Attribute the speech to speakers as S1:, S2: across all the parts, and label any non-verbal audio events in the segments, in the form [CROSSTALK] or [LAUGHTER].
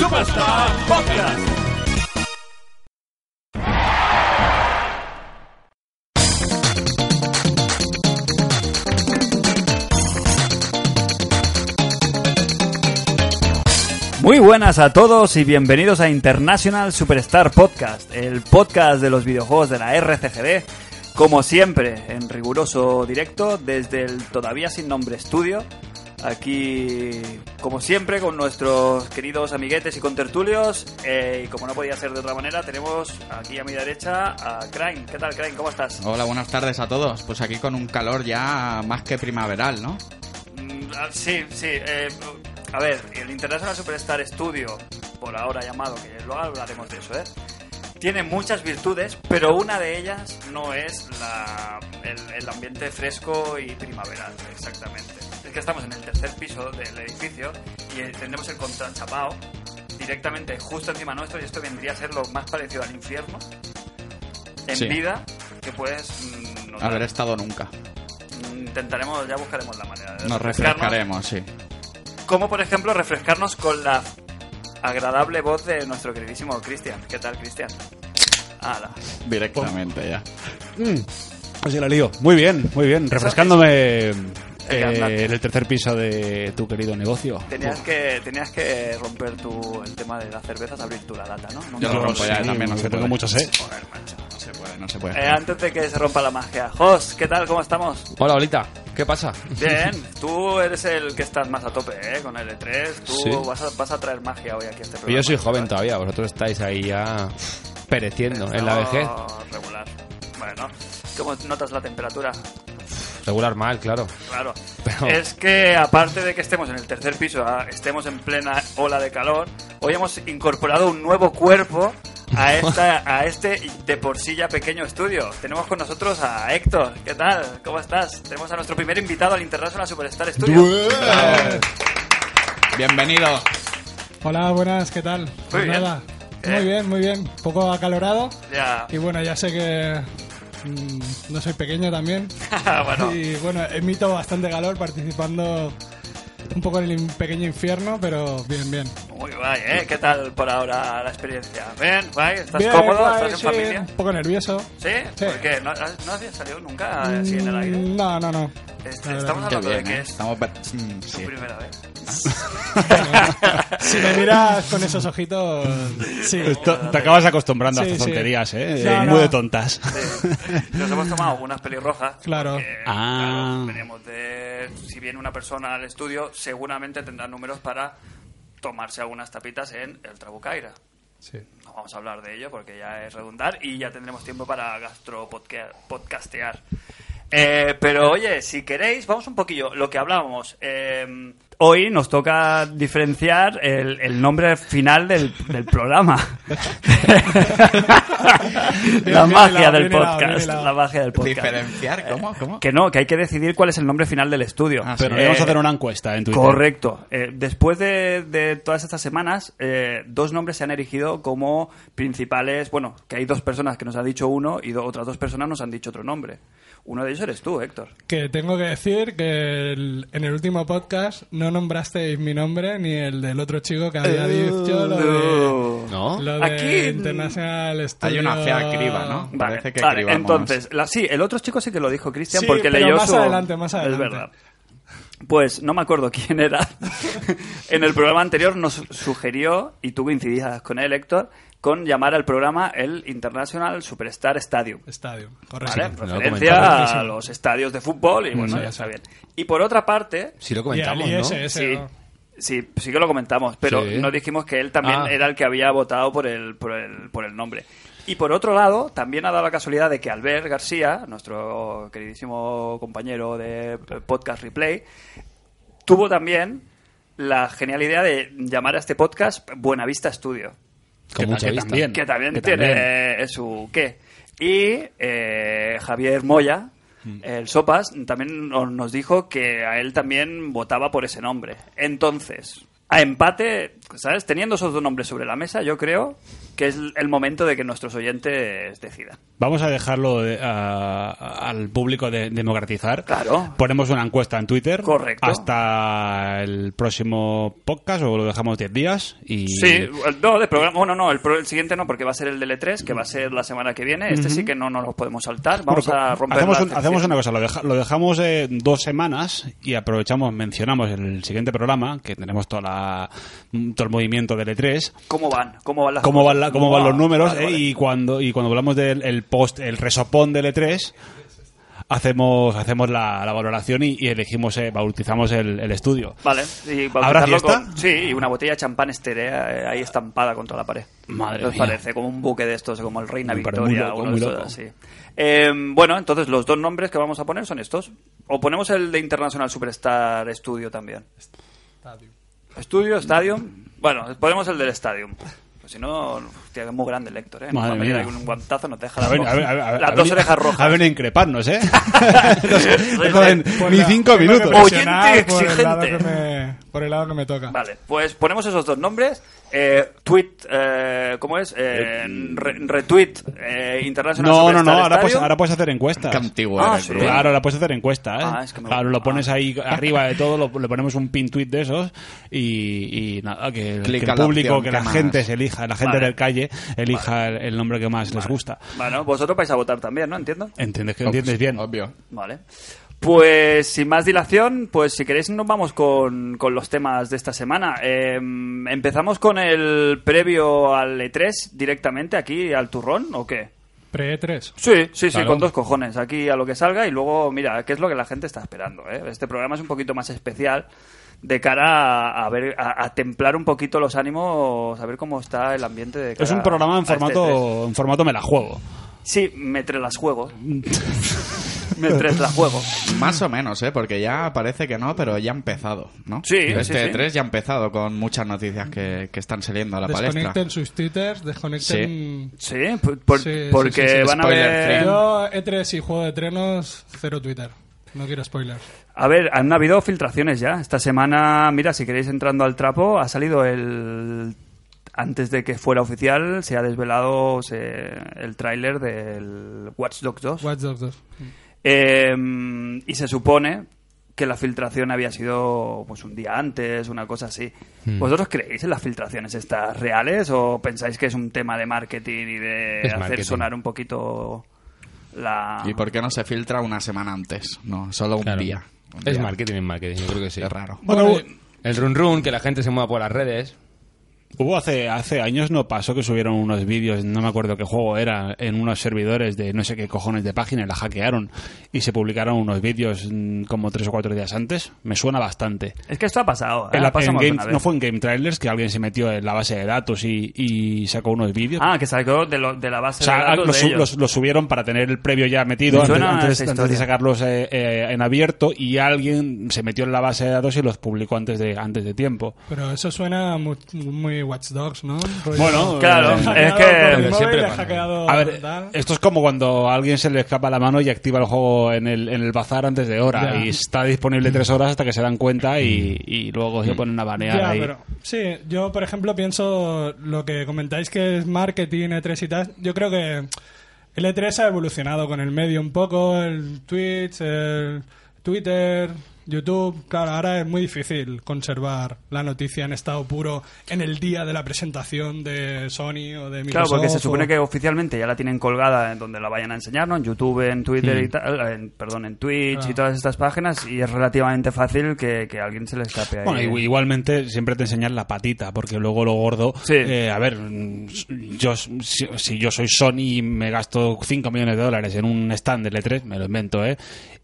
S1: Superstar Podcast.
S2: Muy buenas a todos y bienvenidos a International Superstar Podcast, el podcast de los videojuegos de la RCGD, como siempre, en riguroso directo desde el todavía sin nombre estudio, aquí como siempre con nuestros queridos amiguetes y contertulios, eh, y como no podía ser de otra manera, tenemos aquí a mi derecha a Crane. ¿Qué tal Crane? ¿Cómo estás?
S3: Hola, buenas tardes a todos. Pues aquí con un calor ya más que primaveral, ¿no?
S2: Mm, ah, Sí, sí. eh, a ver, el International Superstar Studio, por ahora llamado, que luego hablaremos de eso, ¿eh? Tiene muchas virtudes, pero una de ellas no es la- el, el ambiente fresco y primaveral, exactamente. Es que estamos en el tercer piso del edificio y eh, tenemos el contrachapao directamente justo encima nuestro y esto vendría a ser lo más parecido al infierno en
S3: Sí.
S2: vida que puedes mm, notar.
S3: Haber estado nunca.
S2: Intentaremos, ya buscaremos la manera de
S3: Nos
S2: refrescarnos
S3: refrescaremos, sí.
S2: como por ejemplo refrescarnos con la agradable voz de nuestro queridísimo Cristian. ¿Qué tal, Cristian? Ala.
S3: Directamente ya.
S4: Así Pues la lío. Muy bien, muy bien. Refrescándome eh,
S2: Atlante.
S4: en el tercer piso de tu querido negocio.
S2: Tenías que, tenías que romper tu, el tema de las cervezas, abrir tu la lata, ¿no? Nunca
S3: Yo lo
S2: lo
S3: rompo ya,
S4: sí,
S3: también no se
S4: porque tengo
S3: puede.
S4: mucha sed.
S3: Joder, macho, no se puede, no se puede.
S2: Eh, antes de que se rompa la magia. Jos, ¿qué tal? ¿Cómo
S5: [LAUGHS]
S2: estamos?
S5: Hola, Olita. ¿Qué pasa?
S2: Bien, tú eres el que estás más a tope, ¿eh? Con el E3, tú
S5: Sí.
S2: vas, a, vas a traer magia hoy aquí a este programa.
S5: Yo soy joven todavía, vosotros estáis ahí ya pereciendo en la
S2: Estamos
S5: vejez.
S2: Regular. Bueno, ¿cómo notas la temperatura?
S5: Regular mal, claro.
S2: Claro.
S5: Pero-
S2: Es que aparte de que estemos en el tercer piso, ah, estemos en plena ola de calor, hoy hemos incorporado un nuevo cuerpo a, esta, a este de por sí ya pequeño estudio. Tenemos con nosotros a Héctor. ¿Qué tal? ¿Cómo estás? Tenemos a nuestro primer invitado al International Superstar Studio.
S3: Bienvenido.
S6: Hola, buenas, ¿qué tal? Pues
S2: bien.
S6: nada,
S2: Eh.
S6: muy bien, muy bien. Un poco acalorado.
S3: [LAUGHS]
S2: Ya.
S6: Y bueno, ya sé que mm, no soy pequeño también.
S2: Ah, bueno,
S6: Y bueno, emito bastante calor participando un poco en el in- pequeño infierno, pero bien, bien.
S2: muy guay, ¿eh? ¿Qué tal por ahora la experiencia? ¿Bien? guay? ¿Estás
S6: Bien,
S2: cómodo?
S6: guay,
S2: ¿Estás en
S6: sí,
S2: familia?
S6: Un poco nervioso.
S2: ¿Sí?
S6: Sí.
S2: ¿Por qué? ¿No, no había salido nunca así en el aire?
S6: Mm, No, no, no.
S2: Est-
S6: La verdad
S2: Estamos
S3: Qué
S2: hablando
S3: bien,
S2: de que
S3: ¿eh?
S2: es
S3: Estamos... ver- Mm, [LAUGHS]
S2: tu
S3: sí.
S2: primera vez.
S6: Si me miras con esos ojitos, sí.
S4: Esto- te acabas acostumbrando a
S6: Sí,
S4: estas
S6: sí.
S4: tonterías, ¿eh?
S6: Sí,
S4: Eh,
S6: no.
S4: muy de tontas.
S2: [LAUGHS] Nos hemos tomado unas pelirrojas.
S6: Claro.
S2: porque,
S4: Ah.
S2: claro, venimos de. Si viene una persona al estudio, seguramente tendrá números para tomarse algunas tapitas en el Trabucaira.
S6: Sí.
S2: No vamos a hablar de ello porque ya es redundar y ya tendremos tiempo para gastropodcastear. Eh, pero oye, si queréis, vamos un poquillo. Lo que hablábamos. eh, hoy nos toca diferenciar el, el nombre final del, del programa. la
S6: Viene
S2: magia
S6: helado,
S2: del
S6: viene helado,
S2: podcast.
S6: viene helado.
S2: La magia del podcast.
S3: Diferenciar,
S2: Eh,
S3: ¿cómo? ¿Cómo?
S2: Que no, que hay que decidir cuál es el nombre final del estudio.
S3: Ah, sí.
S4: Pero
S2: Eh,
S4: le vamos a hacer una encuesta en Twitter.
S2: Correcto. Eh, después de, de todas estas semanas, eh, dos nombres se han erigido como principales. Bueno, que hay dos personas que nos ha dicho uno y do- otras dos personas nos han dicho otro nombre. Uno de ellos eres tú, Héctor.
S6: Que tengo que decir que el- en el último podcast no nombrasteis mi nombre ni el del otro chico que había
S2: Eh,
S6: dicho lo de...
S5: ¿No?
S6: Lo de
S2: Aquí-
S6: International Studio...
S3: Hay una fea criba, ¿no?
S2: Vale,
S3: Parece que
S2: vale,
S3: cribamos.
S2: entonces, la, sí, el otro chico sí que lo dijo Cristian
S6: Sí,
S2: porque
S6: pero
S2: leyó
S6: más
S2: su-
S6: adelante, más adelante.
S2: Es verdad. Pues no me acuerdo quién era. [LAUGHS] en el programa anterior nos sugirió, y tú coincidías con él, Héctor, con llamar al programa el International Superstar Stadium.
S6: Estadio,
S2: ¿Vale?
S6: correcto.
S5: lo Mm,
S2: Referencia a
S6: comentaron.
S2: los estadios de fútbol y bueno,
S6: Sí.
S2: ya está bien. Y por otra parte,
S5: Si lo
S6: Y al
S5: comentamos, ¿no?
S6: ISS,
S2: sí,
S6: ¿no?
S2: sí, sí que lo comentamos, pero
S5: Sí.
S2: no dijimos que él también
S5: Ah.
S2: era el que había votado por el, por, el, por el nombre. Y por otro lado, también ha dado la casualidad de que Albert García, nuestro queridísimo compañero de eh, Podcast Replay, tuvo también la genial idea de llamar a este podcast Buenavista Studio.
S5: Con
S4: Que-
S5: mucha
S4: que
S5: vista.
S4: también.
S2: Que también
S4: Que
S2: tiene
S4: también.
S2: eh, su qué. Y eh, Javier Moya,
S4: Mm.
S2: el Sopas, también no- nos dijo que a él también votaba por ese nombre. Entonces, a empate ¿Sabes? Teniendo esos dos nombres sobre la mesa, yo creo que es el momento de que nuestros oyentes decidan.
S4: Vamos a dejarlo de- a- al público de- democratizar.
S2: Claro.
S4: Ponemos una encuesta en Twitter.
S2: Correcto.
S4: Hasta el próximo podcast o lo dejamos 10 días. Y
S2: Sí, no, de programa. Bueno, no, el, pro- el siguiente no, porque va a ser el del E3, que va a ser la semana que viene. Este sí que no nos lo podemos saltar. Vamos
S4: Bueno,
S2: a romper
S4: hacemos,
S2: la
S4: un- hacemos
S2: excepción.
S4: una cosa, lo, deja- lo dejamos eh, dos semanas y aprovechamos, mencionamos en el siguiente programa, que tenemos toda la, todo el movimiento del E3,
S2: ¿Cómo van? ¿Cómo van las
S4: cómo
S2: cosas?
S4: van, la- cómo van los
S2: va?
S4: números
S2: Ah, Vale,
S4: eh,
S2: vale.
S4: y cuando y cuando hablamos del el post el resopón del E3 hacemos hacemos la, la valoración y, y elegimos eh, bautizamos el, el estudio
S2: Vale, y bautizarlo
S4: ¿Habrá fiesta?
S2: con- sí, y una botella de champán esterea eh, ahí estampada contra la pared.
S4: Madre
S2: ¿Nos
S4: mía.
S2: parece? Como un buque de estos, como el Reina
S4: Me parece
S2: Victoria.
S4: muy loco,
S2: uno de
S4: muy
S2: estos
S4: loco.
S2: así. Eh, bueno, entonces los dos nombres que vamos a poner son estos. O ponemos el de International Superstar Studio también. Estudio, Stadium. Bueno, ponemos el del Stadium. Pues si no, hostia, que es muy grande el Héctor, ¿eh? Nos
S4: Madre
S2: va a meter
S4: mía.
S2: ahí con un guantazo nos deja
S4: a
S2: las,
S4: ver,
S2: dos,
S4: a ver, a ver, a ver,
S2: las
S4: a
S2: dos
S4: ver,
S2: orejas
S4: a
S2: rojas. Pues,
S4: ver
S2: [LAUGHS]
S4: increparnos eh No- no joden
S6: Por
S4: ni
S6: la-
S4: cinco
S6: tengo que
S4: minutos
S2: Oye,
S6: presionar
S2: Oyente
S6: por el lado
S2: exigente.
S6: que me- por el lado que me toca.
S2: Vale, pues ponemos esos dos nombres. Eh, tweet, eh, ¿cómo es? Eh, re- retweet eh, International
S4: no no
S2: Superstar
S4: no ahora puedes,
S2: Stadium.
S4: ahora puedes hacer encuestas
S3: Qué antiguo era
S2: Ah,
S3: el
S2: sí.
S3: grupo.
S4: Claro, ahora puedes hacer encuesta, ¿eh?
S2: Ah, es que me-
S4: Claro,
S2: ah.
S4: lo pones
S2: [LAUGHS]
S4: ahí arriba de todo, lo- le ponemos un pin tweet de esos y, y nada, que,
S3: Clica
S4: que el
S3: la
S4: público,
S3: opción
S4: que
S3: que
S4: la
S3: más.
S4: gente se elija, la gente
S2: Vale.
S4: del calle elija el- el nombre que más les gusta.
S2: Bueno, vosotros vais a votar también, ¿no? Entiendo.
S4: ¿Entiendes que entiendes bien?
S3: Obvio.
S2: Vale. Pues sin más dilación, pues si queréis nos vamos con, con los temas de esta semana. Eh, ¿Empezamos con el previo al E3 directamente aquí al turrón o qué?
S6: Pre-E3.
S2: Sí, sí, sí,
S4: Claro.
S2: con dos cojones. Aquí a lo que salga y luego, mira, qué es lo que la gente está esperando. ¿eh? Este programa es un poquito más especial de cara a, a ver, a, a templar un poquito los ánimos, a ver cómo está el ambiente. De
S4: Es
S2: cara
S4: un programa
S2: a
S4: en
S2: este E3.
S4: formato, en formato me la juego.
S2: sí, me las
S4: [LAUGHS]
S2: juego. me las juego.
S3: Más o menos, ¿eh? Porque ya parece que no, pero ya ha empezado, ¿no?
S2: Sí, sí,
S3: Este
S2: sí.
S3: 3 ya ha empezado con muchas noticias que, que están saliendo a la palestra.
S6: Desconecten sus twitters, desconecten...
S2: Sí, Em. por- por-
S6: Sí, sí,
S2: porque
S6: sí, sí.
S2: van a
S3: Spoiler
S2: ver.
S3: free.
S6: Yo E3 y juego de trenos, cero Twitter. No quiero spoilers.
S2: A ver, han habido filtraciones ya. Esta semana, mira, si queréis entrando al trapo, ha salido el. Antes de que fuera oficial, se ha desvelado se- el tráiler del Watch Dogs 2.
S6: Watch Dogs 2.
S2: Eh, y se supone que la filtración había sido pues un día antes, una cosa así. ¿Vosotros creéis en las filtraciones estas reales o pensáis que es un tema de marketing y de
S5: Es
S2: hacer
S5: marketing.
S2: sonar un poquito la...
S3: ¿Y por qué no se filtra una semana antes? No, solo un
S5: Claro.
S3: día. Un
S5: Es
S3: día.
S5: marketing en marketing, yo creo que sí.
S3: Es raro.
S4: Bueno,
S6: Bueno,
S5: El run run, que la gente se mueva por las redes.
S4: Hubo hace, hace años, no pasó que subieron unos vídeos, no me acuerdo qué juego era, en unos servidores de no sé qué cojones de página, y la hackearon y se publicaron unos vídeos mm, como tres o cuatro días antes. Me suena bastante.
S2: Es que esto ha pasado. ¿eh?
S4: En la-
S2: Ha pasado
S4: en
S2: más de
S4: Game-
S2: una vez.
S4: no fue en Game Trailers que alguien se metió en la base de datos y, y sacó unos vídeos.
S2: Ah, que salió de, lo- de la base
S4: o sea,
S2: de datos
S4: los,
S2: de
S4: su-
S2: ellos.
S4: los- los subieron para tener el previo ya metido
S2: Me
S4: antes,
S2: suena
S4: antes-
S2: esa
S4: antes de
S2: historia.
S4: sacarlos eh, eh, en abierto y alguien se metió en la base de datos y los publicó antes de antes de tiempo.
S6: pero eso suena mu- muy, Watch Dogs, ¿no? Rollo-
S4: Bueno,
S2: [LAUGHS] Claro,
S4: eh,
S6: [LAUGHS]
S2: es
S6: Hackeado por
S2: que...
S6: el móvil,
S5: siempre pasa.
S6: hackeado
S4: a ver,
S6: tal.
S4: esto es como cuando a alguien se le escapa la mano y activa el juego en el, en el bazar antes de hora
S6: Ya. Mm.
S4: y está disponible tres horas hasta que se dan cuenta y, y luego se ponen a banear
S6: Ya,
S4: ahí.
S6: pero sí, yo por ejemplo pienso lo que comentáis que es marketing, E3 y tal. Yo creo que el E3 ha evolucionado con el medio un poco, el Twitch, el Twitter, YouTube. Claro, ahora es muy difícil conservar la noticia en estado puro en el día de la presentación de Sony o de Microsoft.
S2: Claro, porque se
S6: o-
S2: supone que oficialmente ya la tienen colgada en donde la vayan a enseñar, ¿no? En YouTube, en Twitter y tal, en- perdón, en Twitch y
S4: Ah.
S6: Claro.
S2: todas estas páginas, y es relativamente fácil que, que alguien se le escape ahí.
S4: Bueno, i- igualmente siempre te enseñan la patita, porque luego lo gordo.
S2: Sí.
S4: eh, a ver, mm, yo, si, si yo soy Sony y me gasto 5 millones de dólares en un stand de L3, me lo invento, ¿eh?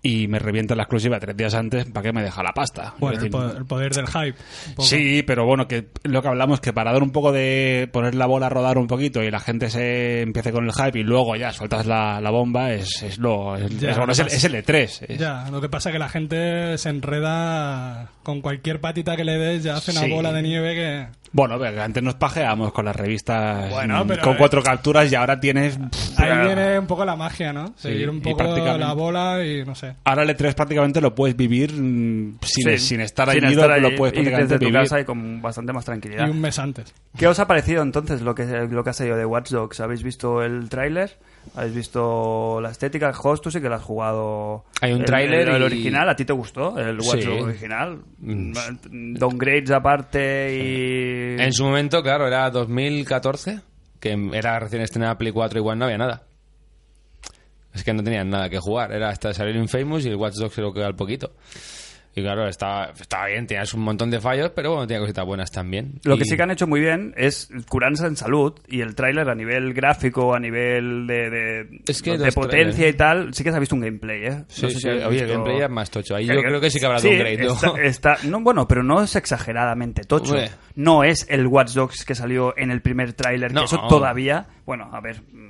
S4: Y me revienta la exclusiva tres días antes, ¿para qué me deja la pasta?
S6: Bueno, pues,
S4: Es
S6: el
S4: decir,
S6: po- el poder del hype. un poco.
S4: Sí, pero bueno, que lo que hablamos, que para dar un poco de poner la bola a rodar un poquito y la gente se empiece con el hype y luego ya sueltas la, la bomba, es, es lo. Es,
S6: Ya,
S4: es- bueno, es el, es el E3. es-
S6: Ya, lo que pasa es que la gente se enreda con cualquier patita que le des, ya hace una
S4: Sí.
S6: bola de nieve que...
S4: Bueno, pero antes nos pajeamos con las revistas
S6: Bueno,
S4: mm,
S6: pero,
S4: con
S6: eh,
S4: cuatro capturas y ahora tienes. pff,
S6: Ahí
S4: pero-
S6: viene un poco la magia, ¿no? Seguir
S4: Sí,
S6: un
S4: y
S6: poco
S4: prácticamente-
S6: la bola y no sé.
S4: Ahora el E3 E prácticamente lo puedes vivir mm, sin,
S2: Sí,
S4: sin estar
S2: sin
S4: allí lo-
S2: estar
S4: lo,
S2: allí,
S4: puedes
S2: ir
S4: prácticamente
S2: desde tu
S4: vivir.
S2: casa y con bastante más
S6: Y
S2: tranquilidad.
S6: un mes antes.
S2: ¿Qué os ha parecido entonces lo que, lo que ha salido de Watch Dogs? ¿Habéis visto el tráiler? ¿Habéis visto la estética? El host, tú sí que lo has jugado.
S5: Hay un
S2: El-
S5: tráiler
S2: El, el
S5: y-
S2: original, ¿a ti te gustó? El Watch
S5: Sí.
S2: Dogs original.
S5: Mm.
S2: Downgrades aparte y.
S5: En su momento, claro, era 2014, que era recién estrenada Play 4, igual no había nada. Es que no tenían nada que jugar, era hasta salir Infamous y el Watch Dogs creo que al poquito. Y claro, estaba, estaba bien, tenías un montón de fallos, pero bueno, tenía cositas buenas también.
S2: Lo
S5: Y-
S2: que sí que han hecho muy bien es curarse en salud y el tráiler a nivel gráfico, a nivel de, de,
S5: Es que
S2: de
S5: los
S2: potencia
S5: tráiler-
S2: y tal, sí que se ha visto un gameplay, ¿eh? No
S5: Sí,
S2: sé si
S5: sí,
S2: habéis
S5: oye, el
S2: visto-
S5: gameplay era más tocho. Ahí yo creo que sí que habrá
S2: sí,
S5: downgrade, ¿no?
S2: Está, está- no, bueno, pero no es exageradamente tocho.
S5: Hombre.
S2: No es el Watch Dogs que salió en el primer tráiler,
S5: No.
S2: que eso todavía... Bueno, a ver... mm,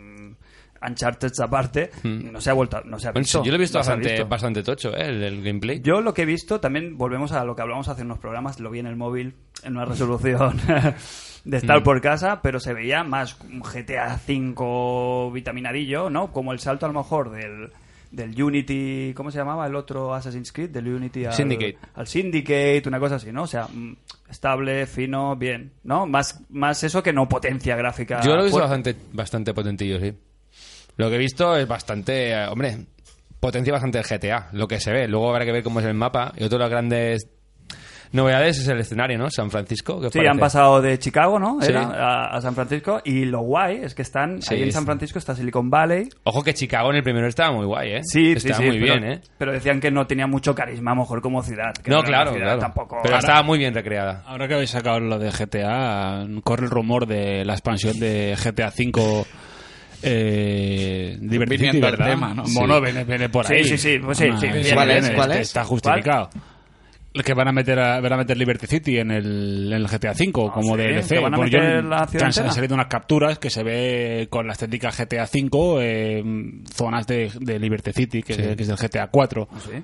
S2: Uncharted aparte, no se ha vuelto, no se ha
S5: Hmm. Bueno, sí,
S2: visto.
S5: yo lo he visto
S2: no se ha
S5: bastante,
S2: visto.
S5: bastante tocho, ¿eh? el, el gameplay.
S2: Yo lo que he visto, también volvemos a lo que hablamos hace unos programas, lo vi en el móvil, en una resolución [LAUGHS] de
S5: Mm.
S2: estar por casa, pero se veía más un GTA V vitaminadillo, ¿no? Como el salto a lo mejor del, del Unity, ¿cómo se llamaba? El otro Assassin's Creed, del Unity al
S5: Syndicate.
S2: Al Syndicate, una cosa así, ¿no? O sea, mm, estable, fino, bien, ¿no? Más, más eso que no potencia gráfica. Pues,
S5: Yo lo he visto
S2: fuerte.
S5: bastante, bastante potentillo, sí. Lo que he visto es bastante, eh, hombre, potencia bastante el GTA, lo que se ve. Luego habrá que ver cómo es el mapa. Y otra de las grandes novedades es el escenario, ¿no? San Francisco. que
S2: Sí,
S5: parece.
S2: han pasado de Chicago, ¿no?
S5: Sí.
S2: Era, a, a San Francisco. Y lo guay es que están...
S5: Sí,
S2: ahí en San
S5: sí.
S2: Francisco está Silicon Valley.
S5: Ojo que Chicago en el primero estaba muy guay, ¿eh?
S2: Sí, sí,
S5: estaba
S2: sí,
S5: muy
S2: pero,
S5: bien, ¿eh?
S2: Pero decían que no tenía mucho carisma, a lo mejor como ciudad. que
S5: No,
S2: era una
S5: claro,
S2: ciudad
S5: claro.
S2: Tampoco.
S5: Pero estaba muy bien recreada.
S4: Ahora que habéis sacado lo de GTA, corre el rumor de la expansión de GTA V. Eh, Liberty
S3: Viniendo
S4: City,
S3: el
S4: ¿verdad? Ah,
S3: tema, ¿no?
S4: Bueno,
S3: Sí.
S4: viene, viene por
S2: Sí,
S4: ahí.
S2: sí, sí, pues sí, sí, viene,
S3: ¿Cuál es? ¿Cuál
S4: este
S3: es?
S4: Está justificado. El Que van a meter a, van a meter Liberty City en el, en el GTA V como
S2: Ah, sí,
S4: DLC.
S2: que van a
S4: Bueno, yo-
S2: meter la ciudad
S4: que han,
S2: entera.
S4: han salido unas capturas que se ve con la estética GTA V, eh, zonas de, de Liberty City, que, que es del GTA 4.
S2: Sí.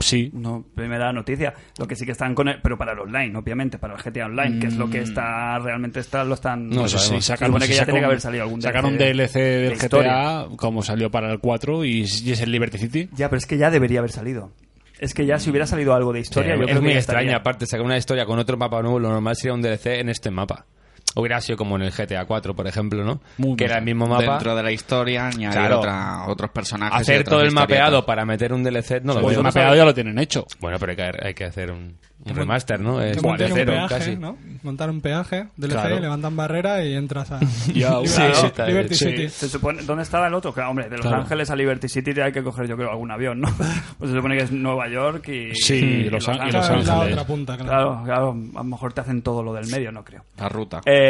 S4: Sí,
S2: No, primera noticia. Lo que sí que están con el, pero para el online, obviamente, para el GTA Online, que es lo que
S5: Mm.
S2: está realmente está, lo están.
S4: No,
S2: lo
S4: sé si
S2: sabemos. Se
S4: sacaron,
S2: supone que
S4: si
S2: ya
S4: sacaron-
S2: tenía que haber salido algún
S4: sacaron un DLC
S2: de
S4: del
S2: historia.
S4: GTA, como salió para el 4, y, es- y es el Liberty City.
S2: Ya, pero es que ya debería haber salido. Es que ya si hubiera salido algo de historia,
S5: Sí,
S2: yo
S5: Eh, es
S2: creo que
S5: muy
S2: ya
S5: extraña,
S2: estaría.
S5: aparte, sacar una historia con otro mapa nuevo, lo normal sería un DLC en este mapa. Hubiera sido como en el GTA 4, por ejemplo, ¿no?
S4: Muy
S5: que era el
S4: bien.
S5: mismo mapa.
S3: Dentro de la historia añadir
S5: Claro.
S3: otra- otros personajes. y
S5: Hacer
S3: otras
S5: todo el
S3: historietas.
S5: mapeado para meter un DLC, no lo
S4: Pues el
S5: veo.
S4: mapeado ya lo tienen hecho.
S5: Bueno, pero hay que, hay que hacer un, un remaster, ¿no? Es
S6: Que
S5: un
S6: montan
S5: de
S6: un
S5: cero,
S6: peaje,
S5: casi.
S6: ¿no? Montar un peaje, DLC,
S5: Pues, Claro.
S6: levantan barrera y
S5: [LAUGHS]
S6: entras a [LAUGHS]
S4: Ya,
S6: Liberty,
S5: sí, sí, está
S6: Liberty
S5: bien.
S6: City.
S2: Se supone, ¿Dónde estaba el otro? Claro, hombre, de Los
S4: Claro.
S2: Ángeles a Liberty City hay que coger, yo creo, algún avión, ¿no? [LAUGHS] Pues se supone que es Nueva York y.
S4: Sí, y Los Án- y Los
S6: Claro, es la
S4: Ángeles.
S6: otra punta, claro.
S2: Claro, claro, a lo mejor te hacen todo lo del medio, no creo.
S3: La ruta.
S2: Eh,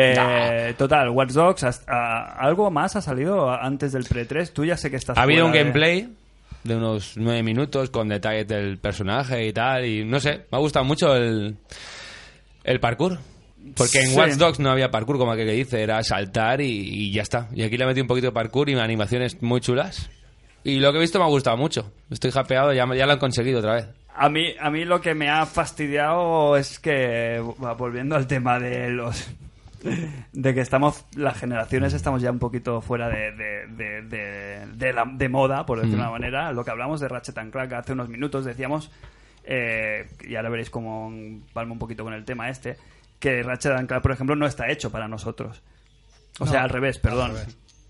S2: Total, Watch Dogs, has- a- algo más ha salido antes del pre-3. Tú ya sé que estás.
S5: Ha habido un
S2: fuera de-
S5: gameplay de unos nueve minutos con detalles del personaje y tal, y no sé, me ha gustado mucho el, el parkour. Porque en
S2: Sí.
S5: Watch Dogs no había parkour, como aquel que dice, era saltar y, y ya está. Y aquí le metí un poquito de parkour y animaciones muy chulas. Y lo que he visto me ha gustado mucho. Estoy japeado, ya, ya lo han conseguido otra vez.
S2: A mí, a mí lo que me ha fastidiado es que, va, volviendo al tema de los. de que estamos. las generaciones estamos ya un poquito fuera de, de, de, de- de la- de moda, por decirlo de una manera. Lo que hablamos de Ratchet and Clank hace unos minutos decíamos. eh, y ahora veréis cómo palmo un poquito con el tema este. que Ratchet and Clank, por ejemplo, no está hecho para nosotros. O sea, al revés, perdón.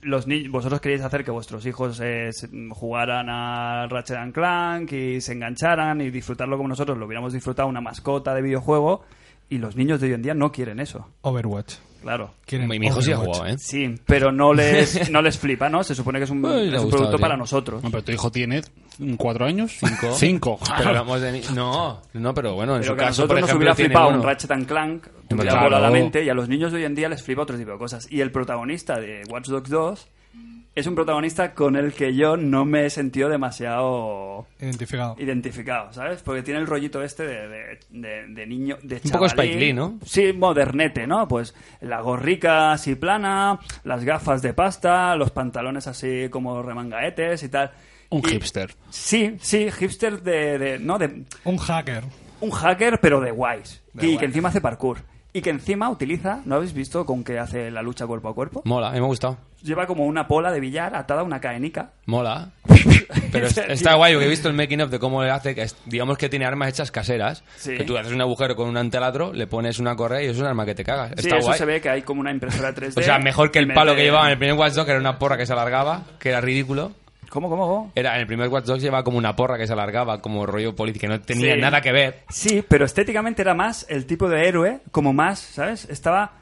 S2: Los ni- vosotros queríais hacer que vuestros hijos eh, se- jugaran a Ratchet and Clank y se engancharan y disfrutarlo como nosotros lo hubiéramos disfrutado una mascota de videojuego y los niños de hoy en día no quieren eso,
S6: Overwatch.
S2: claro.
S6: Quieren
S5: Mi hijo sí ha
S6: Overwatch.
S5: jugado, ¿eh?
S2: Sí, pero
S5: [LAUGHS]
S2: no les no les flipa, ¿no? Se supone que es un, es
S5: Ay, le ha
S2: un
S5: gustado,
S2: producto
S5: tío.
S2: para nosotros.
S4: No, pero tu hijo tiene mm, cuatro años.
S5: Cinco.
S4: [LAUGHS] Cinco.
S5: [LAUGHS] Pero hablamos de ni- No, no, pero bueno, en
S2: Pero
S5: su
S2: que a
S5: caso,
S2: nosotros
S5: por
S2: nos
S5: ejemplo,
S2: hubiera
S5: tiene
S2: flipado un
S5: uno.
S2: Ratchet and Clank, te hubiera
S5: Claro.
S2: volado la mente, y a los niños de hoy en día les flipa otro tipo de cosas. Y el protagonista de Watch Dogs 2 es un protagonista con el que yo no me he sentido demasiado
S5: ¿eh?
S6: Identificado.
S2: identificado, ¿sabes? Porque tiene el rollito este de, de- de- de niño, de
S5: Un poco
S2: chavalín.
S5: Spike Lee, ¿no?
S2: Sí, modernete, ¿no? Pues la gorrica así plana, las gafas de pasta, los pantalones así como remangaetes y tal.
S4: Un
S2: Y-
S4: hipster.
S2: Sí, sí, hipster de, de- ¿no? De,
S6: Un hacker.
S2: un hacker, pero de guays. y que encima hace parkour. Y que encima utiliza, ¿no habéis visto con qué hace la lucha cuerpo a cuerpo?
S5: Mm. Mola, a mí me ha gustado.
S2: lleva como una pola de billar atada a una caenica. [LAUGHS]
S5: Mola. Pero es- está guay, porque he visto el making of de cómo le hace, que es- digamos que tiene armas hechas caseras,
S2: Sí.
S5: que tú haces un agujero con un anteladro, le pones una correa y es un arma que te cagas.
S2: Sí,
S5: está
S2: eso
S5: guay.
S2: se ve que hay como una impresora 3D.
S5: O sea, mejor que
S2: y
S5: el palo
S2: mete-
S5: que llevaba en el primer Watch Dogs, que era una porra que se alargaba, que era ridículo.
S2: ¿Cómo, cómo, cómo?
S5: Era, en el primer Watch Dogs llevaba como una porra que se alargaba, como rollo político, que no tenía
S2: Sí.
S5: nada que ver.
S2: Sí, pero estéticamente era más el tipo de héroe, como más, ¿sabes? Estaba,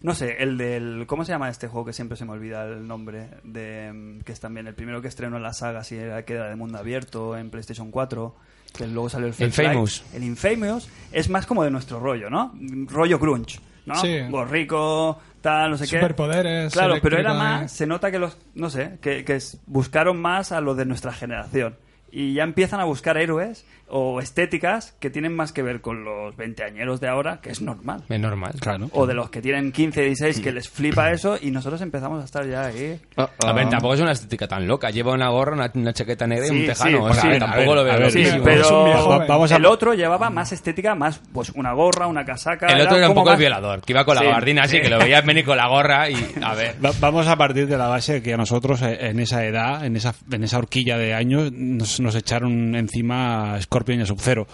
S2: no sé, el del... ¿Cómo se llama este juego que siempre se me olvida el nombre? de mm, Que es también el primero que estrenó en la saga, si era que era de mundo abierto, en PlayStation 4, que luego salió el First
S5: Infamous.
S2: Light. El Infamous es más como de nuestro rollo, ¿no? Rollo grunge, ¿no?
S6: Sí.
S2: Gorrico, tal, no sé qué.
S6: Superpoderes,
S2: Claro, pero era
S6: eléctrica,
S2: más...
S6: eh.
S2: Se nota que los, no sé, que, que s- buscaron más a los de nuestra generación. Y ya empiezan a buscar héroes o estéticas que tienen más que ver con los veinteañeros de ahora, que es normal.
S5: Es normal.
S4: Claro.
S2: O de los que tienen 15, 16, que les flipa eso, y nosotros empezamos a estar ya ahí.
S3: Ah, ah.
S5: A ver, tampoco es una estética tan loca. Lleva una gorra, una, una chaqueta negra y
S2: Sí,
S5: un tejano.
S2: sí,
S5: o sea,
S2: sí.
S5: tampoco lo
S4: A
S5: veo.
S4: ver,
S2: Sí,
S5: loquísimo.
S4: sí,
S2: pero
S6: es un viejo
S4: joven. Vamos a-
S2: el otro llevaba más estética, más pues una gorra, una casaca.
S5: El otro era un
S2: como
S5: poco
S2: más-
S5: el violador, que iba con la
S2: Sí.
S5: gabardina así, que lo veías venir con la gorra y
S4: [LAUGHS]
S5: a ver.
S4: Va- Vamos a partir de la base de que a nosotros eh, en esa edad, en esa, en esa horquilla de años, nos, nos echaron encima a Scorpion y a Sub-Zero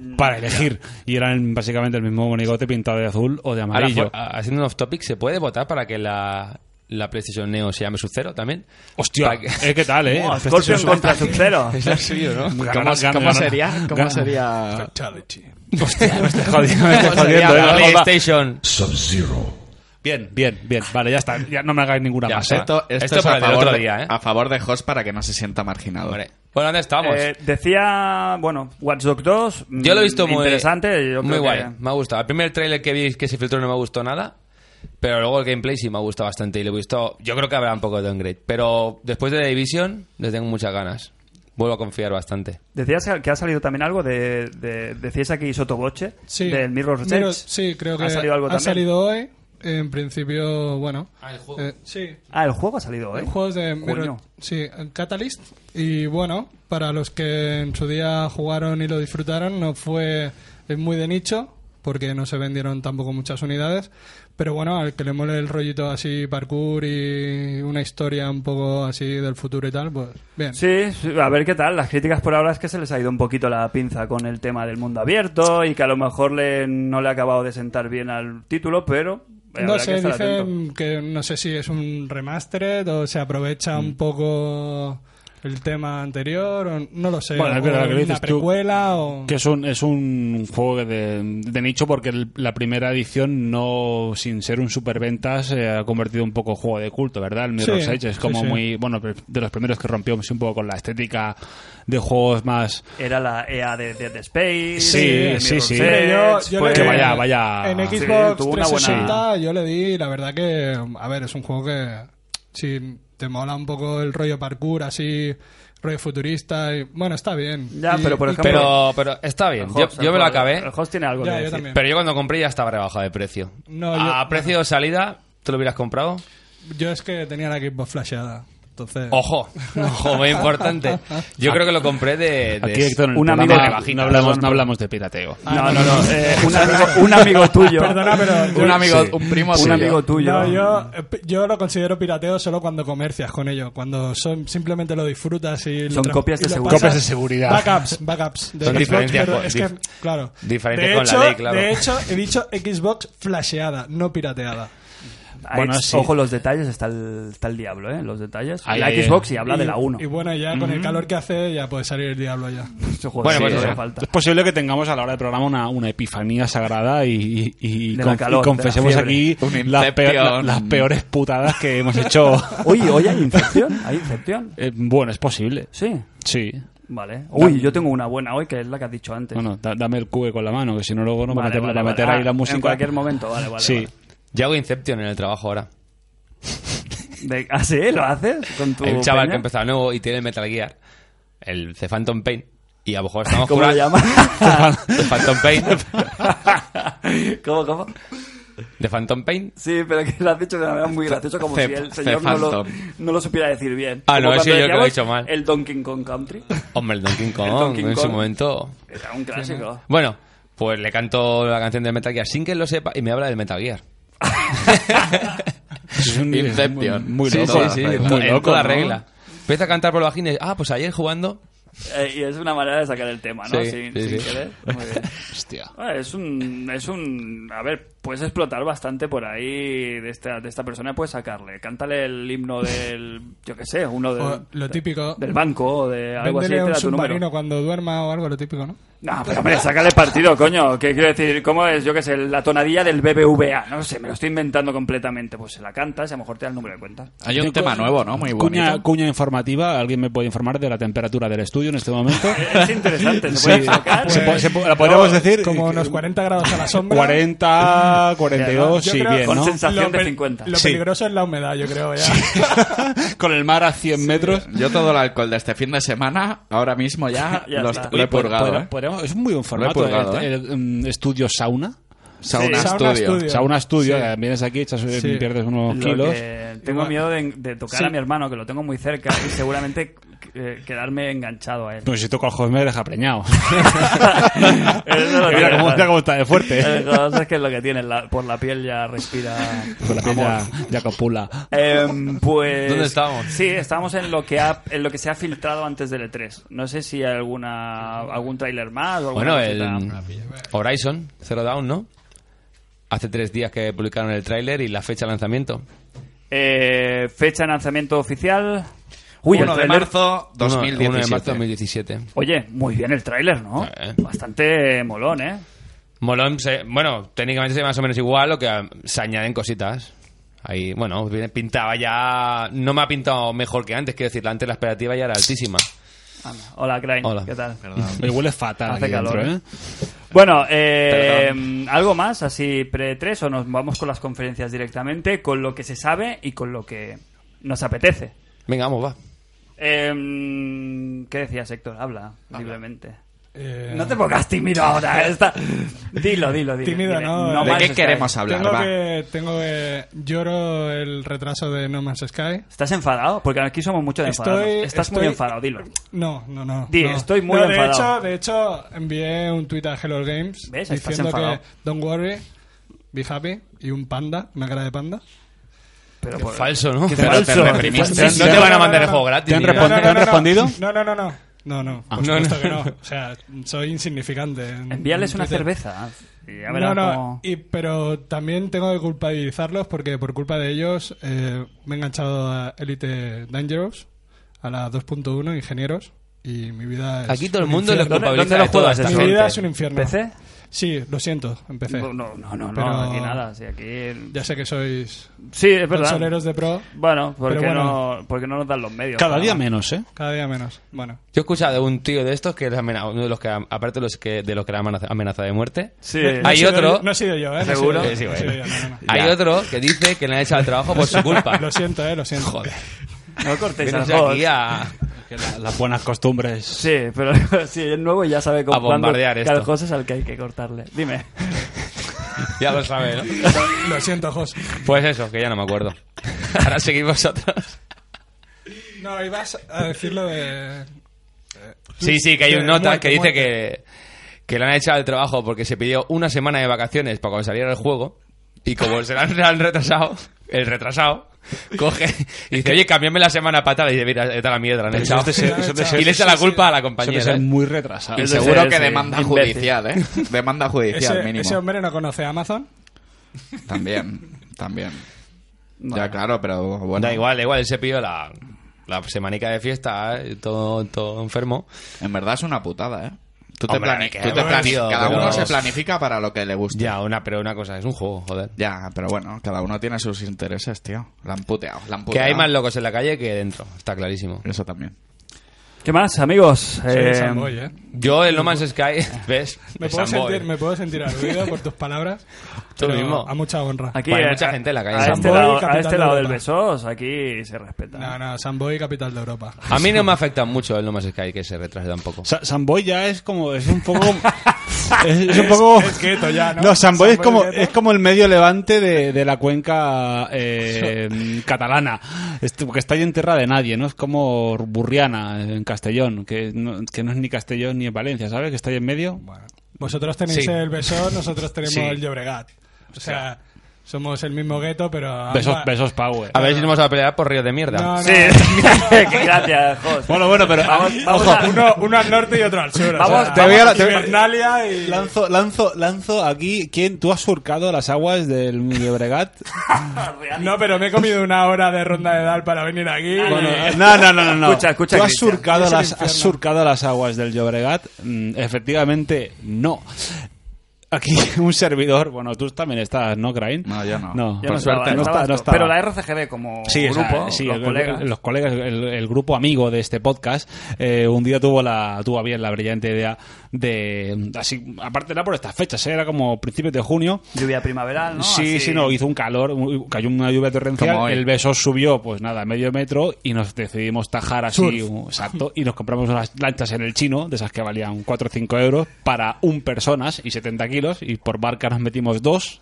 S2: Mm.
S4: para elegir. Y eran básicamente el mismo monigote pintado de azul o de
S5: Ahora,
S4: amarillo.
S5: fu- a- haciendo un off topic, ¿se puede votar para que la, la PlayStation Neo se llame Sub-Zero también?
S4: Hostia,
S5: Para que-
S4: eh, ¿qué tal, eh?
S2: Oh, Scorpion
S4: [LAUGHS]
S2: contra
S5: [LAUGHS]
S2: Sub-Zero.
S5: Es lo suyo, ¿no?
S4: Gana-
S3: ¿Cómo,
S4: gana-
S3: cómo
S4: gana-
S3: sería? ¿Cómo
S4: gana- [LAUGHS]
S3: sería?
S4: Hostia, me estoy jodiendo, me
S5: [LAUGHS]
S4: estoy
S3: ¿Cómo sería
S4: jodiendo, eh,
S3: la
S4: no jodas.
S5: PlayStation.
S4: Bien, bien, bien. Vale, ya está. Ya no me hagáis ninguna
S5: Ya
S4: más,
S5: está.
S4: eh.
S3: Esto, esto
S5: Esto
S3: es
S5: para
S3: a
S5: el
S3: favor,
S5: otro
S3: de,
S5: día, ¿eh?
S3: a favor de Host para que no se sienta marginado.
S5: Hombre. Bueno, ¿dónde estamos?
S2: Eh, decía, bueno, Watch Dogs 2. mm,
S5: yo lo he visto muy
S2: interesante. yo
S5: muy
S2: creo
S5: guay.
S2: que-
S5: Me ha gustado. El primer trailer que vi que se filtró no me gustó nada. Pero luego el gameplay sí me ha gustado bastante y lo he visto. Yo creo que habrá un poco de downgrade. Pero después de The Division, les tengo muchas ganas. Vuelvo a confiar bastante.
S2: Decías que ha salido también algo de, de decías aquí Sotoboche
S6: Sí.
S2: del Mirror's Edge.
S6: Mirror- sí, creo que
S2: ha salido algo
S6: ha
S2: también.
S6: salido hoy. En principio, bueno.
S5: Ah, el juego.
S6: eh, sí.
S2: Ah, el juego ha salido
S4: ¿Eh?
S2: hoy.
S6: Hay Juegos de
S2: Coño.
S6: Mirror- sí, en Catalyst. Y bueno, para los que en su día jugaron y lo disfrutaron, no fue es muy de nicho, porque no se vendieron tampoco muchas unidades. Pero bueno, al que le mole el rollito así parkour y una historia un poco así del futuro y tal, pues bien.
S2: Sí, sí, a ver qué tal. Las críticas por ahora es que se les ha ido un poquito la pinza con el tema del mundo abierto y que a lo mejor le, no le ha acabado de sentar bien al título, pero eh,
S6: No
S2: habrá que
S6: sé,
S2: estar atento.
S6: dicen que no sé si es un remastered o se aprovecha
S4: Mm.
S6: un poco el tema anterior, o no lo sé.
S4: Bueno, es
S6: o
S4: verdad que lo
S6: una
S4: dices tú.
S6: precuela o...
S4: Que es un, es un juego de, de nicho porque el- la primera edición, no sin ser un superventas, se ha convertido un poco en juego de culto, ¿verdad? El Mirror's
S6: Sí,
S4: Edge es
S6: sí,
S4: como
S6: sí.
S4: muy, bueno, pues, de los primeros que rompió sí, un poco con la estética de juegos más...
S2: Era la EA de Dead Space.
S4: Sí,
S2: de
S4: sí, sí. pues,
S2: Mirror's Edge,
S6: Yo- yo
S2: fue-
S6: le-
S4: Que vaya, vaya.
S6: En
S4: Sí,
S6: Xbox
S2: tuvo una
S6: 360
S2: buena-
S6: yo le di, la verdad que, a ver, es un juego que si te mola un poco el rollo parkour así, rollo futurista, y, bueno, está bien.
S2: Ya,
S6: Y-
S2: pero por
S6: y-
S2: ejemplo-
S5: Pero, pero está bien.
S2: El
S5: Yo,
S2: host,
S5: yo
S2: el
S5: me lo
S2: host-
S5: acabé.
S2: El host tiene algo
S6: Ya,
S2: que
S6: yo
S2: decir.
S6: también.
S5: Pero yo cuando compré ya estaba rebajada de precio.
S6: No, yo-
S5: a precio de salida, ¿tú lo hubieras comprado?
S6: Yo es que tenía la Xbox flasheada, entonces...
S5: Ojo, ojo, muy importante. Yo creo que lo compré de. de-
S4: Aquí, Héctor, en el
S2: un amigo-
S4: programa
S2: Rebajita,
S4: no, hablamos,
S2: perdón.
S4: no hablamos de pirateo.
S6: Ah,
S2: No, no, no.
S6: [LAUGHS]
S2: eh, un, amigo, un amigo tuyo.
S6: Perdona, pero yo-
S3: Un amigo,
S5: Sí.
S3: un primo
S2: Un
S3: tuyo.
S2: amigo tuyo.
S6: No, yo, eh, yo lo considero pirateo solo cuando comercias con ello, cuando son, simplemente lo disfrutas y lo
S2: Son
S6: tra-
S2: copias de
S6: y lo
S2: seguridad.
S4: Copias de seguridad.
S6: Backups, backups. de
S5: Son
S6: Xbox,
S5: diferencias
S6: pero
S5: con-
S6: es que,
S5: dif-
S6: claro.
S5: diferencias
S6: de
S5: con la
S6: hecho,
S5: ley, claro.
S6: De hecho, he dicho Xbox flasheada, no pirateada.
S2: Ahí,
S4: Bueno, sí.
S2: Ojo, los detalles. Está el, está el diablo, ¿eh? Los detalles.
S4: Ahí,
S2: la
S4: ahí,
S2: Xbox y habla de la
S6: Y-
S2: 1.
S6: Y bueno, ya con el calor que hace, ya puede salir el diablo ya.
S5: Bueno,
S2: bueno,
S5: pues
S2: pues
S5: eso.
S2: hace falta.
S4: Es posible que tengamos a la hora del programa una, una epifanía sagrada y, y- y
S2: De la
S4: conf- y
S2: calor, de la
S4: confesemos
S2: fiebre.
S4: aquí
S3: Un
S4: las, peor-
S3: inception.
S4: las peores putadas que hemos hecho.
S2: Oye, hoy hay infección. ¿Hay infección?
S4: Eh, bueno, es posible.
S2: Sí.
S4: Sí.
S2: Vale. Uy, yo tengo una buena hoy, que es la que has dicho antes.
S4: Bueno, da- dame el cue con la mano, que si no luego no
S2: Vale,
S4: me meter,
S2: vale,
S4: para
S2: vale.
S4: meter ahí
S2: Ah,
S4: la música.
S2: En cualquier momento, vale, vale.
S4: sí.
S2: vale.
S5: Yo hago Inception en el trabajo ahora.
S2: De- [LAUGHS] ¿Ah, sí? ¿Lo haces? Con tu
S5: Hay un chaval
S2: peña?
S5: que empezaba nuevo y tiene Metal Gear, el The Phantom Pain. Y a lo mejor
S2: [LAUGHS]
S5: estamos
S2: ¿Cómo lo
S5: jugando.
S2: llamas?
S4: [LAUGHS]
S2: [LAUGHS]
S5: The Phantom Pain.
S2: ¿Cómo, cómo?
S5: The Phantom Pain.
S2: Sí, pero que lo has dicho de una manera muy graciosa, como
S3: Ce-
S2: si el señor
S3: Ce
S2: no lo,
S3: Phantom.
S2: no lo supiera decir bien.
S5: Ah,
S2: Como
S5: no,
S2: cuando
S5: sí, yo creo que lo he
S2: decíamos
S5: dicho mal.
S2: El Donkey Kong Country.
S5: Hombre, el Donkey Kong,
S2: Donkey
S5: en su
S2: Kong.
S5: momento. [LAUGHS]
S2: Era un clásico.
S5: Bueno, pues le canto la canción de Metal Gear sin que él lo sepa y me habla del Metal Gear.
S4: Es un- es
S3: Inception.
S4: Muy, muy
S5: Sí,
S4: loco.
S5: sí, sí,
S4: muy
S5: en
S4: loco,
S5: toda
S4: ¿no?
S5: regla. Empieza a cantar por la vagina y, ah, pues ayer jugando.
S2: Eh, y es una manera de sacar el tema, ¿no?
S5: Sí,
S2: sin,
S5: sí,
S2: sin
S5: sí.
S2: querer. Muy
S5: [LAUGHS]
S2: bien.
S4: Hostia.
S2: Ah, Es un, es un... A ver, puedes explotar bastante por ahí de esta, de esta persona. Puedes sacarle. Cántale el himno del... Yo qué sé, uno del...
S6: O lo típico.
S2: Del banco o de algo así.
S6: Véndele
S2: te
S6: un
S2: da tu número.
S6: submarino cuando duerma o algo, lo típico, ¿no?
S2: No, pero hombre, sácale partido, coño. ¿Qué quiero decir? ¿Cómo es? Yo qué sé, la tonadilla del BBVA. No sé, me lo estoy inventando completamente. Pues se la cantas y a lo mejor te da el número de cuenta.
S3: Hay un tema nuevo, ¿no? Muy bonito.
S4: Cuña, cuña informativa, ¿alguien me puede informar de la temperatura del estudio en este momento?
S2: Es interesante, se
S6: [LAUGHS]
S2: puede
S4: Sí.
S2: sacar.
S4: Se po-
S2: Pues,
S4: se po- la podríamos decir
S6: Como
S4: que-
S6: unos 40 grados a la sombra.
S4: 40, 42,
S6: Yo
S4: sí,
S6: creo-
S4: bien,
S2: con
S4: ¿no?
S6: [LAUGHS]
S2: sensación de
S6: pe-
S2: 50.
S6: Lo
S4: Sí.
S6: peligroso es la humedad, yo creo, ya.
S4: Con el mar a 100 metros.
S3: Yo todo el alcohol de este fin de semana, ahora mismo ya,
S2: Ya
S3: lo,
S2: está.
S3: lo he
S4: Oye, pod-
S3: purgado.
S4: podrá-
S3: ¿eh?
S4: podríamos- es un muy buen formato.
S3: purgado,
S4: el-
S3: ¿eh?
S4: el, mm, estudio sauna.
S3: Sauna
S2: Sí,
S6: sauna
S3: Studio.
S6: estudio.
S4: Sauna estudio,
S6: Sí.
S4: eh, vienes aquí, echas, eh,
S6: Sí.
S4: pierdes unos
S2: lo
S4: kilos.
S2: que tengo miedo de, de tocar a mi hermano, que lo tengo muy cerca, y seguramente eh, quedarme enganchado
S4: [LAUGHS]
S2: a él.
S4: Pues si toco al joven me deja preñado.
S2: Eso lo
S4: Mira
S2: tiene.
S4: cómo- mira cómo está de fuerte.
S2: [LAUGHS] Eh, cosas que es lo que tiene, la- por la piel ya respira.
S4: Con la piel
S2: amor.
S4: ya, ya copula.
S2: Em, pues
S5: ¿Dónde estábamos?
S2: Sí, estábamos en lo que ha, en lo que se ha filtrado antes del E3. No sé si hay alguna algún tráiler más o alguna
S5: Bueno,
S2: cosita.
S5: el Horizon Zero Dawn, ¿no? Hace tres días que publicaron el tráiler y la fecha de lanzamiento.
S2: Eh, fecha de lanzamiento oficial. Uy, el
S3: 1 de
S2: tráiler-
S3: marzo
S5: 2017. 1 de
S3: 2017.
S5: marzo 2017.
S2: Oye, muy bien el tráiler, ¿no?
S5: Eh.
S2: Bastante molón, ¿eh?
S5: Molón, se- bueno, técnicamente se ve más o menos igual, lo que ah, se añaden cositas. Ahí, bueno, viene- pintaba ya. No me ha pintado mejor que antes, quiero decir, antes la expectativa ya era altísima.
S2: Anda. Hola, Crane.
S5: Hola.
S2: ¿Qué tal?
S4: Me huele fatal.
S2: Hace
S4: aquí dentro,
S2: calor,
S4: ¿eh?
S2: Bueno, eh, algo más así pre-3 o nos vamos con las conferencias directamente, con lo que se sabe y con lo que nos apetece.
S5: Venga, vamos, va.
S2: Em, ¿Qué decías, Héctor? Habla, libremente.
S6: [LAUGHS] Eh,
S2: No te pongas tímido ahora. Esta... Dilo, dilo, dilo.
S6: Tímido,
S2: Dile,
S6: no,
S3: ¿De
S6: Man's
S3: qué
S2: Sky.
S3: queremos hablar?
S6: tengo
S3: va?
S6: que, tengo que- lloro el retraso de No Man's Sky.
S2: ¿Estás enfadado? Porque aquí somos mucho de enfadados.
S6: Estoy-
S2: Estás muy
S6: estoy-
S2: enfadado, dilo.
S6: No, no, no.
S2: Di,
S6: no.
S2: estoy muy
S6: No,
S2: enfadado.
S6: De hecho, de hecho, envié un tweet a Hello Games
S2: ¿Ves? Estás
S6: diciendo
S2: enfadado.
S6: que don't worry, be happy y un panda, una cara de panda.
S2: Pero
S5: Qué
S2: por-
S5: falso, ¿no?
S2: Qué
S5: Pero
S2: falso.
S3: te reprimiste.
S2: Qué falso.
S5: No te van a mandar
S6: no,
S5: el juego
S6: no.
S5: gratis.
S4: Te han
S5: ni nada.
S4: respondido. ¿Te han respondido?
S6: No, no, no, no. No, no. Por
S5: no,
S6: supuesto
S5: no.
S6: que no. O sea, soy insignificante. en-
S2: Envíales
S6: en
S2: una
S6: Twitter.
S2: cerveza. Y ya
S6: Mm, no,
S2: verás
S6: no.
S2: cómo-
S6: Y, pero también tengo que culpabilizarlos porque por culpa de ellos eh, me he enganchado a Elite Dangerous, a la 2.1, ingenieros. Y mi vida es.
S5: Aquí todo el
S6: un
S5: mundo les
S6: infierno.
S2: ¿Dónde-
S5: culpabiliza
S2: dónde
S5: de
S2: lo
S5: toda
S2: juegas,
S5: esta
S2: esa
S6: Mi
S5: gente.
S6: vida es un infierno.
S2: ¿PC?
S6: Sí, lo siento, empecé.
S2: No, no, no, no,
S6: Pero-
S2: aquí nada. si aquí...
S6: Ya sé que sois
S2: Sí, es verdad.
S6: consoleros de pro,
S2: Bueno, porque,
S6: Pero bueno.
S2: No, porque no nos dan los medios.
S4: Cada día
S2: menos.
S4: menos, ¿eh?
S6: cada día menos. Bueno,
S5: Yo he escuchado de un tío de estos que es amena- uno de los que, aparte de los que, de los que era amenaza, amenaza de muerte,
S2: Sí.
S6: No he
S5: Hay
S6: sido
S5: otro.
S6: yo- no he sido yo, ¿eh? No he
S2: ¿Seguro?
S6: sido yo,
S5: Sí,
S6: no he
S5: bueno.
S6: sido yo, no, no, no.
S5: hay otro que dice que le han echado el trabajo
S2: [LAUGHS]
S5: por su culpa.
S6: [LAUGHS] Lo siento, ¿eh? Lo siento. Joder.
S2: No cortéis al
S5: Vienes
S2: host.
S5: aquí a...
S4: Que la- las buenas costumbres.
S2: Sí, pero [LAUGHS] si es nuevo ya sabe cómo
S5: A bombardear
S2: cuándo-
S5: esto.
S2: cada cosa es al que hay que cortarle. Dime.
S5: Ya lo sabes, ¿no?
S6: Lo siento, Jos.
S5: Pues eso, que ya no me acuerdo. [LAUGHS] Ahora seguís vosotros.
S6: No, ibas a decirlo de...
S5: Sí, sí, que hay un
S6: Eh,
S5: nota
S6: muerte,
S5: que dice
S6: muerte.
S5: que, que le han echado el trabajo porque se pidió una semana de vacaciones para cuando saliera el juego y como se la han, se la han retrasado, el retrasado coge y dice, oye, cambiame la semana patada y dice, mira, está la mierda, la han echado.
S4: eso es de
S5: [LAUGHS]
S4: ser- eso es de ser-
S5: y le echa la
S6: sí, sí.
S5: culpa a la
S4: Eso que
S5: compañera.
S4: ser
S5: ¿eh?
S4: muy retrasado.
S3: Y
S2: Ese-
S3: Ah, seguro
S2: ese
S3: que demanda
S2: imbécil.
S3: judicial,
S5: [LAUGHS]
S3: ¿eh? Demanda judicial
S6: Ese,
S3: mínimo.
S6: ese hombre no conoce a Amazon.
S3: También, también. Ya, claro, pero bueno.
S5: Da igual, da igual, él se pidió la, la semanica de fiesta, ¿eh? todo, todo enfermo.
S3: En verdad es una putada, ¿eh? Tú te,
S5: Hombre,
S3: plani-
S5: que
S3: tú te
S5: bueno,
S3: plani-
S5: tío,
S3: cada
S5: pero-
S3: uno se planifica para lo que le gusta.
S5: Ya, una, pero una cosa, es un juego, joder.
S3: Ya, pero bueno, cada uno tiene sus intereses, tío. La han puteado, la han
S5: Que
S3: puteado.
S5: hay más locos en la calle que dentro, está clarísimo.
S3: Eso también.
S2: ¿Qué más, amigos?
S6: Soy
S2: Eh,
S6: el Samboy, ¿eh?
S5: Yo, el No Man's Sky, [LAUGHS] ¿ves?
S6: Me
S5: Es
S6: puedo,
S5: fanboy.
S6: sentir, me puedo sentir aludido por tus palabras.
S5: Tú
S6: pero
S5: mismo.
S6: A mucha honra.
S2: Aquí
S5: Vale,
S2: eh,
S5: mucha
S2: a-
S5: gente en la calle.
S2: A este
S5: Samboy,
S2: lado, a
S6: capital
S2: este
S6: de
S2: lado del
S6: Europa.
S2: besos, aquí se respeta.
S6: No, no, Samboy, capital de Europa.
S5: A mí no me afecta mucho el No Man's Sky que se retrase tampoco.
S4: Sa- Samboy ya es como. Es un [LAUGHS] poco. es, es un poco.
S6: Es gueto ya, ¿no?
S4: No, Samboy es
S6: Samboy
S4: como,
S6: gueto.
S4: es como el medio levante de, de la cuenca eh, [LAUGHS] catalana, Este, porque está ahí en tierra de nadie, ¿no? Es como Burriana en Castellón, que no, que no es ni Castellón ni en Valencia, ¿sabes? Que está ahí en medio.
S6: Bueno, vosotros tenéis
S5: Sí.
S6: el Besón, nosotros tenemos
S5: Sí.
S6: el Llobregat. O sea, Somos el mismo gueto, pero... ambas-
S4: Besos, besos Power.
S5: A ver si nos vamos a pelear por río de mierda.
S6: No, no.
S2: Sí, [LAUGHS] qué gracias, Jos.
S4: Bueno, bueno, pero.
S2: Vamos, vamos a-
S6: Uno, uno al norte y otro al sur.
S2: Vamos,
S6: o sea,
S2: te
S7: voy a la- te voy a-
S6: Invernalia y...
S4: Lanzo, lanzo, lanzo aquí. ¿Quién? ¿Tú has surcado las aguas del de Bregat?
S6: No, pero me he comido una hora de ronda de edad para venir aquí.
S2: Bueno,
S4: No, no, no, no. no.
S2: Escucha, escucha,
S4: ¿Tú has
S2: Cristian.
S4: surcado,
S6: Es el
S4: las,
S6: infierno.
S4: has surcado las aguas del Llobregat? Mm, efectivamente, no. Aquí [LAUGHS] un servidor, bueno, tú también estás, ¿no, Crane?
S3: No, yo no.
S4: No,
S2: Yo
S4: por
S2: no estaba,
S4: suerte, no,
S2: estabas
S4: está, no
S2: tú.
S4: estaba.
S2: Pero la RCGB como
S4: Sí, o sea,
S2: grupo,
S4: sí,
S2: los
S4: el-
S2: colegas.
S4: el- los colegas, el, el grupo amigo de este podcast, eh, un día tuvo la tuvo a bien la brillante idea de así, aparte era por estas fechas, ¿eh? era como principios de junio.
S2: Lluvia primaveral, ¿no?
S4: sí,
S2: Así.
S4: sí, no, hizo un calor, un- cayó una lluvia
S3: Como
S4: torrencial,
S3: hoy.
S4: el beso subió, pues nada, medio metro y nos decidimos tajar así, un- exacto, y nos compramos unas lanchas en el chino, de esas que valían 4 o 5 euros, para un personas y 70 kilos, y por barca nos metimos dos,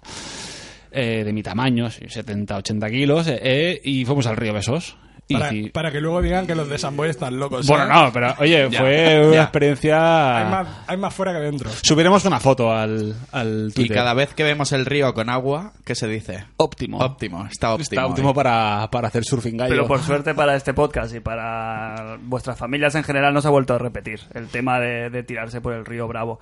S4: eh, de mi tamaño, sí, 70, 80 kilos, eh, eh, y fuimos al río Besos. Y,
S6: Para,
S4: y-
S6: para que luego digan que los de Samboy están locos.
S4: bueno,
S6: ¿eh?
S4: no, pero oye, fue una
S3: ya.
S4: experiencia...
S6: Hay más, hay más fuera que dentro.
S4: Subiremos una foto al, al
S3: Y
S4: Twitter.
S3: cada vez que vemos el río con agua, ¿qué se dice?
S4: Óptimo.
S3: Óptimo, está óptimo.
S4: Está óptimo para, para hacer surfing gallo.
S2: Pero por suerte para este podcast y para vuestras familias en general no se ha vuelto a repetir el tema de, de tirarse por el río Bravo.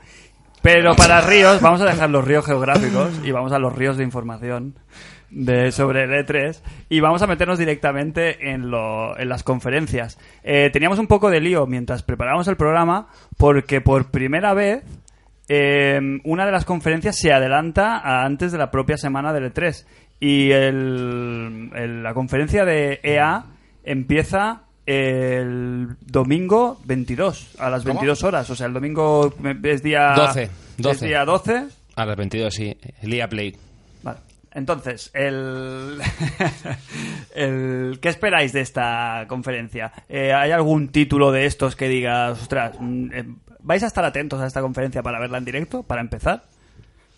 S2: Pero para ríos, vamos a dejar los ríos geográficos y vamos a los ríos de información de, sobre el E3 y vamos a meternos directamente en, lo- en las conferencias. Eh, teníamos un poco de lío mientras preparábamos el programa porque por primera vez eh, una de las conferencias se adelanta a antes de la propia semana del E3 y el- el- la conferencia de EA empieza el domingo 22 a las 22 horas, o sea, el domingo eh, es día
S5: 12,
S2: es
S5: 12.
S2: día 12.
S5: A las 22, sí. Lía Play.
S2: Vale. Entonces, el... [LAUGHS] el- ¿qué esperáis de esta conferencia? Eh, ¿Hay algún título de estos que digas, ostras, mm, eh, vais a estar atentos a esta conferencia para verla en directo, para empezar?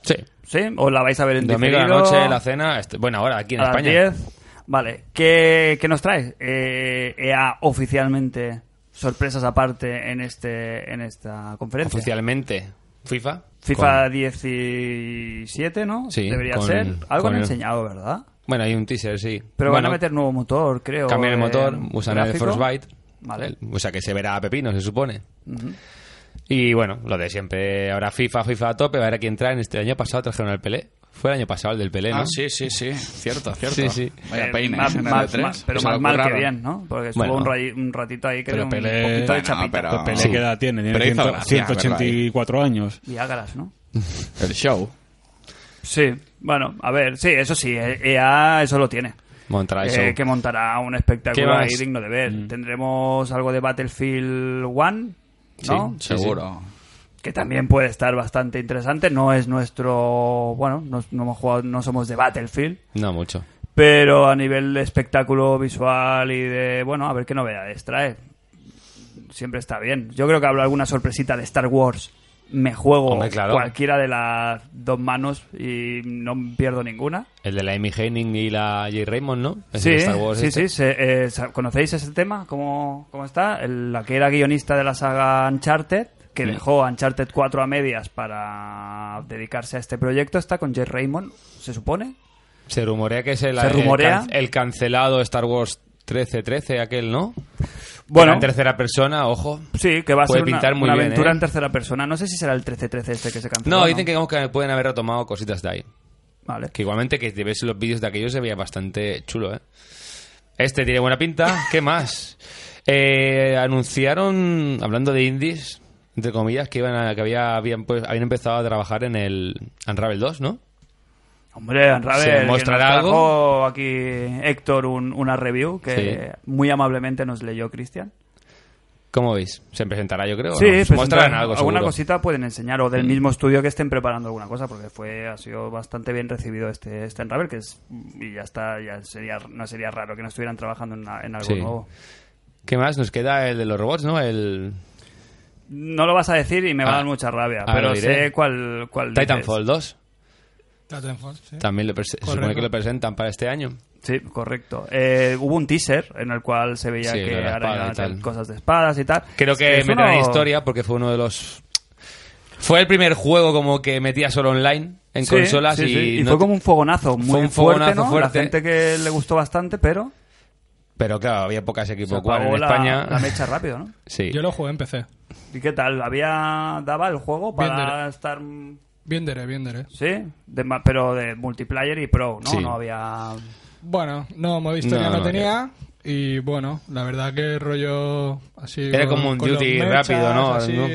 S5: Sí.
S2: ¿Sí? ¿O la vais a ver en
S5: Domingo a la
S2: diferido?
S5: noche, la cena. est- Bueno, ahora aquí en
S2: a las
S5: España.
S2: 10. Vale, ¿qué, qué nos trae eh, EA oficialmente, sorpresas aparte, en, este, en esta conferencia?
S5: Oficialmente. FIFA.
S2: FIFA
S5: Con-
S2: 17, ¿no?
S5: Sí,
S2: Debería
S5: con-
S2: ser. Algo
S5: con
S2: han
S5: el-
S2: enseñado, ¿verdad?
S5: Bueno, hay un teaser, sí.
S2: Pero
S5: bueno,
S2: van a meter nuevo motor, creo.
S5: Cambian el
S2: eh,
S5: motor, usan
S2: gráfico.
S5: el Frostbite.
S2: Vale.
S5: El- O sea que se verá a Pepino, se supone. Y bueno, lo de siempre. Habrá FIFA, FIFA a tope. A ver a quién traen. Este año pasado trajeron al Pelé. Fue el año pasado el del Pelé, ¿no?
S3: Ah, sí, sí, sí. Cierto, cierto.
S5: Sí, sí.
S3: Vaya
S2: Eh,
S3: peine.
S2: más-
S3: en el
S2: más-
S3: E3.
S2: más- pero
S3: Se lo
S2: más mal que
S3: curraron.
S2: bien, ¿no? Porque estuvo
S5: Bueno.
S2: un, ray- un ratito ahí que
S4: Pero
S2: era un
S4: Pelé-
S2: poquito de
S3: Bueno,
S2: chapita.
S3: Eh, pero-
S4: Pues Pelé
S5: Sí.
S4: que edad tiene, tiene
S3: Pero hizo
S4: 100
S3: gracia,
S5: ¿eh?
S4: 184 años.
S2: Y ágalas, ¿no?
S3: El show.
S2: Sí, bueno, a ver, sí, eso sí, eh, EA eso lo tiene.
S5: Montará
S2: Eh,
S5: eso.
S2: que montará un
S5: ¿Qué
S2: espectáculo
S5: más? Mm.
S2: ahí digno de ver. Tendremos algo de Battlefield 1, ¿no?
S5: Sí, sí.
S3: Seguro.
S2: que también puede estar bastante interesante. No es nuestro. Bueno, no, no hemos jugado, no somos de Battlefield,
S5: No mucho.
S2: pero a nivel de espectáculo visual y de. Bueno, a ver qué novedades trae. Siempre está bien. Yo creo que habrá alguna sorpresita de Star Wars. Me juego
S5: Hombre, claro.
S2: cualquiera de las dos manos y no pierdo ninguna.
S5: El de la Amy Henning y la J. Raymond, ¿no? Es
S2: Sí,
S5: el Star Wars
S2: sí,
S5: este.
S2: sí. se- eh, sa- ¿Conocéis ese tema? ¿Cómo, cómo está? El- la que era guionista de la saga Uncharted, que dejó Uncharted 4 a medias para dedicarse a este proyecto, está con Jay Raymond, se supone.
S5: Se rumorea que es el,
S2: Se
S5: el
S2: rumorea.
S5: can- el cancelado Star Wars 1313, aquel, ¿no?
S2: Bueno.
S5: Era En tercera persona, ojo.
S2: Sí, que va a
S5: Puede
S2: ser una,
S5: pintar muy
S2: una
S5: bien,
S2: aventura
S5: ¿eh?
S2: en tercera persona. No sé si será el 13-13 este que se canceló.
S5: No, dicen que, como que pueden haber retomado cositas de ahí.
S2: Vale.
S5: Que igualmente que te ves los vídeos de aquellos se veía bastante chulo, ¿eh? Este tiene
S2: [LAUGHS]
S5: buena pinta. ¿Qué más? Eh, anunciaron, hablando de indies, entre comillas, que iban a- que había, habían, pues, habían empezado a trabajar en el Unravel 2, ¿no?
S2: Hombre, Anravel,
S5: ¿Se
S2: que nos
S5: mostrará algo?
S2: trajo aquí Héctor un- una review que
S5: Sí.
S2: muy amablemente nos leyó Cristian.
S5: ¿Cómo veis? ¿Se presentará, yo creo? o
S2: Sí,
S5: no?
S2: presentar
S5: Mostrarán algo,
S2: alguna
S5: seguro. Mm.
S2: cosita pueden enseñar o del mismo estudio que estén preparando alguna cosa porque fue ha sido bastante bien recibido este este Unravel que es y ya está ya sería no sería raro que no estuvieran trabajando en, una- en algo
S5: Sí.
S2: nuevo.
S5: ¿Qué más? Nos queda el de los robots, ¿no? El
S2: No lo vas a decir y me va a
S5: Ah,
S2: dar mucha rabia,
S5: ahora
S2: pero
S5: lo diré.
S2: sé cuál cuál dices.
S5: Titanfall 2.
S6: Titanfall, sí.
S5: También lo pres- se supone
S6: Correcto.
S5: que lo presentan para este año.
S2: Sí, correcto. Eh, hubo un teaser en el cual se veía
S5: Sí,
S2: que
S5: lo de la
S2: ahora
S5: espada
S2: iban a
S5: y
S2: hacer
S5: tal.
S2: cosas de espadas y tal.
S5: Creo que
S2: Es
S5: meterán
S2: uno-
S5: historia porque fue uno de los Fue el primer juego como que metía solo online en
S2: Sí,
S5: consolas
S2: sí,
S5: y,
S2: sí.
S5: no-
S2: fue como un fogonazo muy
S5: un
S2: fuerte,
S5: fogonazo
S2: ¿no? La
S5: fuerte.
S2: gente que le gustó bastante, pero
S5: Pero claro, había pocas
S2: se
S5: equipos One
S2: apagó
S5: en
S2: la,
S5: España.
S2: la mecha rápido, ¿no?
S5: [LAUGHS] Sí.
S6: Yo lo jugué en PC.
S2: ¿Y qué tal? Había daba el juego para
S6: Bien, de-
S2: estar
S6: Bien deré, bien deré.
S2: sí, de ma- pero de multiplayer y pro, ¿no?
S5: Sí.
S2: No había
S6: Bueno, no, modo historia
S5: No,
S6: no,
S5: no,
S6: tenía. Y bueno, la verdad que rollo así.
S5: Era como un
S6: con los
S5: duty rápido, ¿no?
S6: así.
S5: ¿No?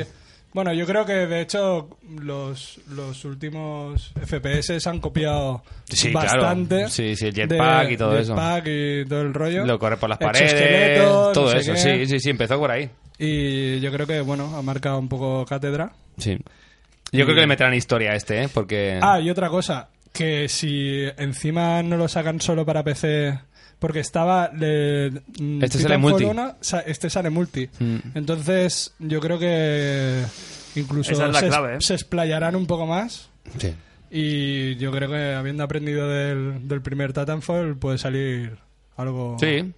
S6: Bueno, yo creo que de hecho los, los últimos FPS han copiado
S5: Sí, claro.
S6: bastante.
S5: Sí, sí, el jetpack y todo eso.
S6: Jetpack y todo el rollo.
S5: Lo corre por las paredes,
S6: Exoesqueletos,
S5: todo
S6: no sé
S5: eso.
S6: qué.
S5: Sí, sí, sí, empezó por ahí.
S6: Y yo creo que, bueno, ha marcado un poco cátedra.
S5: Sí. Yo creo que le meterán historia a este, ¿eh? Porque.
S6: Ah, y otra cosa, que si encima no lo sacan solo para PC, porque estaba... le- mm,
S5: Este sale
S6: Titanfall
S5: multi.
S6: 1, sa- este sale multi.
S5: Mm.
S6: Entonces, yo creo que incluso
S2: Esa es la
S6: se, es-
S2: clave, ¿eh?
S6: se explayarán un poco más.
S5: Sí.
S6: Y yo creo que habiendo aprendido del, del primer Titanfall puede salir algo,
S5: Sí.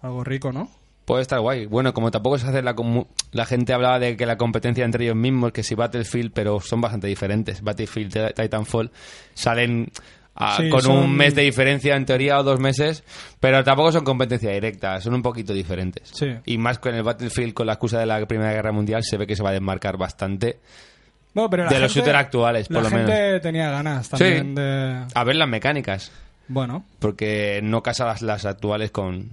S6: algo rico, ¿no?
S5: Puede estar guay. Bueno, como tampoco se hace la comu- la gente hablaba de que la competencia entre ellos mismos, que si Battlefield, pero son bastante diferentes. Battlefield, Ti- Titanfall salen a-
S6: Sí,
S5: con
S6: son-
S5: un mes de diferencia en teoría o dos meses, pero tampoco son competencia directa, son un poquito diferentes.
S6: Sí.
S5: Y más con el Battlefield con la excusa de la Primera Guerra Mundial se ve que se va a desmarcar bastante.
S6: Bueno, pero la
S5: De los
S6: gente-
S5: shooter actuales, por
S6: la
S5: lo menos.
S6: gente tenía ganas también de...
S5: A ver las mecánicas,
S6: Bueno,
S5: porque no casas las actuales con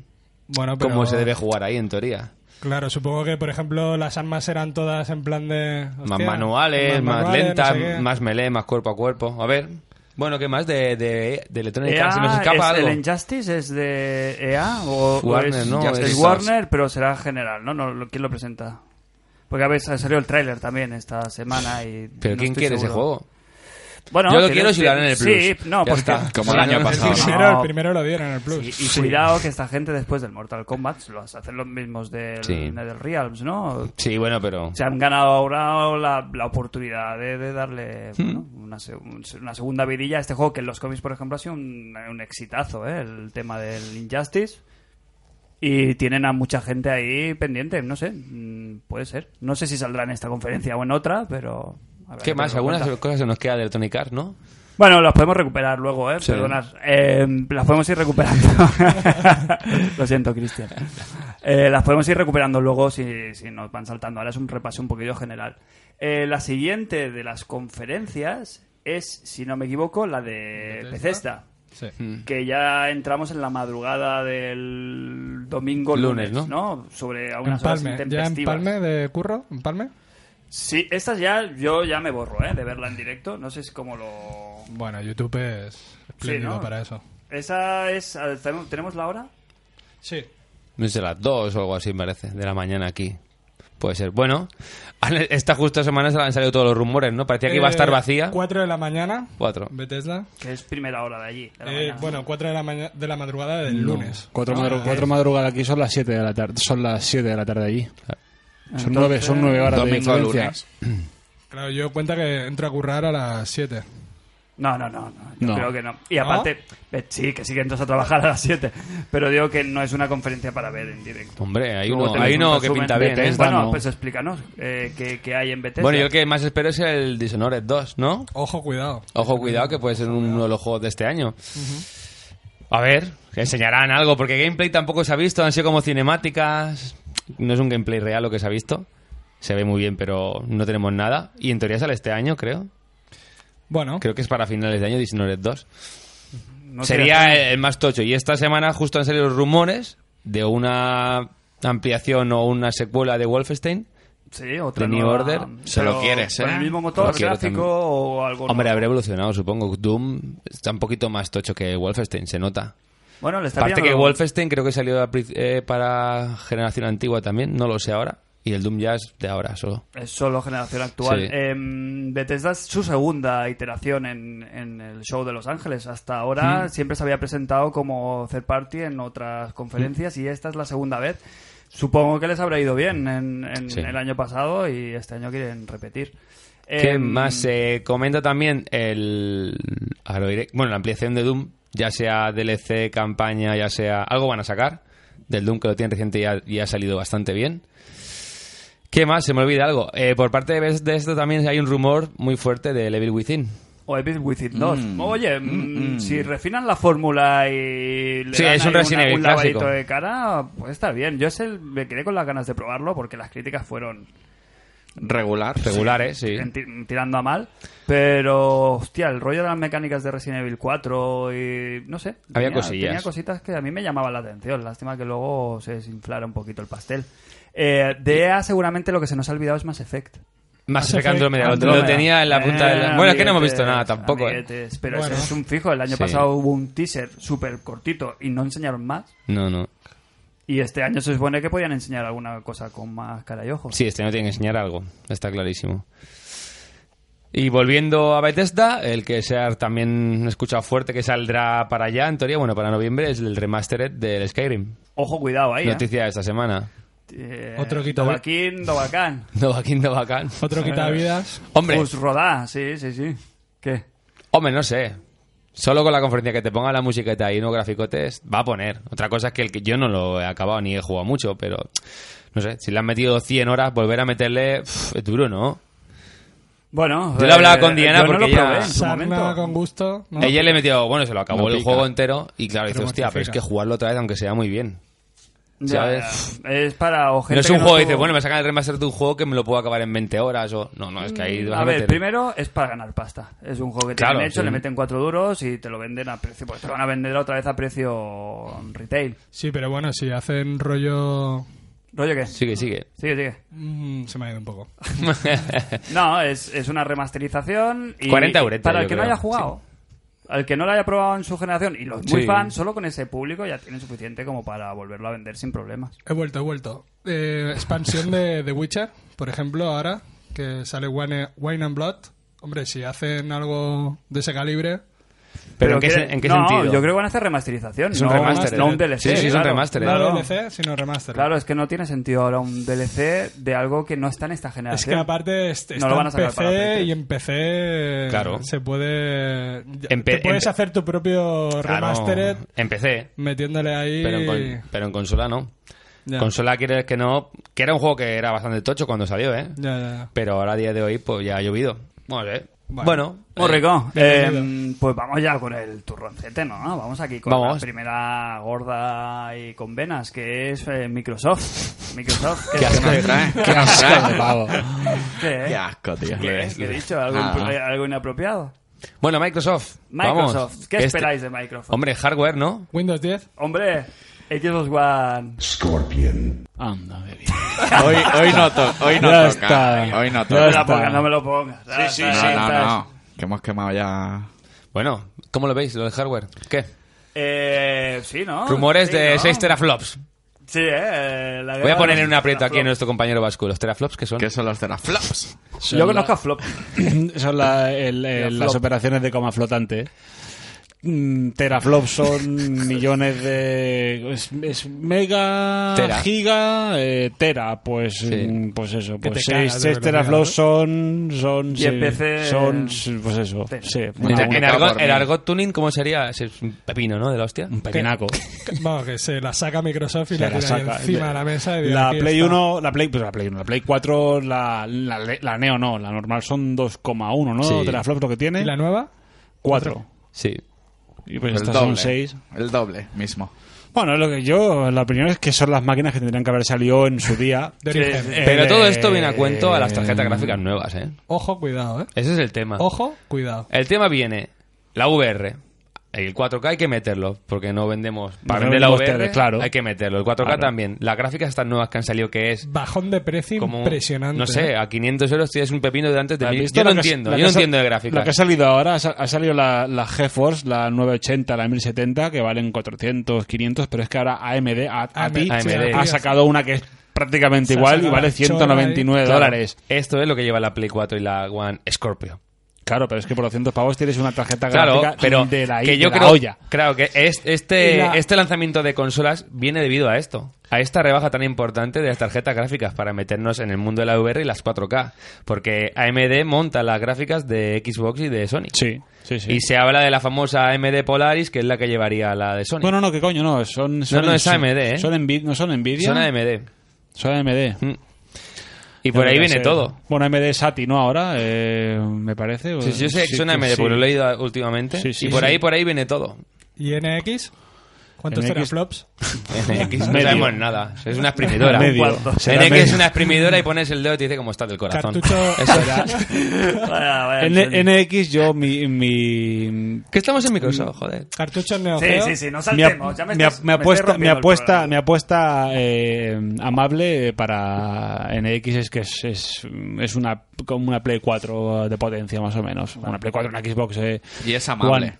S6: bueno, pero...
S5: cómo se debe jugar ahí en teoría.
S6: Claro, supongo que, por ejemplo, las armas eran todas en plan de...
S5: más
S6: hostia,
S5: manuales, más,
S6: manuales,
S5: lentas,
S6: no sé qué.
S5: más melee, más cuerpo a cuerpo. A ver, bueno, ¿qué más de, de, de Electronic Arts? Se nos
S2: EA,
S5: escapa
S2: E es-
S5: algo.
S2: ¿El Injustice es de EA o, o
S5: Warner,
S2: es,
S5: ¿no?
S2: es
S5: Justice
S2: Warner, pero será general, ¿no? no lo- ¿Quién lo presenta? Porque a veces salió el tráiler también esta semana y...
S5: ¿Pero
S2: no
S5: quién
S2: estoy
S5: quiere ese
S2: seguro.
S5: juego?
S2: Bueno,
S5: Yo lo
S2: tiene-
S5: quiero si lo dan en el Plus.
S2: Sí, no,
S5: Ya
S2: porque... [LAUGHS]
S5: está.
S3: Como el año
S5: no,
S3: pasado,
S6: El
S3: ¿no?
S6: primero,
S2: No.
S6: el primero lo dieron en el Plus.
S2: Y, y cuidado que esta gente después del Mortal Kombat lo hacen los mismos del,
S5: Sí.
S2: del Realms, ¿no?
S5: Sí, bueno, pero...
S2: Se han ganado ahora la, la oportunidad de, de darle
S5: Hmm.
S2: bueno, una, se- un- una segunda vidilla a este juego que en los cómics, por ejemplo, ha sido un, un exitazo, ¿eh? el tema del Injustice. Y tienen a mucha gente ahí pendiente, no sé, mm, puede ser. No sé si saldrá en esta conferencia o en otra, pero... habrá que
S5: ¿Qué
S2: tenerlo
S5: más?
S2: en
S5: Algunas
S2: cuenta.
S5: cosas se nos queda de Electronic Arts, ¿no?
S2: Bueno, las podemos recuperar luego, ¿eh?
S5: Sí.
S2: Perdonad. Eh, las podemos ir recuperando. [LAUGHS] Lo siento, Cristian. Eh, las podemos ir recuperando luego si, si nos van saltando. Ahora es un repaso un poquillo general. Eh, la siguiente de las conferencias es, si no me equivoco, la de Bethesda.
S6: Sí.
S5: Mm.
S2: Que ya entramos en la madrugada del domingo lunes,
S5: Lunes,
S2: ¿no? Sobre a unas horas
S6: Empalme, ya
S2: intempestivas.
S6: empalme de curro, empalme.
S2: Sí, estas ya, yo ya me borro, ¿eh? De verla en directo. No sé si cómo lo...
S6: Bueno, YouTube es espléndido
S2: ¿no?
S6: para eso.
S2: Esa es. ¿Tenemos la hora?
S6: Sí.
S5: No sé, las 2 o algo así, me parece, de la mañana aquí. Puede ser. Bueno, [LAUGHS] han- esta justa semana se le han salido todos los rumores, ¿no? Parecía que iba a
S6: Eh,
S5: estar vacía.
S6: 4 de la mañana.
S5: Cuatro.
S6: Bethesda.
S2: Que es primera hora de allí. de la
S6: Eh,
S2: mañana.
S6: bueno, 4 de la, maña- de la madrugada del lunes.
S4: Cuatro,
S6: No,
S4: madru-
S6: eh,
S4: cuatro madrugadas aquí son las 7 de la tarde. Son las 7 de la tarde allí.
S2: Entonces,
S4: Son nueve, son nueve horas de
S5: domingo a
S4: diferencia.
S5: lunes.
S6: Claro, yo cuenta que entro a currar a las 7.
S2: No, no, no. no, yo
S4: No.
S2: creo que no. Y aparte, eh, sí, que sí que entras a trabajar a las 7. Pero digo que no es una conferencia para ver en directo.
S5: Hombre, hay
S2: Luego
S5: uno,
S2: tenéis
S5: hay
S2: un
S5: uno que
S2: resumen.
S5: pinta bien, ¿eh?
S4: Bethesda.
S2: Bueno,
S4: no.
S2: pues explícanos eh, qué, qué hay en Bethesda.
S5: Bueno, yo el que más espero es el Dishonored 2, ¿no?
S6: Ojo, cuidado.
S5: Ojo, cuidado, que puede ser uno de los juegos de este año. A ver, que enseñarán algo, porque gameplay tampoco se ha visto, han sido como cinemáticas. No es un gameplay real lo que se ha visto. Se ve muy bien, pero no tenemos nada. Y en teoría sale este año, creo.
S6: Bueno,
S5: Creo que es para finales de año, Dishonored 2.
S2: No sé,
S5: Sería el, el más tocho. Y esta semana justo han salido los rumores de una ampliación o una secuela de Wolfenstein.
S2: Sí, otra
S5: The New
S2: nueva,
S5: Order.
S3: Se
S2: pero
S3: lo quieres,
S2: ¿Con
S3: ¿eh?
S2: el mismo
S5: Lo
S2: motor
S5: quiero
S2: gráfico
S5: también.
S2: o algo
S5: Hombre,
S2: nuevo?
S5: habrá evolucionado, supongo. Doom está un poquito más tocho que Wolfenstein, se nota.
S2: Bueno, le está
S5: Aparte que
S2: pillando-
S5: Wolfenstein creo que salió a pri- eh, para generación antigua también, no lo sé ahora. Y el Doom ya es de ahora solo.
S2: Es solo generación actual.
S5: Sí.
S2: Eh, Bethesda es su segunda iteración en, en el show de Los Ángeles. Hasta
S5: Mm.
S2: ahora siempre se había presentado como third party en otras conferencias y esta es la segunda vez. Supongo que les habrá ido bien en, en
S5: Sí.
S2: el año pasado y este año quieren repetir.
S5: ¿Qué
S2: Eh,
S5: más? Se comenta también el... ahora lo diré. Bueno, la ampliación de Doom, ya sea DLC, campaña, ya sea... Algo van a sacar del Doom que lo tienen reciente y ha, y ha salido bastante bien. ¿Qué más? Se me olvida algo. Eh, por parte de Bethesda también hay un rumor muy fuerte de Evil Within.
S2: O Evil Within 2.
S5: Mm,
S2: Oye, mm, si refinan la fórmula y le
S5: Sí,
S2: dan
S5: es
S2: ahí
S5: un Resident
S2: una-
S5: Evil
S2: un lavadito
S5: clásico.
S2: de cara, pues está bien. Yo es el- me quedé con las ganas de probarlo porque las críticas fueron
S3: Regular.
S5: Regulares, eh, sí.
S2: en ti- tirando a mal, pero hostia, el rollo de las mecánicas de Resident Evil 4 y no sé,
S5: Había
S2: tenía,
S5: cosillas.
S2: tenía cositas que a mí me llamaban la atención, lástima que luego se desinflara un poquito el pastel. Eh, de EA seguramente lo que se nos ha olvidado es Mass Effect. Ah,
S5: Más
S6: Mass
S5: cerca
S6: Effect
S5: Andrómeda. Lo- Lo
S2: Andrómeda.
S5: tenía en la punta
S2: Eh,
S5: de la... Bueno, es que no hemos
S2: amiguetes,
S5: visto nada tampoco. ¿eh?
S2: amiguetes, Pero
S6: Bueno.
S2: ese es un fijo. El año
S5: Sí.
S2: pasado hubo un teaser súper cortito y no enseñaron más.
S5: No, no.
S2: Y este año se supone que podían enseñar alguna cosa con más cara y ojos.
S5: Sí, este no tiene que enseñar algo, está clarísimo. Y volviendo a Bethesda, el que se ha también escuchado fuerte que saldrá para allá, en teoría, bueno, para noviembre, es el remastered del Skyrim.
S2: Ojo, cuidado ahí. ¿eh?
S5: Noticia de esta semana. [LAUGHS]
S2: Eh,
S6: Otro quita-
S2: Dovahkiin, Dovahkiin.
S5: Dovahkiin, Dovahkiin.
S2: [LAUGHS]
S6: Otro quitavidas.
S5: Hombre,
S2: Pues rodá, sí, sí, sí. ¿Qué?
S5: hombre, no sé. Solo con la conferencia que te ponga la musiqueta y no graficotes, va a poner. Otra cosa es que el que yo no lo he acabado ni he jugado mucho, pero no sé, si le han metido 100 horas, volver a meterle pf, es duro, ¿no?
S2: Bueno, eh,
S5: Yo lo hablaba con Diana
S2: yo no
S5: porque
S2: lo
S5: ella-
S2: probé en su
S6: Sarna
S2: momento.
S6: con gusto. ¿no?
S5: Ella le metió, bueno, se lo acabó
S3: No
S5: el
S3: pica.
S5: juego entero y claro, dice,
S6: Pero
S5: hostia, pero es que
S6: mortifica.
S5: jugarlo otra vez aunque sea muy bien.
S2: Ya,
S5: ¿sabes?
S2: ya. Es para o gente
S5: no es un
S2: que
S5: juego,
S2: tuvo-
S5: dice, bueno, me sacan el remaster de un juego que me lo puedo acabar en 20 horas o... No, no, es que ahí... vas
S2: Mm, A ver,
S5: meter-
S2: primero es para ganar pasta. Es un juego que te
S5: Claro,
S2: han hecho,
S5: sí.
S2: le meten cuatro duros y te lo venden a precio. Pues te lo van a vender otra vez a precio retail.
S6: Sí, pero bueno, si hacen rollo.
S2: ¿Rollo qué?
S5: Sigue,
S2: [LAUGHS]
S5: sigue.
S2: Sigue,
S5: [LAUGHS]
S2: sigue.
S6: Mm, se me ha ido un poco. [LAUGHS]
S2: No, es, es una remasterización. Y
S5: 40 euretes,
S2: Para el
S5: yo
S2: que no
S5: creo,
S2: haya jugado, al que no lo haya probado en su generación, y los muy
S5: Sí.
S2: fans, solo con ese público ya tienen suficiente como para volverlo a vender sin problemas.
S6: He vuelto, he vuelto. Eh, expansión de The Witcher, por ejemplo, ahora que sale Wine, Wine and Blood. Hombre, si hacen algo de ese calibre,
S5: ¿Pero en qué,
S2: que-
S5: se- en qué
S2: no,
S5: sentido?
S2: Yo creo que van a hacer remasterización.
S5: Es un
S2: no,
S5: remaster,
S2: no un
S5: ¿eh?
S2: DLC.
S5: Sí, sí, es un
S2: claro.
S5: remaster, ¿eh?
S6: no
S2: Claro,
S6: DLC, sino remaster.
S2: Claro, es que no tiene sentido ahora un DLC de algo que no está en esta
S6: Es
S2: generación.
S6: que aparte est-
S2: No
S6: está
S2: lo van a
S6: en
S2: sacar
S6: PC
S2: para Play
S6: y en PC
S5: Claro.
S6: se puede...
S5: En
S6: te
S5: P-
S6: puedes
S5: en P-
S6: hacer tu propio
S5: Claro,
S6: remastered
S5: Empecé,
S6: metiéndole ahí...
S5: pero en, con- pero en consola no.
S6: Ya.
S5: Consola quieres que no... Que era un juego que era bastante tocho cuando salió, ¿eh?
S6: Ya, ya, ya.
S5: Pero ahora a día de hoy, pues ya ha llovido. Bueno, eh.
S6: Bueno.
S5: bueno
S2: Muy
S5: eh,
S2: rico.
S6: bienvenido.
S2: Eh, pues vamos ya con el turroncete, ¿no? Vamos aquí con
S5: Vamos.
S2: la primera gorda y con venas, que es eh, Microsoft.
S5: [LAUGHS]
S2: Microsoft, que
S5: Qué asco ¿eh? de
S3: Qué asco de pavo.
S2: ¿Qué, eh?
S3: Qué asco, tío.
S2: ¿Qué, ¿Qué he dicho? ¿Algo,
S3: Ah,
S2: impro- eh, algo inapropiado?
S5: Bueno, Microsoft.
S2: Microsoft,
S5: vamos.
S2: ¿qué
S5: Este-
S2: esperáis de Microsoft?
S5: Hombre, hardware, ¿no?
S6: Windows 10.
S2: Hombre, Xbox One.
S4: Anda, baby.
S3: Hoy, hoy no, to- hoy no toca.
S4: Ya está.
S3: Hoy no
S2: No
S3: toca.
S2: me
S4: está.
S2: la pongas, no me lo pongas. Sí, sí,
S3: No, no, no. Que hemos quemado ya.
S5: Bueno, ¿cómo lo veis, lo del hardware? ¿Qué?
S2: Eh, sí, ¿no?
S5: Rumores
S2: Sí,
S5: de
S2: ¿no?
S5: 6 teraflops.
S2: Sí, eh. la
S5: Voy
S2: guerra
S5: a poner
S2: de
S5: en un aprieto aquí a
S2: los-
S5: nuestro compañero Vasco. ¿Los teraflops qué son?
S3: ¿Qué son los de las flops?
S4: Son
S2: Yo
S4: la-
S2: conozco a Flop.
S4: son la- el- el-
S2: La flop.
S4: las operaciones de coma flotante. Mm, teraflop son millones de... Es, es mega,
S5: Tera.
S4: giga, eh, tera. Pues,
S5: Sí.
S4: mm, pues eso.
S6: Que
S4: Pues
S6: te cagas
S4: seis,
S6: de
S4: seis
S6: velocidad,
S4: teraflops
S6: ¿no?
S4: son... son
S2: Y
S4: sí,
S2: empecé-
S4: Son... sí, Pues eso.
S2: Tera.
S4: Sí,
S5: En,
S3: Mira,
S4: una-
S5: en
S3: una
S5: argot,
S3: por
S5: el
S3: mí.
S5: argot tuning, ¿cómo sería? Ese Es un pepino, ¿no? De la hostia.
S4: un pepinaco.
S6: [LAUGHS] Vamos, que se la saca Microsoft y
S4: Se
S6: la,
S4: la
S6: tira
S4: saca.
S6: encima de la mesa. y dice,
S4: La
S6: "Aquí
S4: Play
S6: está".
S4: 1, la Play, pues la Play 1, la Play 4, la, la, la Neo no, la normal son 2,1, ¿no?
S5: Sí.
S4: De la flop lo que tiene,
S6: ¿Y la nueva?
S4: 4.
S5: Sí.
S4: Y pues
S3: El
S4: estas
S3: doble.
S4: son 6.
S3: El doble mismo.
S4: Bueno, lo que yo, la opinión es que son las máquinas que tendrían que haber salido en su día.
S6: [LAUGHS] De
S2: Sí,
S6: origen.
S2: sí.
S5: Pero
S4: Eh,
S5: todo esto viene a cuento a las
S4: eh,
S5: tarjetas gráficas nuevas, ¿eh?
S6: Ojo, cuidado, ¿eh?
S5: Ese es el
S2: Ah.
S5: tema.
S6: Ojo, cuidado.
S5: El tema viene, la VR. El 4K hay que meterlo, porque no vendemos... Para
S4: No
S5: vender la
S4: vendemos
S5: VR
S4: tele, claro.
S5: hay que meterlo. El 4K
S4: Claro.
S5: también. Las gráficas estas nuevas que han salido, que es...
S6: Bajón de precio
S5: Como,
S6: impresionante.
S5: No sé,
S6: ¿eh?
S5: a 500 euros tienes un pepino de antes de
S4: ¿Has
S5: mil.
S4: visto
S5: Yo no
S4: la que-
S5: entiendo,
S4: la
S5: yo
S4: que
S5: no
S4: ha sal-
S5: entiendo de
S4: La que ha
S5: gráficas.
S4: salido ahora, ha sal- ha salido la, la GeForce, la 980, la 1070, que valen 400, 500, pero es que ahora AMD, a- a ti,
S5: AMD.
S4: ha sacado una que es prácticamente
S6: Se ha
S4: igual y
S6: sacado
S4: vale
S6: la chorra ahí.
S4: 199
S5: Claro,
S4: dólares.
S5: Esto es lo que lleva la Play 4 y la One Scorpio.
S4: Claro, pero es que por 200 pavos tienes una tarjeta
S5: Claro,
S4: gráfica
S5: pero
S4: de la,
S5: que yo
S4: de la
S5: creo,
S4: olla.
S5: Claro, que es- este,
S6: Y la-
S5: este lanzamiento de consolas viene debido a esto. A esta rebaja tan importante de las tarjetas gráficas para meternos en el mundo de la VR y las 4K. Porque AMD monta las gráficas de Xbox y de Sony.
S4: Sí, sí, sí.
S5: Y se habla de la famosa AMD Polaris, que es la que llevaría la de Sony.
S4: Bueno, no, que coño, no. Son, son-
S5: no, es
S4: son-
S5: AMD, ¿eh?
S4: Son Nvi- no son Nvidia.
S5: Son AMD.
S4: Son AMD.
S5: Mm. Y por ahí viene
S4: Ese-
S5: todo.
S4: Bueno, AMD Sati, ¿no? Ahora, eh, me parece.
S5: Sí, sí, yo sé que suena MD, porque lo he leído últimamente.
S4: Sí, sí,
S5: y por
S4: sí.
S5: ahí, por ahí viene todo.
S6: ¿Y NX? ¿Cuántos
S4: NX?
S6: teraflops?
S5: NX, no
S4: Medio.
S5: sabemos nada. Es una exprimidora.
S4: Medio.
S2: Cuarto.
S5: NX
S4: Será
S5: es
S4: medio.
S5: una exprimidora y pones el dedo y te dice cómo está del corazón.
S2: [LAUGHS]
S6: Cartucho.
S5: Eso.
S2: [LAUGHS] Vaya, vaya
S4: N-
S2: ingenio.
S4: NX, yo, mi. mi
S5: Que estamos en Microsoft, joder.
S6: Cartuchos Neo
S2: Sí,
S6: Geo.
S2: sí, sí, no
S4: mi
S2: saltemos.
S4: ap-
S2: ya me,
S4: mi ap-
S2: estás-
S4: mi
S2: me estoy
S4: apuesta, mi
S2: rompiendo el
S4: apuesta,
S2: programa.
S4: mi apuesta eh, amable eh, para NX es que es, es, es una, como una Play 4 de potencia, más o menos. Una Play 4, una Xbox. eh,
S3: Y es amable.
S4: One.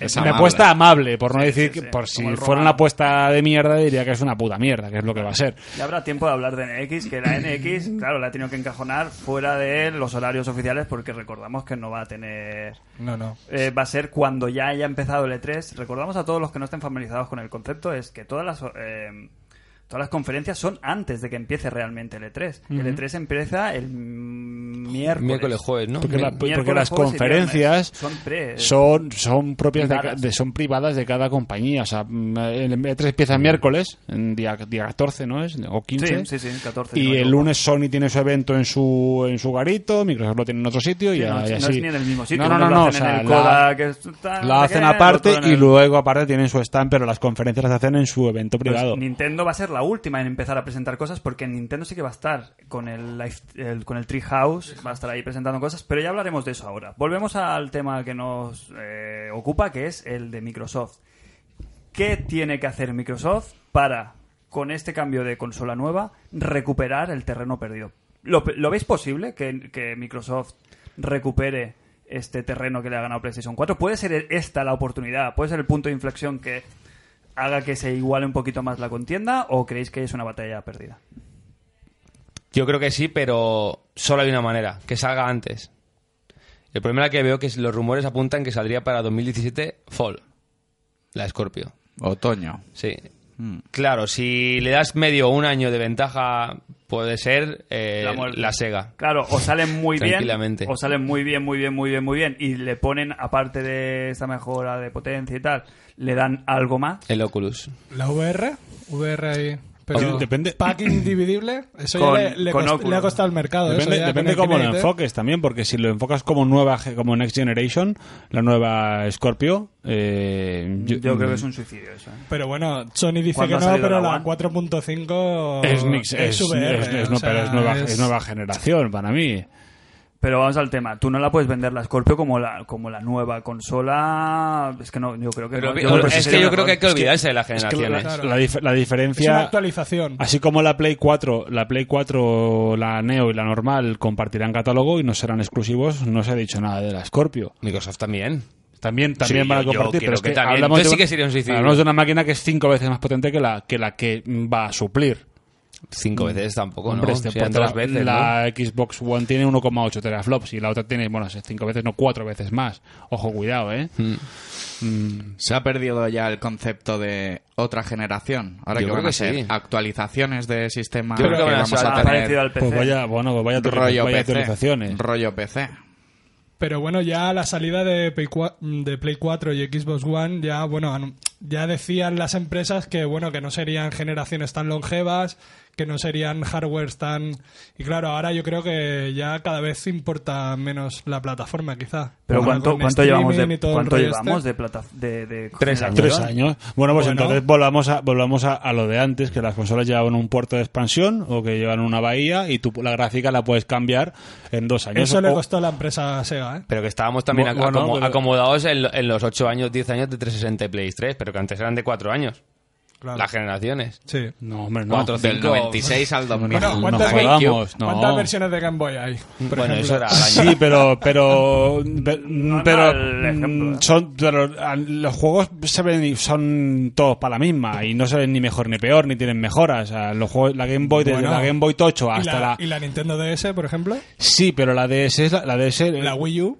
S3: Es
S4: Una
S3: amable.
S4: apuesta amable, por no
S2: Sí,
S4: decir
S2: sí,
S4: que
S2: sí,
S4: por
S2: como
S4: si
S2: el
S4: fuera
S2: romano.
S4: una apuesta de mierda, diría que es una puta mierda, que es lo que va a ser.
S2: Ya habrá tiempo de hablar de NX, que la NX, claro, la he tenido que encajonar fuera de los horarios oficiales porque recordamos que no va a tener...
S6: No, no.
S2: eh, va a ser cuando ya haya empezado el E3. Recordamos a todos los que no estén familiarizados con el concepto, es que todas las... eh, Todas las conferencias son antes de que empiece realmente el E3. El E3 empieza el miércoles.
S5: Miércoles, jueves, ¿no?
S4: Porque, la- pues,
S5: Mira.
S4: porque
S2: Miércoles,
S4: las
S2: jueves y viernes.
S4: conferencias
S2: Son pre-
S4: son, son propias de ca-
S2: privadas.
S4: de- son privadas de cada compañía. O sea, mm, el E3 empieza el miércoles, en día, día 14, ¿no es? O 15.
S2: eh, Sí, sí, sí, 14,
S4: Y
S2: no me
S4: el
S2: equivoco.
S4: lunes Sony tiene su evento en su, en su garito, Microsoft lo tiene en otro sitio y,
S2: Sí, no,
S4: a- y
S2: no
S4: así.
S2: es ni en el mismo sitio.
S4: No, no,
S2: uno
S4: no,
S2: lo
S4: no, o
S2: hacen en
S4: sea,
S2: el
S4: la-
S2: Kodak, es- tal,
S4: la
S2: no sé
S4: hacen
S2: qué,
S4: aparte
S2: otro en
S4: y
S2: el-
S4: luego aparte tienen su stand, pero las conferencias las hacen en su evento privado.
S2: Pues Nintendo va a ser la última en empezar a presentar cosas porque Nintendo sí que va a estar con el, live- el- con el Treehouse, va a estar ahí presentando cosas, pero ya hablaremos de eso ahora. Volvemos al tema que nos eh, ocupa, que es el de Microsoft. ¿Qué tiene que hacer Microsoft para, con este cambio de consola nueva, recuperar el terreno perdido? ¿Lo, lo veis posible que, que Microsoft recupere este terreno que le ha ganado PlayStation 4? ¿Puede ser esta la oportunidad? ¿Puede ser el punto de inflexión que haga que se iguale un poquito más la contienda o creéis que es una batalla perdida?
S5: Yo creo que sí, pero solo hay una manera, que salga antes. El problema que veo que es- los rumores apuntan que saldría para 2017 Fall, la Scorpio.
S3: Otoño.
S5: Sí. Claro, si le das medio un año de ventaja, puede ser eh,
S2: La
S5: la,
S2: muerte.
S5: Sega.
S2: Claro, o salen muy bien,
S5: Tranquilamente.
S2: o salen muy bien, muy bien, muy bien, muy bien, y le ponen, aparte de esta mejora de potencia y tal, le dan algo más.
S5: El Oculus.
S6: ¿La VR? VR ahí. Pero
S4: Sí, depende.
S6: Pack individible, eso
S2: Con-
S6: ya le, le
S2: con
S6: cost-
S2: Oculus.
S6: le ha costado al mercado. eso
S4: Depende,
S6: ya
S4: depende
S6: con el
S4: cómo lo
S6: Kinect, ¿eh?
S4: enfoques también, porque si lo enfocas como nueva, ge- como Next Generation, la nueva Scorpio, eh,
S2: Yo, creo
S5: Mm.
S2: que es un suicidio eso. ¿eh?
S6: Pero bueno, Sony dice
S2: ¿Cuándo
S6: que
S2: ha
S6: no,
S2: salido
S6: pero
S2: la
S6: la
S2: One?
S6: 4.5
S4: es mix- es-
S6: VR,
S4: es- es
S6: o
S4: no-
S6: sea,
S4: pero es nueva,
S6: es-
S4: es nueva generación para mí.
S2: Pero vamos al tema. Tú no la puedes vender la Scorpio como la, como la nueva consola. Es que no, yo creo que
S5: Pero
S2: no.
S5: que-
S2: Yo creo que
S5: es
S2: sí
S5: que
S2: sería
S5: yo creo
S2: mejor.
S5: que hay que
S4: Es que-
S5: olvidarse de
S4: es
S5: las
S4: que
S5: generaciones.
S4: la, la dif- la
S6: es una
S4: diferencia,
S6: actualización.
S4: así como la Play 4, la Play 4, la Neo y la normal compartirán catálogo y no serán exclusivos, no se ha dicho nada de la Scorpio.
S5: Microsoft también.
S4: También, también
S5: Sí,
S4: van a
S5: yo- yo
S4: compartir,
S5: creo
S4: pero es
S5: que
S4: que,
S5: también.
S4: hablamos,
S5: Entonces
S4: de,
S5: sí que sería un suicidio.
S4: hablamos de una máquina que es cinco veces más potente que la que, la que va a suplir.
S5: Cinco veces tampoco,
S4: Mm. Hombre,
S5: ¿no?
S4: este,
S5: Serían
S4: pues,
S5: dos
S4: la,
S5: veces, ¿no?
S4: la Xbox One tiene 1,8 teraflops y la otra tiene, bueno, es cinco veces, no cuatro veces más. Ojo, cuidado, ¿eh?
S3: Se ha perdido ya el concepto de otra generación. Ahora
S5: Yo
S3: que
S5: creo
S3: van
S5: que
S3: a ser
S5: sí.
S3: actualizaciones de sistema
S5: Yo creo que van a
S3: vamos
S5: ser
S3: a
S2: Ah, parecido
S3: tener
S2: al PC.
S4: Pues vaya, bueno, pues vaya, teori-
S3: rollo
S4: vaya
S3: PC.
S4: teorizaciones.
S3: Rollo PC.
S6: Pero bueno, ya la salida de Play, cua- de Play 4 y Xbox One, ya bueno, anu- ya decían las empresas que bueno, que no serían generaciones tan longevas, que no serían hardwares tan y claro, ahora yo creo que ya cada vez importa menos la plataforma, quizá.
S2: Pero
S6: Ahora
S2: ¿cuánto,
S6: con
S2: cuánto
S6: streaming
S2: llevamos
S6: y
S2: de,
S6: todo el
S2: cuánto
S6: rollo
S2: llevamos
S6: este.
S2: de plata de, de
S5: Tres años.
S4: Tres años. Bueno, pues
S6: Bueno.
S4: entonces volvamos a, volvamos a, a lo de antes, que las consolas llevan un puerto de expansión o que llevan una bahía y tú la gráfica la puedes cambiar en dos años.
S6: Eso le
S4: O-
S6: costó a la empresa Sega, ¿eh?
S5: Pero que estábamos también
S4: Bueno,
S5: acomo-
S4: pero-
S5: acomodados en, lo- en los 8 años, 10 años de 360 y Play 3, pero que antes eran de 4 años.
S6: Claro.
S5: Las generaciones.
S6: Sí.
S4: No, hombre, no.
S5: Cuatro,
S3: Del
S5: Cinco.
S3: 96 al 2000.
S6: Bueno,
S4: no
S6: ¿cuántas,
S4: jodamos, no.
S6: cuántas versiones de Game Boy hay? Por
S5: bueno, eso
S6: ejemplo?
S5: era al año.
S4: Sí, pero pero pe-
S2: es
S4: pero,
S2: mal ejemplo,
S4: mm,
S2: ¿eh?
S4: son pero, ah, los juegos se ven y son todos para la misma y no se ven ni mejor ni peor ni tienen mejoras. O sea, los juegos, la Game Boy desde
S6: Bueno.
S4: la Game Boy Tocho
S6: ¿Y,
S4: hasta
S6: la,
S4: la,
S6: y la Nintendo DS, por ejemplo,
S4: sí, pero la DS es la, la DS
S6: la Wii U,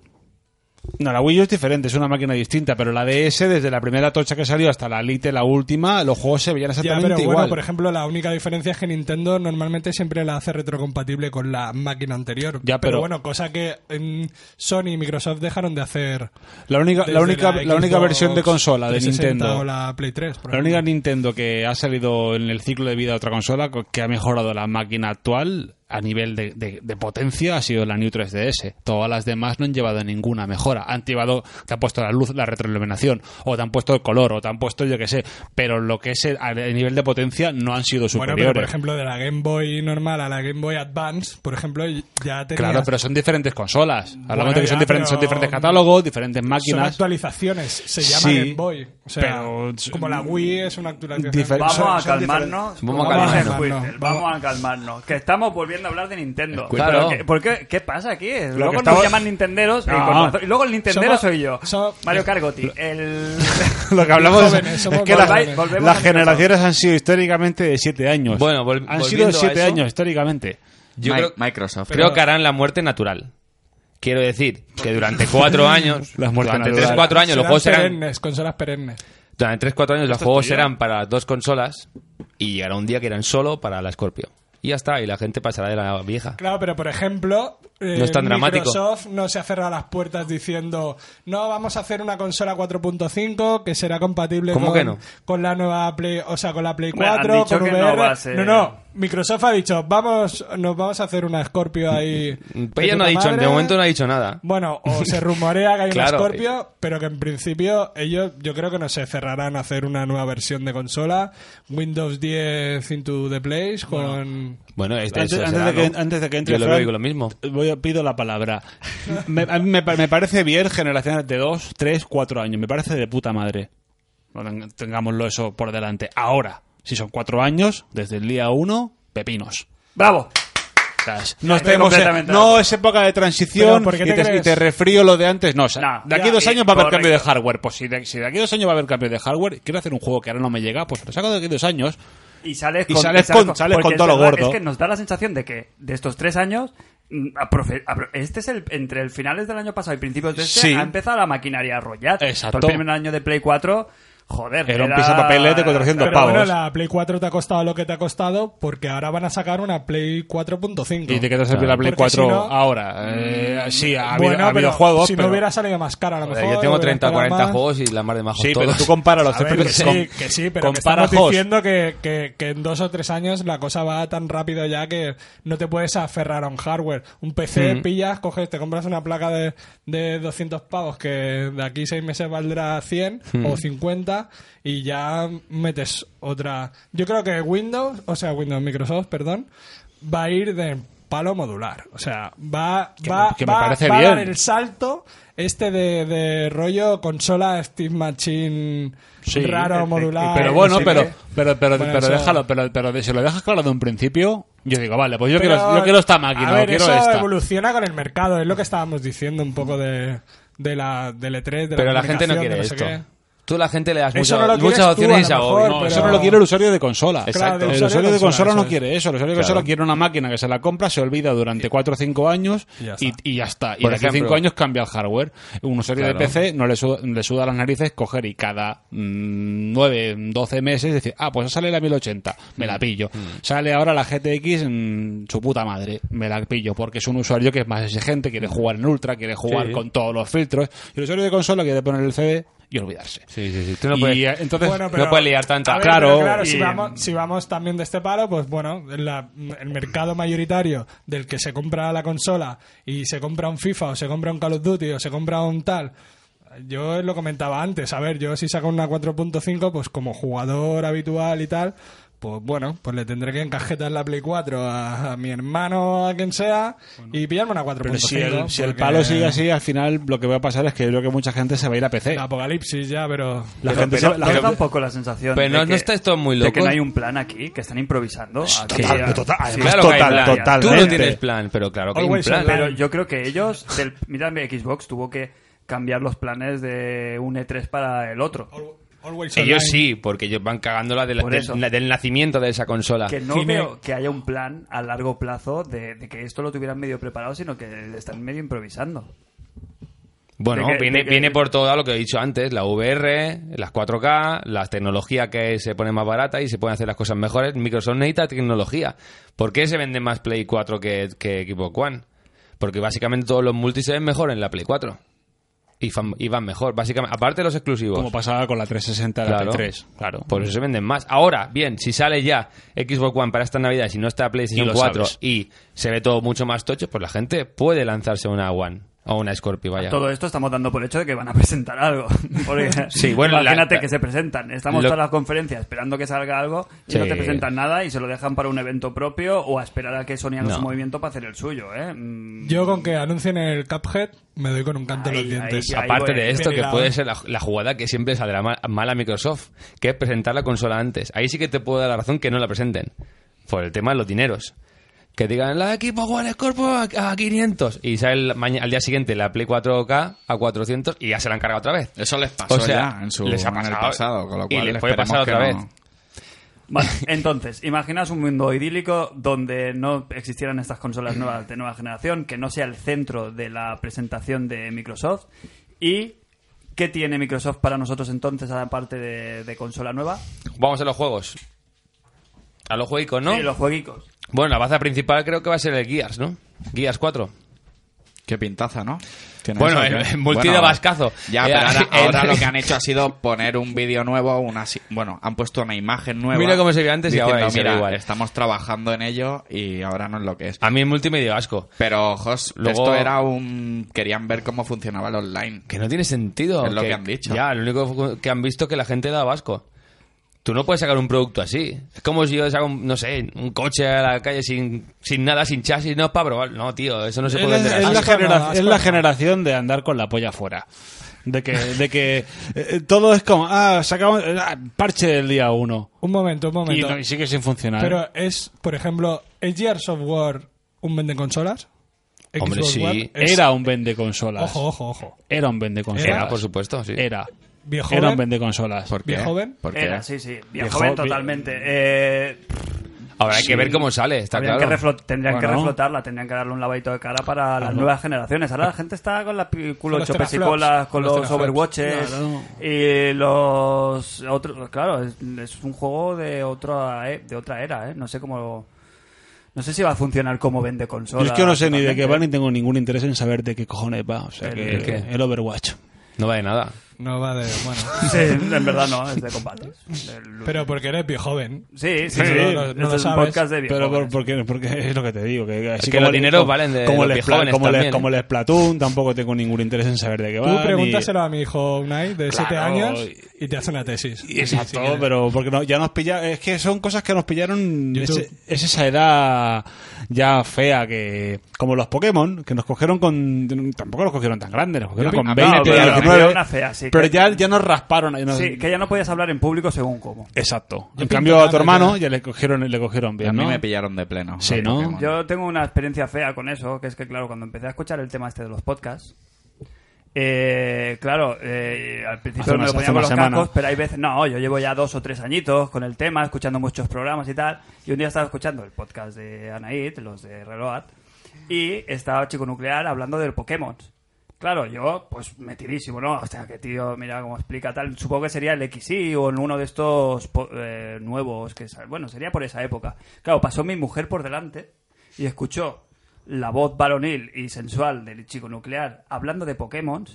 S4: no la Wii U es diferente, es una máquina distinta, pero la DS desde la primera Tocha que salió hasta la Lite la última los juegos se veían
S6: ya,
S4: exactamente
S6: pero
S4: igual.
S6: bueno, por ejemplo, la única diferencia es que Nintendo normalmente siempre la hace retrocompatible con la máquina anterior.
S4: Ya, pero-
S6: bueno, cosa que en Sony y Microsoft dejaron de hacer.
S4: la única
S6: desde
S4: la única la, única
S6: Xbox
S4: versión de consola de
S6: 360
S4: Nintendo
S6: o la Play 3, por
S4: La
S6: ejemplo.
S4: única Nintendo que ha salido en el ciclo de vida de otra consola co- que ha mejorado la máquina actual ha a nivel de, de- de potencia ha sido la New 3DS. Todas las demás no han llevado ninguna mejora. Han llevado, te han puesto la luz, la retroiluminación, o te han puesto el color, o te han puesto yo qué sé. Pero lo que es el, a nivel de potencia no han sido
S6: Bueno,
S4: superiores.
S6: pero por ejemplo, de la Game Boy normal a la Game Boy Advance, por ejemplo, ya tenías...
S4: Claro, pero son diferentes consolas. Hablamos de que
S6: ya,
S4: son diferentes, son
S6: pero-
S4: diferentes catálogos, diferentes
S6: Son
S4: máquinas.
S6: actualizaciones, se llama
S4: Sí,
S6: Game Boy. O sea,
S4: pero-
S6: como la Wii es una actualización.
S4: Difer-
S2: Vamos
S6: Son-
S2: a
S6: son
S2: calmarnos.
S6: diferentes.
S5: Vamos a calmarnos.
S2: Twitter, Vamos a calmarnos. Que estamos volviendo a hablar de Nintendo.
S5: Claro.
S2: Pero que- ¿Por qué, qué pasa aquí? luego
S4: que
S2: nos
S4: estamos-
S2: llaman Nintenderos y,
S4: No. eh,
S2: con razón- y luego el Nintendero
S6: Somos-
S2: soy yo.
S6: somos-
S2: Mario Cargotti.
S4: [LAUGHS]
S2: El... [LAUGHS]
S4: Lo que hablamos
S6: Jóvenes,
S4: es
S6: somos
S4: que las-
S2: jóvenes.
S4: las,
S2: Volvemos a
S4: generaciones han sido históricamente de 7 años.
S5: Bueno, vol-
S4: han sido
S5: volviendo a
S4: 7
S5: eso.
S4: años históricamente.
S5: Yo
S3: Mi-
S5: creo,
S3: Microsoft.
S5: creo que harán la muerte natural. Quiero decir que durante cuatro años,
S4: La muerte
S5: durante
S4: natural.
S5: tres, cuatro años, los
S6: serán
S5: juegos serán
S6: perennes, consolas perennes.
S5: Durante 3 4 años los juegos serán para dos consolas y llegará un día que eran solo para la Scorpio. Y ya está, y la gente pasará de la vieja.
S6: Claro, pero por ejemplo, eh,
S5: No es tan dramático.
S6: Microsoft no se aferra a las puertas diciendo no vamos a hacer una consola 4.5 que será compatible
S5: ¿Cómo
S6: con,
S5: que no?
S6: con la nueva Play, o sea, con la Play
S2: Bueno, han
S6: 4,
S2: dicho
S6: con
S2: que
S6: VR.
S2: no va a ser-
S6: no, no, Microsoft ha dicho vamos, nos vamos a hacer una Scorpio ahí.
S5: Pero Mm, ella no ha dicho, de momento no ha dicho nada.
S6: Bueno, o se rumorea
S5: [LAUGHS]
S6: que hay
S5: Claro.
S6: una Scorpio, pero que en principio ellos yo creo que no se cerrarán a hacer una nueva versión de consola, Windows 10 into the place con
S5: Bueno, este,
S4: Antes,
S5: eso
S4: antes de
S5: será,
S4: que,
S5: ¿no?
S4: antes de que entre
S5: Yo lo
S4: Fran,
S5: veo digo lo mismo.
S4: voy a- pido la palabra. Me, a mí me, pa- me parece bien generaciones de 2, 3, 4 años. Me parece de puta madre. No teng- Tengámoslo eso por delante. Ahora, si son 4 años, desde el día 1, pepinos.
S2: Bravo.
S4: ¿Sabes? No,
S2: estoy
S4: estemos-
S2: completamente de
S4: no
S2: acuerdo.
S4: es época de transición
S6: Pero, ¿por qué
S4: y,
S6: te
S4: te, y
S6: crees?
S4: te refrío lo de antes. No, o sea,
S2: No,
S4: de aquí
S2: ya,
S4: a dos
S2: eh,
S4: años va a haber cambio de
S2: correcto.
S4: hardware. Pues si de, si de aquí a dos años va a haber cambio de hardware, quiero hacer un juego que ahora no me llega, pues lo saco de aquí a dos años.
S2: Y sales
S4: Y
S2: con,
S4: sales con- sales
S2: porque
S4: con
S2: es
S4: todo lo
S2: verdad,
S4: gordo.
S2: Es que nos da la sensación de que de estos tres años. mm, aprofe- apro- Este es el entre el finales del año pasado y principios de este
S4: Sí.
S2: ha empezado la maquinaria a rollar.
S4: Exacto.
S2: Todo el primer año de Play 4, joder,
S4: Era un pisapapeles de 400
S6: Pero
S4: pavos.
S6: bueno, la Play 4 te ha costado lo que te ha costado porque ahora van a sacar una Play 4.5.
S4: ¿Y de qué te sirve la Play
S6: Porque
S4: 4
S6: si no- mm,
S4: ahora? Eh, sí, ha habido,
S6: bueno,
S4: ha
S6: pero
S4: habido juegos,
S6: si
S4: pero...
S6: no hubiera salido más cara a lo
S5: Joder,
S6: mejor.
S5: Eh, yo tengo
S6: hubiera
S5: 30 o
S6: esperado
S5: 40
S6: más.
S5: juegos y la mar de majos
S4: Sí,
S5: todos.
S4: pero tú compara los
S6: A ver, que
S4: FPS.
S6: sí, que sí, pero que
S4: compara
S6: estamos
S4: HOS.
S6: diciendo que, que- que en dos o tres años la cosa va tan rápido ya que no te puedes aferrar a un hardware. Un
S4: Mm.
S6: PC pillas, coges, te compras una placa de, de 200 pavos que de aquí seis meses valdrá 100
S4: Mm.
S6: o 50 y ya metes otra... Yo creo que Windows, o sea, Windows Microsoft, perdón, va a ir de palo modular. O sea, va,
S4: Que
S6: va,
S4: me- que me
S6: va-
S4: parece
S6: va a dar
S4: bien.
S6: el salto este de, de rollo consola Steve Machine
S4: Sí,
S6: raro,
S4: eh,
S6: modular.
S4: pero bueno,
S6: no sé
S4: pero,
S6: qué.
S4: pero, pero,
S6: Bueno,
S4: pero
S6: o sea-
S4: déjalo, pero, pero de- si lo dejas claro de un principio, yo digo, vale, pues yo,
S6: Pero,
S4: quiero, yo quiero esta máquina,
S6: a ver,
S4: o quiero
S6: eso
S4: esta.
S6: evoluciona con el mercado, es lo que estábamos diciendo un poco de, de la del E3, de
S5: Pero la gente no
S6: comunicación,
S5: quiere
S6: de
S5: esto.
S6: sé qué.
S5: Tú a la gente le das
S6: Eso
S5: mucha-
S6: no lo quieres
S5: muchas
S6: tú,
S5: opciones
S6: a
S5: y
S6: lo
S5: se
S6: mejor,
S5: agobia.
S4: No,
S6: pero-
S4: eso no lo quiere el usuario de consola.
S5: Exacto.
S6: Claro,
S4: El usuario de consola
S6: eso
S4: no
S6: es.
S4: quiere eso. El usuario de
S5: Claro.
S4: consola quiere una máquina que se la compra, se olvida durante 4 o 5 años
S6: Y ya está.
S4: y, y ya está. Y
S5: Por
S4: de aquí a
S5: ejemplo.
S4: 5 años cambia el hardware. Un usuario de
S5: Claro.
S4: PC no le suda, le suda las narices coger y cada 9, 12 meses decir, ah, pues sale la 1080, me la pillo.
S6: Mm.
S4: Sale ahora la GTX, mm, su puta madre, me la pillo. Porque es un usuario que es más exigente,
S6: Mm.
S4: quiere jugar en ultra, quiere jugar
S5: Sí.
S4: con todos los filtros. Y el usuario de consola quiere poner el CD y olvidarse.
S5: Sí, sí, sí. Tú no
S4: Y,
S5: puedes,
S4: eh, entonces,
S6: Bueno,
S5: no
S6: pero-
S5: puedes liar tanta.
S6: A ver,
S4: Claro,
S6: pero claro, si,
S2: y-
S6: vamos, si vamos también de este palo, pues bueno, la- el mercado mayoritario del que se compra la consola y se compra un FIFA o se compra un Call of Duty o se compra un tal. Yo lo comentaba antes, a ver, yo si saco una 4.5, pues como jugador habitual y tal, pues bueno, pues le tendré que encajetar la Play 4 a, a mi hermano, a quien sea, y pillarme una 4.5.
S4: Pero si el, si el
S6: porque-
S4: palo sigue así, al final lo que va a pasar es que yo creo que mucha gente se va a ir a PC.
S6: El
S4: La,
S6: apocalipsis ya, pero...
S4: gente
S2: Pero
S4: se, la
S2: tengo
S4: gente-
S2: tampoco la sensación
S5: Pero
S2: de
S5: no-
S2: que,
S5: no estáis todos muy
S2: de que no
S5: locos.
S2: hay un plan aquí, que están improvisando. aquí,
S4: total,
S2: a-
S4: total,
S2: sí,
S4: además
S5: Claro que hay
S4: pues total,
S5: plan.
S4: total.
S5: Tú no
S4: totalmente.
S5: tienes plan, pero claro que hay un
S6: Always
S5: plan.
S6: online.
S2: Pero yo creo que ellos, del, mira, mi Xbox tuvo que cambiar los planes de un E3 para el otro.
S6: Always
S5: Ellos
S6: online.
S5: sí, porque ellos van cagando la de la-
S2: Por eso.
S5: del, la- del nacimiento de esa consola.
S2: Que no
S6: Tiene-
S2: veo que haya un plan a largo plazo de, de que esto lo tuvieran medio preparado, sino que están medio improvisando.
S5: Bueno,
S2: De que-
S5: viene,
S2: de que-
S5: viene por todo lo que he dicho antes, la VR, las 4K, las tecnologías que se ponen más baratas y se pueden hacer las cosas mejores. Microsoft necesita tecnología. ¿Por qué se vende más Play 4 que, que Xbox One? Porque básicamente todos los multis se ven mejor en la Play 4. Y, fan- y van mejor, básicamente. Aparte de los exclusivos.
S4: Como pasaba con la 360 y la
S5: Claro. Pues
S4: P3. Claro.
S5: Por eso se venden más. Ahora, bien, si sale ya Xbox One para esta Navidad, si no está PlayStation
S4: Y lo
S5: 4
S4: sabes.
S5: y se ve todo mucho más tocho, pues la gente puede lanzarse una One o una Scorpio, vaya.
S2: Todo esto estamos dando por hecho de que van a presentar algo. [LAUGHS] Porque
S5: Sí, bueno,
S2: imagínate
S5: la-
S2: que se presentan. Estamos
S5: Lo-
S2: todas las conferencias esperando que salga algo y
S5: Sí.
S2: no te presentan nada y se lo dejan para un evento propio o a esperar a que Sony haga
S5: No.
S2: su movimiento para hacer el suyo. ¿eh? Mm,
S6: Yo con que anuncien el Cuphead me doy con un canto en
S2: Ahí,
S6: los dientes.
S2: ahí, ahí.
S5: Aparte
S2: voy,
S5: de esto, que
S6: venga.
S2: ¿eh?
S5: puede ser la, la jugada que siempre saldrá mal, mal a Microsoft, que es presentar la consola antes. Ahí sí que te puedo dar la razón que no la presenten. Por el tema de los dineros. Que digan, la equipo One Scorpio a, a 500. Y sale el maña- al día siguiente la Play 4K a 400 y ya se la han cargado otra vez.
S3: Eso les pasó
S5: O sea,
S3: ya en, su,
S5: les ha
S3: en el
S5: pasado.
S3: pasado, con lo
S5: Y
S3: cual
S5: les puede
S3: esperemos
S5: pasar otra
S3: que
S5: vez.
S3: no.
S2: Vale, entonces, imaginaos un mundo idílico donde no existieran estas consolas nuevas de nueva generación, que no sea el centro de la presentación de Microsoft. ¿Y qué tiene Microsoft para nosotros entonces, aparte de, de consola nueva?
S5: Vamos a los juegos. A los juegos, ¿no?
S2: Eh, los jueguicos.
S5: Bueno, la baza principal creo que va a ser el Gears, ¿no? Gears 4.
S3: Qué pintaza, ¿no? Tiene
S5: Bueno,
S3: eso,
S5: en-
S3: ¿eh?
S5: en multi de vascazo.
S3: Ya, pero
S5: Eh, [LAUGHS]
S3: ahora,
S5: en-
S3: ahora lo que han hecho ha sido poner un vídeo nuevo, una si- bueno, han puesto una imagen nueva.
S5: Mira cómo se ve antes y
S3: diciendo,
S5: ahora y se ve
S3: "Mira,
S5: igual".
S3: estamos trabajando en ello y ahora no es lo que es.
S5: A mí en multimedia asco.
S3: Pero, Jos,
S5: Luego-
S3: esto era un... Querían ver cómo funcionaba el online.
S5: Que no tiene sentido.
S3: Es lo que han dicho.
S5: Ya, lo único que han visto es que la gente da vasco. Tú no puedes sacar un producto así. Es como si yo saco, un, no sé, un coche a la calle sin, sin nada, sin chasis, no, para probar. No, tío, eso no se
S4: Es,
S5: puede
S4: es
S5: vender así.
S4: la
S6: Asco no,
S4: genera-
S6: asco
S4: es la
S6: no.
S4: generación de andar con la polla afuera. De que, de que eh, eh, todo es como, ah, sacamos eh, ah, parche del día uno.
S6: Un momento, un
S4: Y,
S6: momento.
S4: no- y sigue sin funcionar.
S6: Pero es, por ejemplo, ¿es Gears of War un vende consolas?
S5: Hombre, sí.
S6: es-
S4: era un vende consolas.
S6: Ojo, ojo, ojo.
S4: Era un vende consolas.
S5: Era, por supuesto, sí.
S4: Era.
S6: Viejo.
S4: Era un vende consolas.
S3: ¿Por qué?
S6: ¿Bien joven?
S3: ¿Por qué?
S2: Era, sí, sí. Bien
S4: Viejo,
S2: joven
S4: vi-
S2: totalmente. Eh,
S5: Ahora hay que ver cómo sale, está
S2: habrían
S5: claro.
S2: que reflo- tendrían que
S4: Bueno.
S2: reflotarla, tendrían que darle un lavadito de cara para las
S4: Claro.
S2: nuevas generaciones. Ahora la gente está con la pi- culo
S6: Con los
S2: chopes y
S6: teraflops,
S2: colas, con
S6: con los
S2: los,
S6: teraflops.
S2: overwatches
S4: Claro.
S2: y los otros. Claro, es, es un juego de otra e- de otra era, ¿eh? No sé cómo. No sé si va a funcionar como vende
S4: Yo
S2: consola.
S4: es que no sé ni de qué va ni
S2: totalmente.
S4: tengo ningún interés en saber de qué cojones va. O sea,
S2: ¿El
S4: que-
S5: qué?
S4: el Overwatch.
S5: No va de nada.
S6: No va de.
S4: [LAUGHS]
S6: Bueno.
S2: [LAUGHS] Sí, en verdad no, es de combates. Del-
S6: Pero porque eres viejo joven.
S2: sí, sí,
S6: Sí,
S2: sí.
S6: no lo- no
S2: Este
S6: lo
S2: es un
S6: sabes,
S2: podcast de
S4: Pero por-
S2: viejones.
S4: porque, porque es lo que te digo. Que, así
S5: que los dineros valen de
S4: como
S5: los
S4: el
S5: viejones
S4: Splat- como, el,
S5: también.
S4: como el Splatoon, tampoco tengo ningún interés en saber de qué
S6: Tú
S4: va. ni-
S6: pregúntaselo a mi hijo Unai de 7
S4: Claro.
S6: años y te hace una tesis.
S4: Y Exacto,
S6: Sí, sí,
S4: pero porque no- ya nos pilla Es que son cosas que nos pillaron.
S6: YouTube.
S4: ese- Es, esa edad ya fea que. Como los Pokémon, que nos cogieron con. Tampoco los cogieron tan grandes, nos cogieron
S3: Yo
S4: con
S3: pi-
S4: 20,
S3: no, pero
S2: nos
S4: 19,
S2: cogieron una fea, sí,
S4: pero
S2: que-
S4: ya, ya nos rasparon. ahí nos-
S2: Sí, que ya no podías hablar en público según cómo.
S4: Exacto. En
S6: pinto
S4: cambio, a tu
S6: nada,
S4: hermano
S6: ya.
S4: ya le cogieron, le cogieron bien.
S3: A mí
S4: ¿no?
S3: me pillaron de pleno.
S4: Sí,
S3: los
S4: ¿no?
S3: Pokémon.
S2: Yo tengo una experiencia fea con eso, que es que, claro, cuando empecé a escuchar el tema este de los podcasts, eh, claro, eh, al principio
S4: Hace
S2: me
S4: unas-
S2: lo ponía
S4: hace
S2: con
S4: una
S2: los
S4: semana.
S2: cascos, pero hay veces, no, yo llevo ya dos o tres añitos con el tema, escuchando muchos programas y tal, y un día estaba escuchando el podcast de Anaid, los de Reload, y estaba Chico Nuclear hablando del Pokémon. Claro, yo, pues metidísimo, ¿no? O sea, que tío, mira cómo explica tal. Supongo que sería el XY o en uno de estos po- eh, nuevos que sal- Bueno, sería por esa época. Claro, pasó mi mujer por delante y escuchó la voz varonil y sensual del chico nuclear hablando de Pokémon.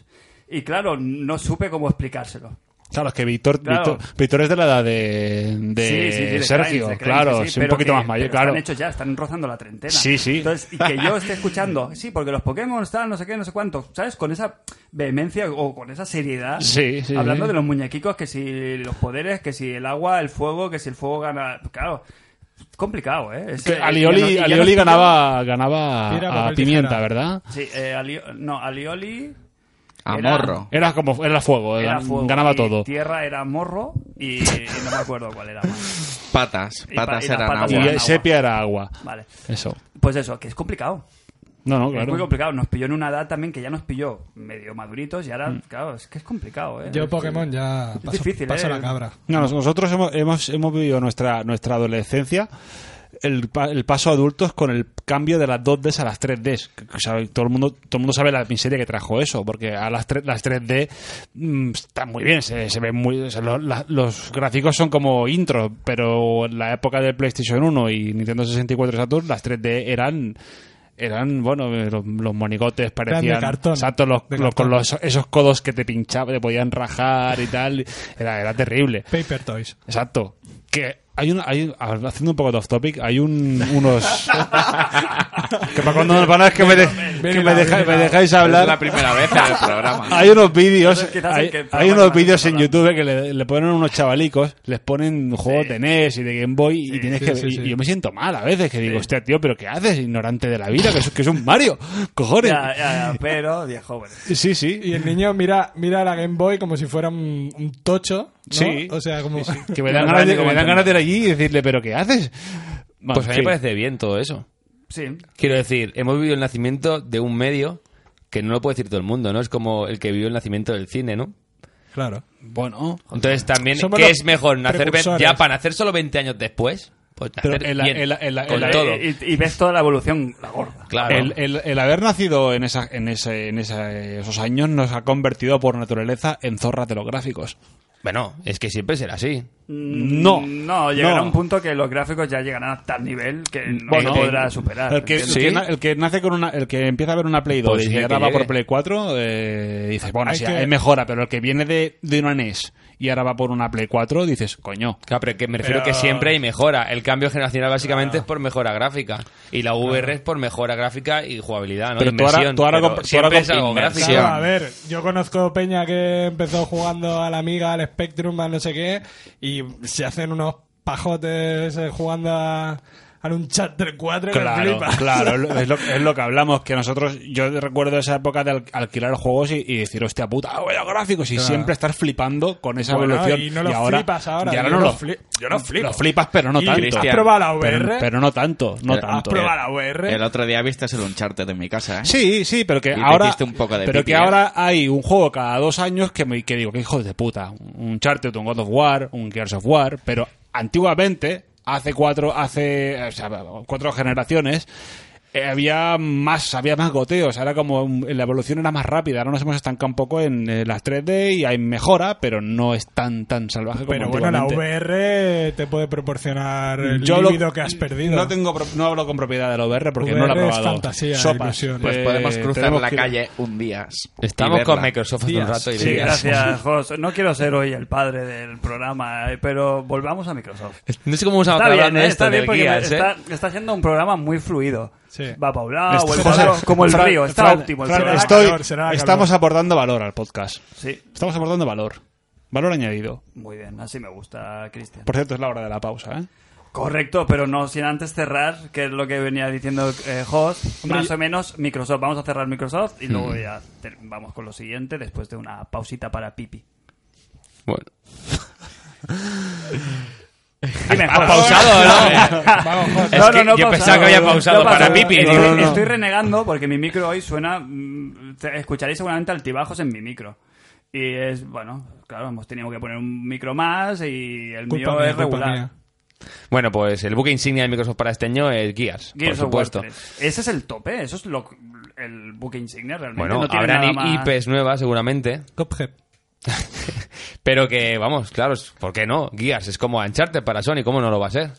S2: Y claro, no supe cómo explicárselo.
S4: Claro, es que Víctor,
S2: Claro.
S4: Víctor, Víctor es de la edad de, de
S2: Sí, sí, sí, de
S4: Sergio,
S2: Crane, de Crane,
S4: claro,
S2: sí,
S4: es
S2: sí,
S4: un
S2: pero
S4: poquito
S2: que-
S4: más mayor,
S2: pero
S4: claro.
S2: Están hechos ya, están rozando la treintena.
S4: Sí, sí.
S2: Entonces, y que yo esté escuchando, sí, porque los Pokémon están no sé qué, no sé cuánto, ¿sabes? Con esa vehemencia o con esa seriedad.
S4: Sí, sí,
S2: Hablando
S4: sí.
S2: de los muñequicos, que si los poderes, que si el agua, el fuego, que si el fuego gana. Claro, es complicado, ¿eh? Es-
S4: Que
S2: eh, y
S4: Alioli,
S2: ya no- y ya no
S4: Alioli
S2: estoy-
S4: ganaba, ganaba
S6: Piedra,
S4: a
S6: papel,
S4: pimienta,
S6: tijera.
S4: ¿verdad?
S2: Sí, eh, Alio- no, Alioli.
S3: A
S2: era- [LAUGHS]
S3: morro.
S4: Era como era fuego,
S2: Era
S4: era-
S2: fuego,
S4: ganaba
S2: y
S4: todo.
S2: Tierra era morro y, y no me acuerdo cuál era. más.
S3: Patas.
S2: Y pa-
S3: Patas
S2: y las
S3: eran
S2: patas
S4: Y
S3: agua.
S2: eran-
S4: eh, sepia era agua.
S2: Vale.
S4: Eso.
S2: Pues eso, que es complicado.
S4: No, no,
S2: Es muy
S4: claro.
S2: complicado. Nos pilló en una edad también que ya nos pilló medio maduritos y ahora, claro, es que es complicado, ¿eh?
S6: sí. Yo Pokémon ya paso,
S2: difícil,
S6: paso
S2: ¿eh?
S6: la cabra.
S4: No, nos- nosotros hemos, hemos, hemos vivido nuestra, nuestra adolescencia, el, pa- el paso a adultos con el cambio de las 2Ds a las 3Ds. Que- que sabe- todo, el mundo, todo el mundo sabe la miseria que trajo eso, porque a las, tres las 3D mm, están muy bien, se, se ven muy, o sea, lo- la- los gráficos son como intro, pero en la época del PlayStation 1 y Nintendo 64 y Saturn, las 3D eran eran, bueno, eh, los, los monigotes parecían.
S6: cartón,
S4: Exacto, los,
S6: de
S4: los- con
S6: cartón.
S4: los- esos codos que te pinchaban, te podían rajar y tal. Era, era terrible.
S6: Paper Toys.
S4: Exacto. Que hay un, hay, un- haciendo un poco de off topic, hay un, unos. que para cuando nos van a es que me, de- que me, deja- me dejáis
S3: Es la
S4: hablar.
S3: primera vez en el programa.
S4: [LAUGHS] Hay unos vídeos,
S2: Entonces, quizás
S4: hay,
S2: el que-
S4: hay
S2: bueno,
S4: unos vídeos en
S2: habla.
S4: YouTube que le, le ponen unos chavalicos, les ponen juegos de NES y de Game Boy y tienes
S6: sí,
S4: que
S6: sí,
S4: y-
S6: sí.
S4: y yo me siento mal a veces que digo, hostia, tío, pero ¿qué haces? Ignorante de la vida, que es, que es un Mario, cojones.
S2: Ya, ya, ya, pero de jóvenes.
S4: Sí, sí.
S6: Y el niño mira, mira la Game Boy como si fuera un, un tocho. ¿no?
S4: Sí.
S6: O sea, como. [LAUGHS]
S4: Que me dan,
S2: No,
S4: ganas de,
S2: no, no,
S4: me dan
S2: no.
S4: ganas de ir allí y decirle, pero ¿qué haces? Bueno,
S5: Pues a mí
S4: sí.
S5: me parece bien todo eso.
S2: Sí.
S5: Quiero decir, hemos vivido el nacimiento de un medio que no lo puede decir todo el mundo, ¿no? Es como el que vivió el nacimiento del cine, ¿no?
S6: Claro.
S4: Bueno,
S5: Entonces también,
S6: Somos
S5: ¿qué
S6: los
S5: es mejor? ¿Nacer ve-
S6: precursores.
S5: ya para nacer solo 20 años después? Pues
S4: Pero
S5: nacer
S4: en la-
S5: bien,
S4: en la- en la- en
S5: con
S4: la-
S5: todo.
S2: Y, y ves toda la evolución, la gorda.
S5: claro.
S4: El, el- el haber nacido en, esa, en, ese- en esa- esos años nos ha convertido por naturaleza en zorras de los gráficos.
S5: Bueno, es que siempre será así.
S4: No,
S2: No, llegará
S4: no.
S2: un punto que los gráficos ya llegarán a tal nivel que no
S4: Bueno,
S2: se podrá superar.
S4: El que, el,
S2: ¿entiendes?
S5: Sí.
S4: que na- el que nace con una, el que empieza a ver una Play 2
S5: Pues
S4: y
S5: sí, el
S4: ya
S5: que
S4: va por
S5: llegue.
S4: Play 4, eh, dices, bueno,
S6: Hay
S4: sí,
S6: que-
S4: hay mejora, pero el que viene de, de una NES y ahora va por una Play 4, dices, coño.
S5: Claro, pero que me refiero que siempre hay mejora. El cambio generacional básicamente es por mejora gráfica. Y la VR es por mejora gráfica y jugabilidad, ¿no?
S4: Pero tú ahora-
S5: Inmersión,
S4: tú ahora
S5: pero
S4: comp- tú ahora
S5: siempre es
S4: comp-
S5: algo
S4: inmersión.
S5: gráfico.
S6: Claro, a ver, yo conozco Peña que empezó jugando a la Amiga, al Spectrum, al no sé qué, y se hacen unos pajotes eh, jugando a, al un chat 4 que
S4: Claro,
S6: flipas.
S4: claro, es
S6: [LAUGHS]
S4: lo- es lo, es lo que hablamos, que nosotros, yo recuerdo esa época de al- alquilar juegos y, y decir, hostia puta, ah, vaya gráficos, y siempre estar flipando con esa
S6: Bueno,
S4: evolución.
S6: y no los
S4: ahora,
S6: flipas ahora,
S4: y ahora
S6: yo
S4: no
S6: los
S4: los
S6: fli- yo
S4: no
S6: los flipo.
S4: Los flipas, pero no
S6: [LAUGHS] Y-
S4: tanto.
S6: ¿Has
S5: Cristian,
S6: probado la VR?
S4: Pero, pero no tanto, no
S3: Pero-
S6: ¿Has
S4: tanto.
S6: probado la VR?
S3: El otro día viste el Uncharted de mi casa, ¿eh?
S4: Sí, sí, pero que
S3: te
S4: ahora.
S3: hiciste un poco de
S4: pero
S3: pipi,
S4: que
S3: ¿eh?
S4: ahora hay un juego cada dos años que me que digo, que hijos de puta. Un Uncharted, un God of War, un Gears of War. Pero antiguamente, hace cuatro, hace o sea, cuatro generaciones. eh, había más había más goteos ahora como mm, la evolución era más rápida ahora nos hemos estancado un poco en eh, las 3D y hay mejora pero no es tan tan salvaje como
S6: Pero bueno, la
S4: antiguamente.
S6: VR te puede proporcionar el
S4: Yo lo-
S6: líbido que has perdido.
S4: No, tengo, pro- no hablo con propiedad de la VR porque no la he
S6: VR es
S4: probado.
S6: fantasía,
S4: Sopas.
S6: ilusión.
S3: Pues
S4: Eh,
S3: podemos cruzar
S4: tenemos
S3: la
S4: que-
S3: calle un día. y
S5: Estamos con
S3: verla.
S5: Microsoft hace un rato y
S2: Sí,
S5: dirías-
S2: gracias, Jos. No quiero ser hoy el padre del programa, eh, pero volvamos a Microsoft.
S5: No sé cómo hemos
S2: Está
S5: acabado
S2: bien,
S5: hablando
S2: eh,
S5: de
S2: está
S5: esto
S2: bien
S5: del
S2: porque
S5: Gears,
S2: me-
S5: ¿eh?
S2: está, está haciendo un programa muy fluido.
S6: Sí.
S2: Va para un lado,
S4: Esto-
S2: vuelve
S4: José,
S2: para otro, como Ah, el
S4: Fran-
S2: río, está
S4: Fran-
S2: óptimo. el
S4: Fran,
S2: programa.
S4: estoy-
S6: calor, Ah, será calor.
S4: estamos aportando valor al podcast.
S2: Sí,
S4: Estamos aportando valor. Valor añadido.
S2: muy bien, así me gusta, Cristian.
S4: Por cierto, es la hora de la pausa, ¿eh?
S2: Correcto, pero no sin antes cerrar, que es lo que venía diciendo eh, Jos,
S4: Hombre,
S2: más
S4: yo-
S2: o menos Microsoft. Vamos a cerrar Microsoft y
S5: Hmm.
S2: luego ya ter- vamos con lo siguiente después de una pausita para pipi.
S5: Bueno.
S2: [LAUGHS] Dime, Jos.
S5: pausado, ¿no?
S6: Vamos,
S5: Ah, Es que yo pensaba que había pausado
S2: No
S5: para
S2: pausado.
S5: pipi.
S2: Estoy,
S5: No, no, no.
S2: estoy renegando porque mi micro hoy suena. mm, te- Escucharéis seguramente altibajos en mi micro. Y es, bueno, claro, hemos tenido que poner un micro más y el
S6: Culpa
S2: mío
S6: mía,
S2: es
S6: culpa
S2: regular.
S6: mía.
S5: [LAUGHS] Bueno, pues el buque insignia de Microsoft para este año es Gears,
S2: Gears
S5: por
S2: of War
S5: supuesto.
S2: 3. Ese es el tope, eso es lo, el buque insignia realmente.
S5: Bueno,
S2: no tiene nada
S5: habrán
S2: más.
S5: IPs nuevas seguramente,
S6: Cuphead.
S5: pero que, vamos, claro, es- ¿por qué no? Gears es como Uncharted para Sony, ¿cómo no lo va a ser?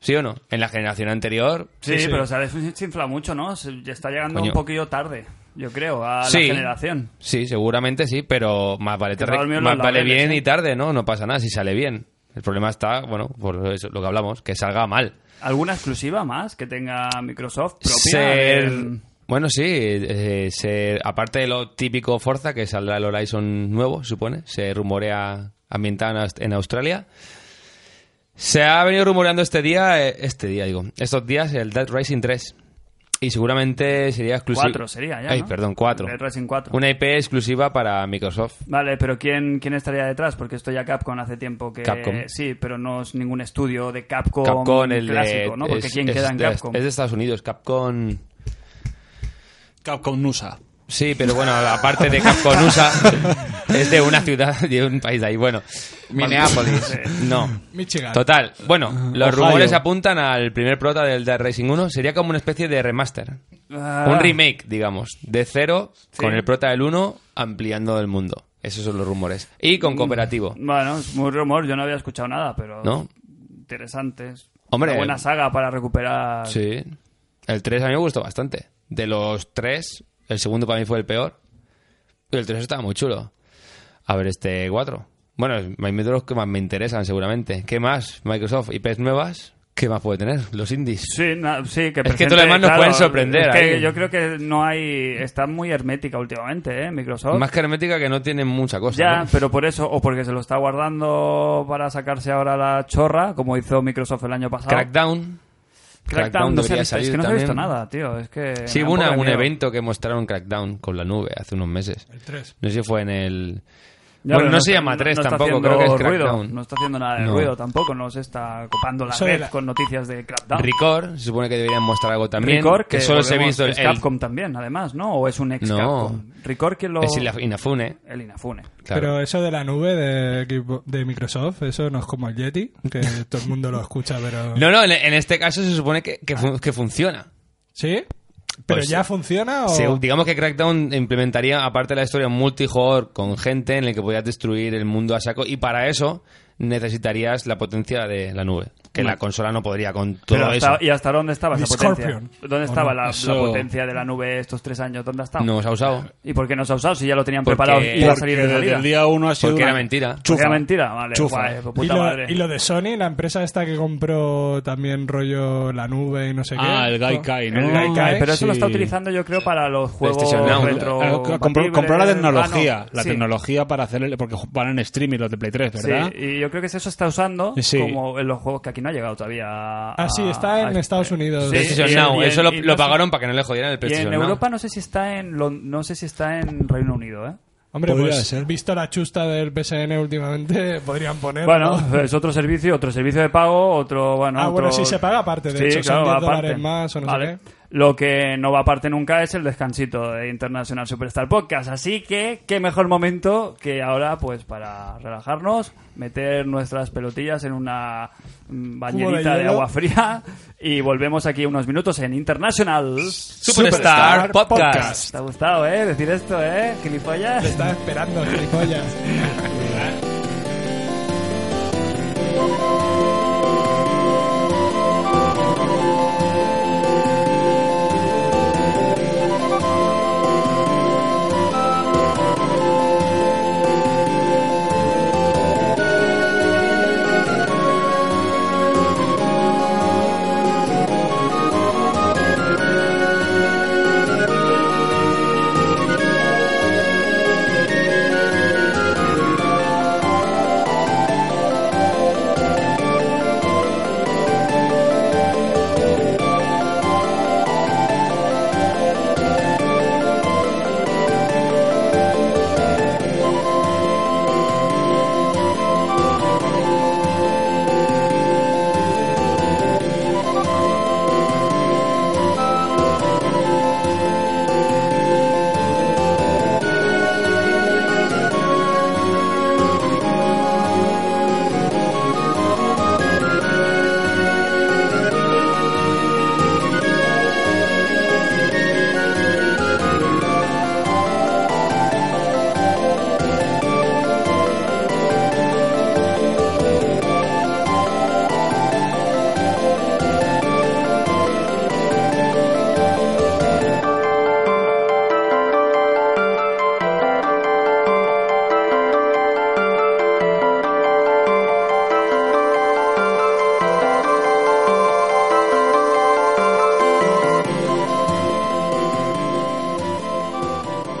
S5: ¿Sí o no? En la generación anterior...
S2: Sí, pero se ha desinflado mucho, ¿no? Se- ya está llegando
S5: Coño.
S2: un poquillo tarde, yo creo, a
S5: Sí.
S2: la generación.
S5: Sí, seguramente sí, pero más vale,
S2: Que
S5: tarde-
S2: dormió en
S5: más
S2: los
S5: vale
S2: laureles,
S5: bien
S2: ¿eh?
S5: y tarde, ¿no? No pasa nada si sale bien. El problema está, bueno, por eso, lo que hablamos, que salga mal.
S2: ¿Alguna exclusiva más que tenga Microsoft propia?
S5: ser
S2: del-
S5: bueno sí eh, ser aparte de lo típico Forza que saldrá el Horizon nuevo supone se rumorea ambientada en Aust- en Australia se ha venido rumoreando este día eh, este día digo estos días el Dead Racing 3 y seguramente sería exclusivo
S2: Cuatro sería ya,
S5: ay
S2: ¿no?
S5: perdón 4
S2: Dead Rising 4.
S5: una IP exclusiva para Microsoft
S2: Vale, pero ¿quién, ¿quién estaría detrás? Porque esto ya Capcom hace tiempo que...
S5: Capcom.
S2: Sí, pero no es ningún estudio de Capcom,
S5: Capcom el de-
S2: clásico, ¿no? Porque
S5: es-
S2: ¿quién
S5: es
S2: queda en
S5: de-
S2: Capcom?
S5: es de Estados Unidos Capcom
S4: Capcom Nusa.
S5: Sí, pero bueno, aparte de Capcom USA, es de una ciudad, de un país de ahí. Bueno,
S3: Minneapolis.
S5: [LAUGHS] no.
S6: Michigan.
S5: Total, bueno, los
S4: Ohio.
S5: rumores apuntan al primer prota del Dead Racing 1. Sería como una especie de remaster.
S2: Ah,
S5: Un remake, digamos, de cero,
S2: Sí.
S5: con el prota del 1, ampliando el mundo. Esos son los rumores. Y con cooperativo.
S2: Bueno, es muy rumor, yo no había escuchado nada, pero...
S5: ¿No?
S2: Interesantes.
S5: Hombre,
S2: Una buena saga para recuperar
S5: Sí. El 3 a mí me gustó bastante. De los 3, el segundo para mí fue el peor. Y el 3 estaba muy chulo. A ver, este 4. Bueno, es- a mí es de los que más me interesan, seguramente. ¿Qué más? Microsoft, IPs nuevas. ¿Qué más puede tener? Los indies.
S2: Sí, na- sí, que
S5: Es que
S2: presente-
S5: todo lo demás nos
S2: claro,
S5: pueden sorprender
S2: es que
S5: ahí.
S2: yo creo que no hay. Está muy hermética últimamente, ¿eh? Microsoft.
S5: Más que hermética que no tienen mucha cosa.
S2: ya,
S5: ¿no?
S2: pero por eso, o porque se lo está guardando para sacarse ahora la chorra, como hizo Microsoft el año pasado.
S5: Crackdown.
S2: Crackdown, no se ha
S5: debería
S2: visto, es
S5: salir
S2: que no se ha
S5: también.
S2: visto nada, tío. Es que
S5: Sí,
S2: me da
S5: hubo
S2: un
S5: una-
S2: poco de
S5: un
S2: miedo.
S5: evento que mostraron Crackdown con la nube hace unos meses.
S6: El 3.
S5: No sé si fue en el...
S2: Ya,
S5: bueno,
S2: pero
S5: Pues no, se
S2: está-
S5: llama 3
S2: está
S5: tampoco,
S2: haciendo
S5: creo que es
S2: ruido,
S5: Crackdown.
S2: No está haciendo nada de
S5: No.
S2: ruido tampoco, no se está copando la
S6: Soy
S2: red
S6: la-
S2: con noticias de Crackdown.
S5: Record, se supone que deberían mostrar algo también.
S2: Record,
S5: que, solo se ha
S2: volvemos,
S5: visto el,
S2: es Capcom también, además, ¿no? O es un ex
S5: No.
S2: Capcom. Record que lo...
S5: es Ila- Inafune,
S2: El Inafune.
S5: claro.
S6: Pero eso de la nube de, equipo- de Microsoft, eso no es como el Yeti,
S4: [LAUGHS]
S6: que todo el mundo lo escucha, pero...
S5: No, no, en, en este caso se supone que, que, fun- que funciona.
S6: ¿Sí? ¿Pero
S5: Pues,
S6: ya funciona o...?
S5: Se- digamos que Crackdown implementaría, aparte de la historia, un multijugador con gente en el que podías destruir el mundo a saco y para eso necesitarías la potencia de la nube, que la consola no podría con todo
S2: Pero
S5: eso.
S2: hasta- ¿Y hasta dónde estaba esa
S6: Ni
S2: potencia?
S6: Scorpion. ¿O
S2: ¿Dónde estaba
S6: no?
S2: la, la
S4: Eso-
S2: potencia de la nube estos tres años? ¿Dónde estaba?
S5: No se ha usado.
S2: ¿Y por qué no se ha usado si ya lo tenían
S5: Porque-
S2: preparado y iba a salir de
S4: Porque desde
S2: salida?
S4: el día uno ha sido
S5: Porque
S4: una
S5: era mentira.
S2: ¿Porque era
S4: chufa.
S2: mentira? Vale,
S4: Chufa.
S2: guay, pues
S6: ¿Y
S2: puta
S6: lo,
S2: madre.
S6: y lo de Sony, la empresa esta que compró también rollo la nube y no sé qué.
S4: Ah, el Gaikai, ¿no?
S2: El Gaikai, eh, pero eso lo está
S4: Sí.
S2: utilizando yo creo para los juegos
S5: PlayStation Este Now, ¿no?
S2: retro.
S4: Ah, compró- compró, la tecnología, la tecnología para hacerle porque van en streaming los de Play 3, ¿verdad?
S2: Sí, y yo creo que eso está usando
S4: Sí.
S2: como en los juegos que aquí no ha llegado todavía. a-
S6: Ah, sí, está en
S2: a-
S6: Estados Unidos.
S2: Sí,
S5: PlayStation
S2: y en-
S5: Now,
S2: y en-
S5: eso lo,
S2: y
S5: lo
S2: no sé-
S5: pagaron para que no le jodieran el
S2: Y
S5: PlayStation
S2: en
S5: Now.
S2: Europa no sé si está en Lon- no sé si está en Reino Unido, ¿eh?
S6: Hombre,
S4: Podría
S6: pues
S4: ser.
S6: visto la chusta del PSN últimamente, [LAUGHS] podrían poner...
S2: Bueno,
S6: Eh, ¿no?
S2: es otro servicio, otro servicio de pago, otro, bueno,
S6: Ah, bueno,
S2: otro-
S6: sí se paga aparte, de hecho, son 10 dólares más o no sé qué.
S2: Lo que no va aparte nunca es el descansito de International Superstar Podcast, así que qué mejor momento que ahora pues para relajarnos, meter nuestras pelotillas en una mm, bañerita
S6: Cubo de
S2: de
S6: hielo.
S2: agua fría y volvemos aquí unos minutos en International.
S5: Superstar,
S6: Superstar
S5: Podcast.
S6: Podcast.
S2: ¿Te ha gustado, eh? Decir esto, eh,
S6: Te
S2: gilipollas.
S6: estaba esperando,
S2: [LAUGHS]
S6: gilipollas.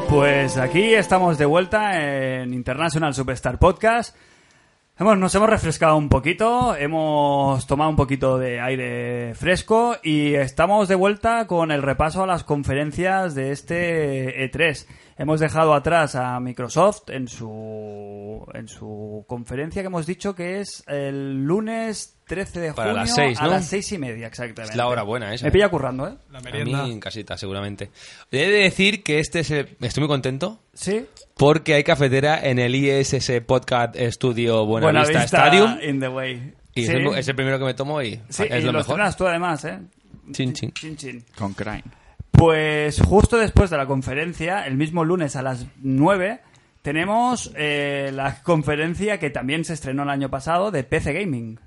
S2: Pues aquí estamos de vuelta en International Superstar Podcast. Hemos- nos hemos refrescado un poquito, hemos tomado un poquito de aire fresco y estamos de vuelta con el repaso a las conferencias de este E3. Hemos dejado atrás a Microsoft en su, en su conferencia que hemos dicho que es el lunes 13 de
S5: Para
S2: junio
S5: las seis,
S2: a
S5: ¿no?
S2: las seis y media exactamente.
S5: Es la hora buena esa.
S2: Me pilla currando, ¿eh?
S6: La
S5: A mí
S6: merienda.
S5: en casita, seguramente. He de decir que este es el- Estoy muy contento
S2: Sí.
S5: porque hay cafetera en el ISS Podcast Studio Buenavista
S2: Buenavista
S5: Stadium.
S2: in the way.
S5: Y
S2: Sí.
S5: es, el, es el primero que me tomo y
S2: Sí,
S5: es
S2: y
S5: lo
S2: los
S5: mejor.
S2: estrenas tú además, ¿eh?
S5: Chin, chin.
S2: Chin, chin.
S3: Con Crane.
S2: Pues justo después de la conferencia, el mismo lunes a las 9, tenemos eh, la conferencia que también se estrenó el año pasado de PC Gaming.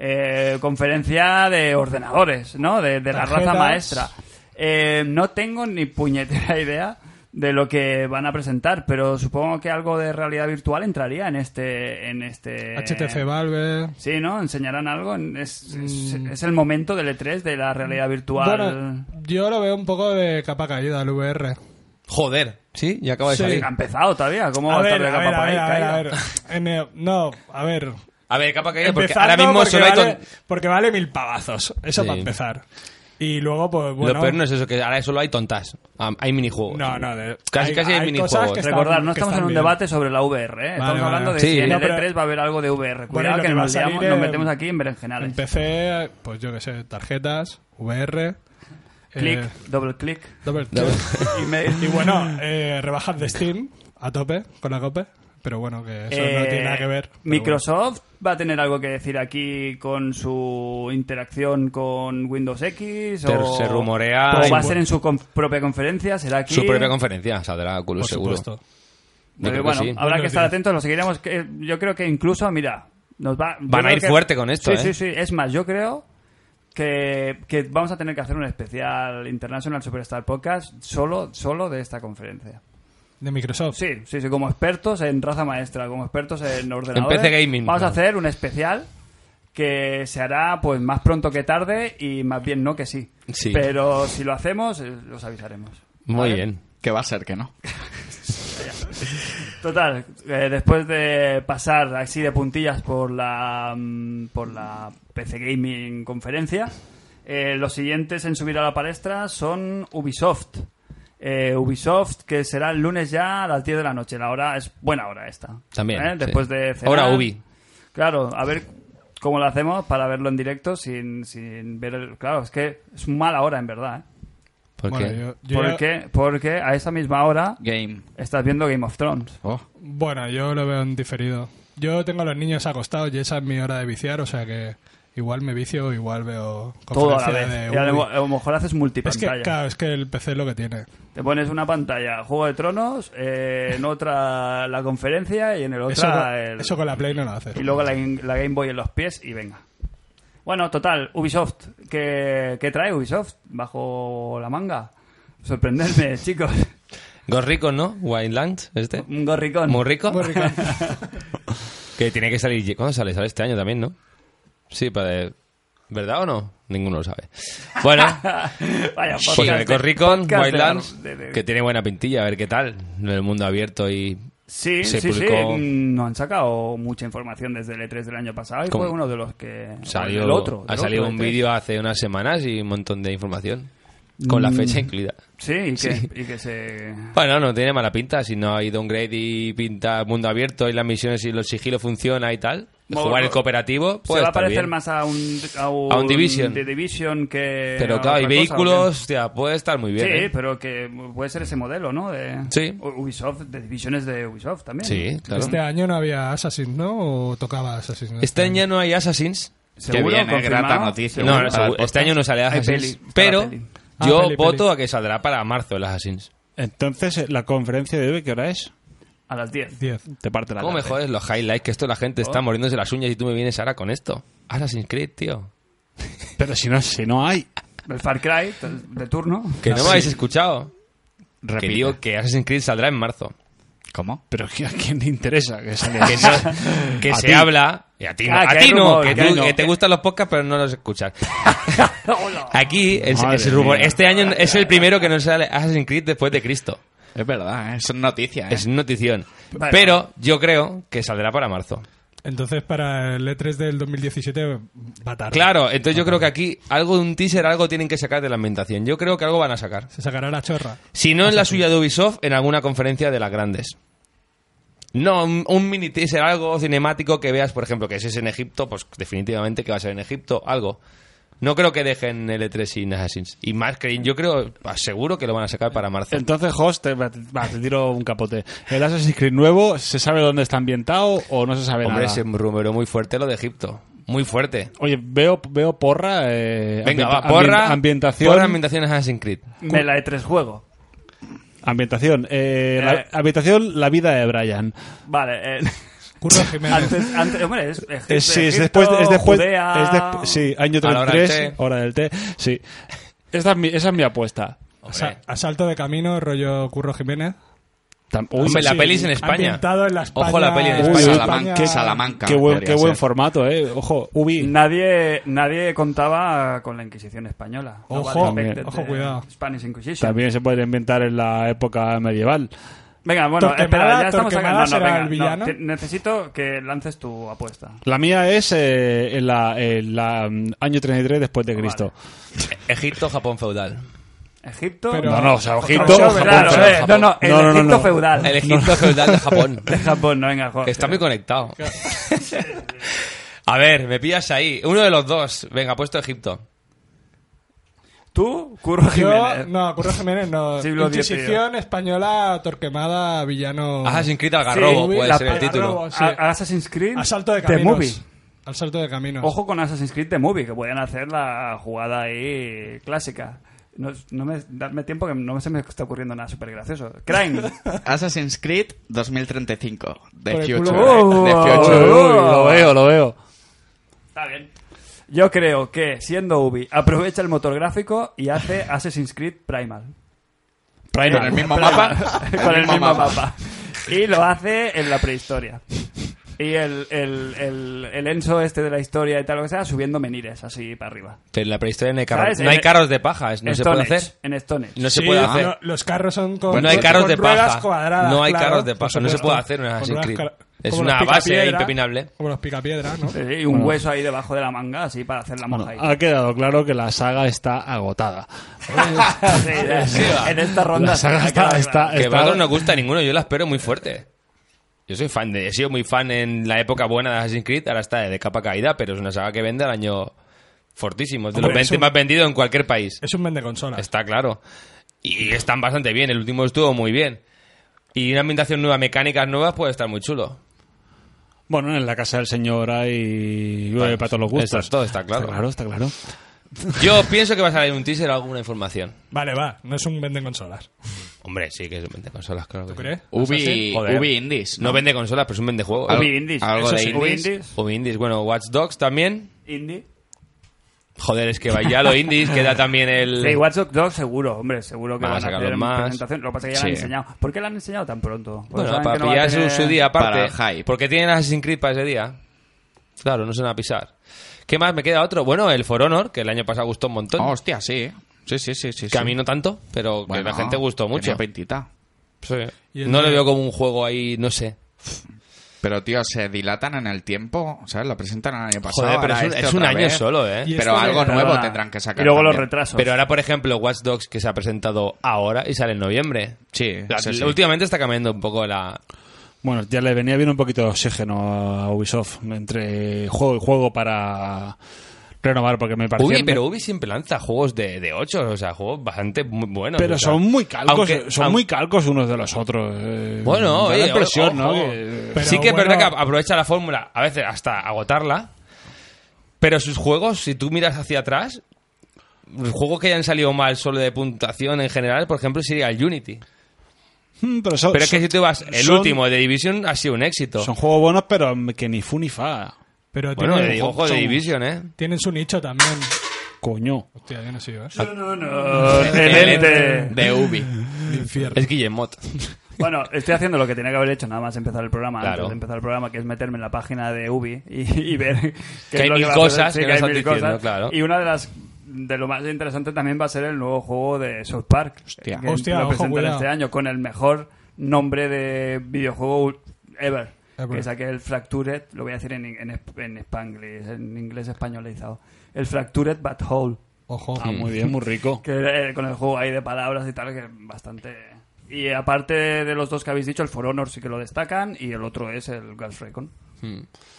S2: eh, conferencia de ordenadores, ¿no? De, de la raza
S6: Tarjetas.
S2: maestra. Eh, no tengo ni puñetera idea de lo que van a presentar, pero supongo que algo de realidad virtual entraría en este... En este
S6: HTC Valve.
S2: Sí, ¿no? ¿Enseñarán algo? Es, es- es el momento del E3 de la realidad virtual.
S6: Mm. Bueno, yo lo veo un poco de capa caída el VR.
S5: Joder, sí, ya acaba de
S6: Sí.
S5: salir.
S2: Ha empezado todavía. ¿Cómo va
S6: A
S2: a estar
S6: ver,
S2: de
S6: a ver,
S2: capa
S6: a ver,
S2: caída?
S6: a ver, a ver. En el- no, a ver.
S5: A ver, capa caída, Eh, porque
S6: Empezando
S5: ahora mismo
S6: porque
S5: solo hay
S6: vale,
S5: ton-
S6: porque vale mil pavazos. Eso
S5: Sí.
S6: para empezar. Y luego, pues bueno.
S5: Lo peor no es eso, que ahora solo hay tontas. Am- Hay minijuegos.
S6: No, no, de-
S5: Casi- casi hay minijuegos.
S6: cosas que están-
S2: Recordar, no
S6: que
S2: estamos en
S6: están
S2: un
S6: bien.
S2: debate sobre la VR, ¿eh? estamos
S6: vale.
S2: hablando de
S5: Sí.
S2: si en el
S6: No, pero-
S2: E3 va a haber algo de VR.
S6: Bueno,
S2: Cuidado
S6: lo
S2: que,
S6: que va a
S2: nos,
S6: salir,
S2: liamos- nos
S6: eh,
S2: metemos aquí en berenjenales.
S6: Empecé, pues yo qué sé, tarjetas, eh, VR.
S2: Clic,
S6: eh,
S2: doble clic.
S6: double click.
S2: Email.
S6: [LAUGHS] Y bueno, eh, rebajas de Steam a tope con la COPE. Pero bueno, que eso no
S2: Eh,
S6: tiene nada que ver. pero
S2: Microsoft va a tener algo que decir aquí con su interacción con Windows X.
S5: Ter-
S2: o,
S5: se rumorea
S2: O
S5: en-
S2: va a ser en su con- propia conferencia, será aquí.
S5: Su propia conferencia saldrá Oculus
S6: bueno, por
S5: Pues seguro.
S6: supuesto.
S5: Yo
S2: Eh,
S5: creo que
S2: bueno,
S5: sí.
S2: habrá que estar
S6: Windows
S2: atentos, lo seguiremos. que- eh, yo creo que incluso, mira, nos va, yo
S5: Van a
S2: creo
S5: ir
S2: que-
S5: fuerte con esto,
S2: Sí,
S5: ¿eh?
S2: sí, sí. Es más, yo creo que, que vamos a tener que hacer un especial International Superstar Podcast solo, solo de esta conferencia.
S6: De Microsoft.
S2: Sí, sí, sí, como expertos en raza maestra, como expertos en ordenadores.
S5: PC gaming,
S2: Vamos a
S5: claro.
S2: hacer un especial que se hará pues más pronto que tarde y más bien no que sí.
S5: Sí.
S2: Pero si lo hacemos, eh, los avisaremos.
S5: Muy bien.
S3: Que va a ser que no.
S2: Total, eh, después de pasar así de puntillas por la, mm, por la PC Gaming conferencia, eh, los siguientes en subir a la palestra son Ubisoft. Eh, Ubisoft, que será el lunes ya a las 10 de la noche. La hora es buena hora esta.
S5: También,
S2: ¿eh?
S5: sí.
S2: Después de cenar.
S5: Hora Ubi.
S2: Claro, a ver cómo lo hacemos para verlo en directo sin, sin ver el... Claro, es que es mala hora en verdad. ¿eh?
S5: Porque
S6: Bueno, yo, yo
S2: ¿Por
S6: ya-
S2: qué? Porque a esa misma hora
S3: Game.
S2: estás viendo Game of Thrones.
S3: Oh.
S6: Bueno, yo lo veo en diferido. Yo tengo a los niños acostados y esa es mi hora de viciar, o sea que igual me vicio, igual veo
S2: todo a la
S6: conferencia
S2: vez.
S6: de
S2: Y a, lo,
S6: Ubi.
S2: a lo mejor haces
S6: Es que,
S2: multipantalla.
S6: claro, es que el PC es lo que tiene.
S2: Te pones una pantalla, Juego de Tronos, eh, en otra la conferencia y en el
S6: Eso,
S2: otra el-
S6: eso con la Play no lo haces.
S2: y luego la, la Game Boy en los pies y venga. Bueno, total, Ubisoft. ¿Qué, qué trae Ubisoft bajo la manga? Sorprenderme, [LAUGHS] chicos.
S5: Gorrico, ¿no? Wildlands, este.
S2: Un gorricón.
S5: Muy rico.
S6: Muy rico.
S5: [LAUGHS] que tiene que salir. ¿Cuándo sale? Sale este año también, ¿no? Sí, para. ¿Verdad o no? Ninguno lo sabe.
S2: [LAUGHS]
S5: Bueno,
S2: Vaya, podcast
S5: pues
S2: de-
S5: el Gorricon,
S2: podcast de-
S5: Wildlands,
S2: de- de-
S5: que tiene buena pintilla, a ver qué tal. El mundo abierto y.
S2: Sí,
S5: se
S2: sí,
S5: publicó-
S2: sí. Mm, No han sacado mucha información desde el E3 del año pasado y
S5: ¿Cómo?
S2: fue uno de los que...
S5: Salió,
S2: el otro.
S5: ha
S2: el E
S5: salido
S2: otro este
S5: un
S2: E3.
S5: vídeo hace unas semanas y un montón de información. Con
S2: Mm.
S5: la fecha incluida.
S2: Sí, y que,
S5: Sí.
S2: y que se...
S5: Bueno, no tiene mala pinta. Si no hay downgrade y pinta mundo abierto y las misiones y los sigilos funciona y tal.
S2: Bueno,
S5: jugar el cooperativo,
S2: se
S5: pues.
S2: va a parecer más a un, a un,
S5: A un Division.
S2: de Division que...
S5: Pero
S2: a
S5: claro, hay
S2: otra cosa,
S5: vehículos, hostia, puede estar muy
S2: ¿o qué?
S5: bien.
S2: Sí, este
S5: ¿eh?
S2: pero que puede ser ese modelo, ¿no? De
S5: Sí.
S2: U- Ubisoft, de divisiones de Ubisoft también.
S5: Sí, claro.
S6: Este año no había Assassin, ¿no? ¿O tocaba Assassin?
S5: Este año no hay Assassins.
S2: ¿Seguro?
S3: Que viene,
S2: ¿Confirmado?
S3: grata noticia.
S5: No,
S3: Seguro.
S5: no,
S3: Para el
S5: seguro. este año no sale
S2: Hay
S5: Assassins.
S2: peli, está la
S5: pero
S2: peli.
S6: Ah,
S5: yo
S6: peli,
S5: voto
S6: peli.
S5: a que saldrá para marzo el Assassins.
S4: Entonces, eh, la conferencia de hoy, ¿qué hora es?
S2: A las 10.
S6: 10.
S4: Te parte la
S5: ¿Cómo me
S4: tarde.
S5: jodes los highlights? Que esto la gente está muriéndose las uñas y tú me vienes ahora con esto. Assassin's Creed, tío.
S4: Pero si no, si no hay.
S2: El Far Cry t- de
S6: [LAUGHS]
S2: turno.
S5: Que no me
S4: Sí.
S5: habéis escuchado. Que
S3: Repite.
S5: digo que Assassin's Creed saldrá en marzo.
S3: ¿Cómo?
S4: Pero ¿a quién le interesa que salga?
S5: Que, no- que
S4: A
S5: se
S4: ti.
S5: habla. y a ti no.
S2: Ah,
S5: a
S2: que
S5: ti
S2: hay
S5: no,
S2: rumor,
S5: que,
S2: que
S5: tú-
S2: no.
S5: que te gustan los podcasts, pero no los escuchas.
S2: Hola.
S5: Aquí, el,
S4: Madre
S5: ese rumor.
S4: mía.
S5: Este año es el primero que no sale Assassin's Creed después de Cristo.
S3: Es verdad, ¿eh? son noticias. ¿eh?
S5: Es notición.
S2: Vale.
S5: Pero yo creo que saldrá para marzo.
S6: Entonces, para el E3 del 2017 va tarde.
S5: Claro, entonces yo creo que aquí algo de un teaser, algo tienen que sacar de la ambientación. Yo creo que algo van a sacar.
S6: Se sacará la chorra.
S5: Si no en la suya de Ubisoft, en alguna conferencia de las grandes. No, un, un mini teaser, algo cinemático que veas, por ejemplo, que si es en Egipto, pues definitivamente que va a ser en Egipto, algo. No creo que dejen el E3 sin Assassin's. Y más que yo creo, aseguro que lo van a sacar para marzo.
S4: Entonces, host, te, va, te tiro un capote. ¿El Assassin's Creed nuevo se sabe dónde está ambientado o no se sabe
S5: Hombre,
S4: nada?
S5: se rumoró muy fuerte lo de Egipto. Muy fuerte.
S4: Oye, veo, veo porra. eh,
S5: Venga,
S4: ambienta-
S5: va, porra.
S4: ambien- ambientación.
S5: Porra, ambientación Assassin's Creed.
S2: Me la E3 juego.
S4: Ambientación. eh, la-
S2: Eh.
S4: ambientación, la vida de Brian.
S2: Vale, eh,
S5: [LAUGHS]
S6: Curro Jiménez.
S2: Antes, antes, hombre, es, es,
S4: Es, Eh, sí, es
S2: Egipto,
S4: después, es después,
S2: Judea,
S4: es despu- sí, año
S5: A la hora del
S4: 33,
S5: té.
S4: hora del té, sí. Esa es mi, esa es mi apuesta.
S6: Asa- asalto de camino, rollo Curro Jiménez.
S4: Tam- uy,
S5: Hombre, la peli es en España.
S6: Ambientado en la España.
S5: Ojo la peli en
S6: en
S5: España.
S3: Salamanca, Salamanca.
S4: qué buen,
S3: podría
S4: qué buen
S3: ser.
S4: formato, eh. Ojo, Ubi.
S2: Nadie, nadie contaba con la Inquisición española.
S6: Ojo,
S2: Nobody expected
S6: ojo,
S2: the
S6: cuidado.
S2: Spanish Inquisition.
S4: También se puede inventar en la época medieval.
S2: Venga, bueno,
S6: Torquemada-
S2: espera, ya estamos
S6: Torquemada
S2: acabando. No,
S6: será
S2: venga,
S6: el
S2: no,
S6: villano.
S2: te- necesito que lances tu apuesta.
S4: La mía es eh, en la, en la, mm, año 33 después
S2: Ah,
S4: de Cristo.
S5: Egipto, Japón feudal.
S2: Egipto.
S6: Pero-
S4: No, no, o sea, Egipto,
S2: Claro,
S4: Japón,
S2: claro,
S4: Japón.
S2: eh, No, no, el
S4: No, no, no,
S2: Egipto
S4: no.
S6: Ah,
S2: feudal. [LAUGHS]
S5: El Egipto feudal de
S6: [LAUGHS]
S5: Japón.
S2: de Japón, no, venga, joder.
S5: Que está muy conectado. A ver, me pillas ahí. Uno de los dos. Venga, puesto Egipto.
S2: Tú, Curro
S6: Yo,
S2: Jiménez.
S6: no, Curro Jiménez no.
S2: Siglo
S6: Inquisición española, Torquemada, villano.
S5: Assassin's Creed Algarrobo
S6: Sí,
S5: puede
S6: la
S5: ser el
S6: pala-
S5: título.
S6: Algarrobo, sí.
S2: A- Assassin's Creed.
S6: Asalto de
S2: The
S6: caminos.
S2: Movie.
S6: Al salto de caminos.
S2: Ojo con Assassin's Creed The Movie, que pueden hacer la jugada ahí clásica. No, no me, darme tiempo que no se me está ocurriendo nada súper gracioso. Crime.
S3: Assassin's Creed 2035. The
S6: Por el
S3: Future.
S2: culo. Oh.
S3: The
S4: Uy,
S3: Future.
S4: lo veo, lo veo.
S2: Está bien. Yo creo que, siendo Ubi, aprovecha el motor gráfico y hace Assassin's Creed Primal.
S3: Con el mismo mapa. [LAUGHS]
S2: Con el mismo mapa. Y lo hace en la prehistoria. Y el, el, el, el Enzo este de la historia y tal, lo que sea, subiendo menires así para arriba.
S5: Pero en la prehistoria no hay carros,
S2: ¿Sabes?
S5: no hay
S2: En-
S5: carros de paja. es- No se
S2: Stone
S5: puede
S2: Age,
S5: hacer.
S2: En Stone Age.
S5: No se
S6: Sí, ah,
S5: puede hacer.
S6: no, los carros son con.
S5: Pues no hay carros
S6: con
S5: de
S6: ruedas
S5: paja.
S6: cuadradas,
S5: No hay
S6: claro,
S5: carros de
S6: por
S5: paja, no se
S6: supuesto.
S5: puede hacer un
S6: Con
S5: Assassin's
S6: ruedas
S5: Creed.
S6: ca-
S5: Es
S6: como
S5: una
S6: los
S5: base
S6: picapiedra,
S5: impenetrable.
S6: Como los picapiedras, ¿no?
S2: Sí, y un hueso ahí debajo de la manga, así para hacer la
S4: Bueno,
S2: moja ahí.
S4: ha quedado claro que la saga está agotada.
S2: [LAUGHS] Sí, ya, en esta ronda.
S4: La saga
S2: sí,
S4: está,
S2: claro,
S4: está,
S5: Que
S4: está-
S5: Battle no gusta a ninguno, yo la espero muy fuerte. Yo soy fan de, he sido muy fan en la época buena de Assassin's Creed, ahora está de capa caída, pero es una saga que vende al año fortísimo, es de los
S6: Hombre, es
S5: 20
S6: un-
S5: más vendidos en cualquier país.
S6: Es un vende consola.
S5: Está claro. Y están bastante bien, el último estuvo muy bien. Y una ambientación nueva, mecánicas nuevas, puede estar muy chulo.
S4: Bueno, en la casa del señor hay eh, para todos los gustos.
S5: Eso es todo, está claro.
S4: Está claro, está claro.
S3: [LAUGHS]
S5: Yo pienso que va a salir un teaser o alguna información.
S6: Vale, va. No es un vende consolas.
S5: Hombre, sí que es un vende consolas, claro. que
S6: ¿Tú
S5: sí.
S6: crees?
S3: Ubi,
S5: Joder.
S3: Ubi Indies.
S5: No vende consolas, pero es un vende juego.
S2: Ubi Indies.
S3: algo
S2: Eso
S3: de
S2: sí, Ubi
S3: indies.
S5: Ubi Indies. Bueno, Watch Dogs también.
S2: Indie.
S5: Joder, es que vaya lo indies,
S2: [LAUGHS]
S5: queda también el...
S2: Sí, Watch Dogs 2 seguro, hombre, seguro que
S5: Van a
S2: van a
S5: sacar
S2: hacer
S5: más.
S2: presentación. Lo que pasa es que ya la han
S5: Sí.
S2: enseñado. ¿Por qué la han enseñado tan pronto? Porque
S5: Bueno,
S2: saben
S5: para
S2: que no va a
S5: pillar su-
S2: tener-
S5: su día aparte.
S3: Para el hype.
S5: Porque tienen Assassin's Creed para ese día. Claro, no se van a pisar. ¿Qué más? Me queda otro. Bueno, el For Honor, que el año pasado gustó un montón.
S3: Oh, hostia, sí. Sí, sí, sí. sí
S5: que a mí no tanto, pero
S3: Bueno,
S5: que la gente gustó mucho.
S3: tenía pintita.
S5: Sí.
S6: Y el
S5: No
S6: de-
S5: le veo como un juego ahí, no sé.
S3: Pero, tío, se dilatan en el tiempo. ¿Sabes? Lo presentan el año pasado.
S5: Joder, pero
S3: ahora
S5: es un,
S3: este
S5: es un
S3: otra
S5: año
S3: vez.
S5: solo, ¿eh?
S6: Y
S3: Pero
S6: esto de-
S3: algo nuevo
S2: Perdona.
S3: tendrán que sacar.
S2: Y luego los
S3: también.
S2: retrasos.
S5: Pero ahora, por ejemplo, Watch Dogs, que se ha presentado ahora y sale en noviembre.
S3: Sí,
S5: La-
S3: sí, sí.
S5: Últimamente está cambiando un poco la...
S4: Bueno, ya le venía bien un poquito de oxígeno a Ubisoft entre juego y juego para renovar, porque me parecía.
S5: Ubi, pero Ubi siempre lanza juegos de, de 8, o sea, juegos bastante muy buenos.
S4: Pero
S5: o sea.
S4: son muy calcos,
S5: Aunque-
S4: son
S5: aun-
S4: muy calcos unos de los otros. eh,
S5: Bueno,
S4: da
S5: oye,
S4: la impresión, ¿no?
S5: ojo.
S4: Que- [LAUGHS]
S6: Pero
S5: sí que
S6: bueno-
S5: es verdad que ap- aprovecha la fórmula, a veces hasta agotarla. Pero sus juegos, si tú miras hacia atrás, los juegos que hayan salido mal solo de puntuación en general, por ejemplo, sería el Unity.
S4: Mm, pero son-
S5: Pero es que
S4: son-
S5: si tú vas, el
S4: son-
S5: último de Division ha sido un éxito.
S4: Son juegos buenos, pero que ni fu ni fa.
S6: Pero
S5: bueno,
S6: tienen,
S5: de, ojo de
S4: son-
S5: Division, ¿eh.
S6: tienen su nicho también.
S4: Coño.
S6: Hostia, yo no sé yo, ¿eh?
S5: Ah.
S2: No, no, excelente.
S3: De Ubi.
S6: Infierno.
S5: Es Guillemot.
S2: Bueno, estoy haciendo lo que tenía que haber hecho nada más empezar el programa.
S5: Claro.
S2: Antes de empezar el programa, que es meterme en la página de Ubi y, y ver
S5: Que hay
S2: es lo
S5: mil
S2: va a hacer.
S5: cosas
S2: Sí,
S5: que
S2: que
S5: no
S2: hay
S5: están
S2: mil
S5: diciendo,
S2: cosas.
S5: claro.
S2: Y una de las de lo más interesante también va a ser el nuevo juego de South Park.
S3: Hostia.
S2: que
S6: Hostia,
S2: lo
S6: ojo,
S2: presentan
S6: cuidado.
S2: este año con el mejor nombre de videojuego ever.
S6: Ever.
S2: Que es aquel Fractured, lo voy a decir en, en, en Spanglish, en inglés españolizado. El Fractured But Whole
S6: Ojo.
S4: Ah, muy bien, muy rico.
S2: que eh, con el juego ahí de palabras y tal, que bastante... Y aparte de los dos que habéis dicho, el For Honor sí que lo destacan y el otro es el Ghost Recon.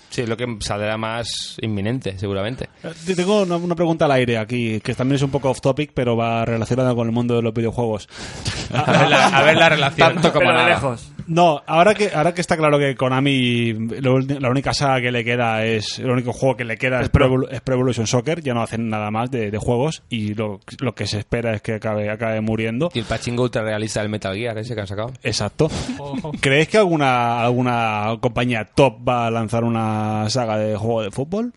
S5: Sí, es lo que saldrá más inminente, seguramente.
S4: Eh, [LAUGHS] te- Tengo una, una pregunta al aire aquí, que también es un poco off topic, pero va relacionada con el mundo de los videojuegos.
S5: A ver la, a ver la relación.
S2: Tanto como de lejos.
S4: No, ahora que, ahora que está claro que Konami, lo ul- la única saga que le queda es, el único juego que le queda es Pro, Evol- es Pro Evolution Soccer, ya no hacen nada más de, de juegos y lo, lo que se espera es que acabe, acabe muriendo.
S5: Y el pachingo ultra realista del Metal Gear ese que han sacado.
S4: Exacto. ¿Creéis que alguna, alguna compañía top va a lanzar una saga de juego de fútbol?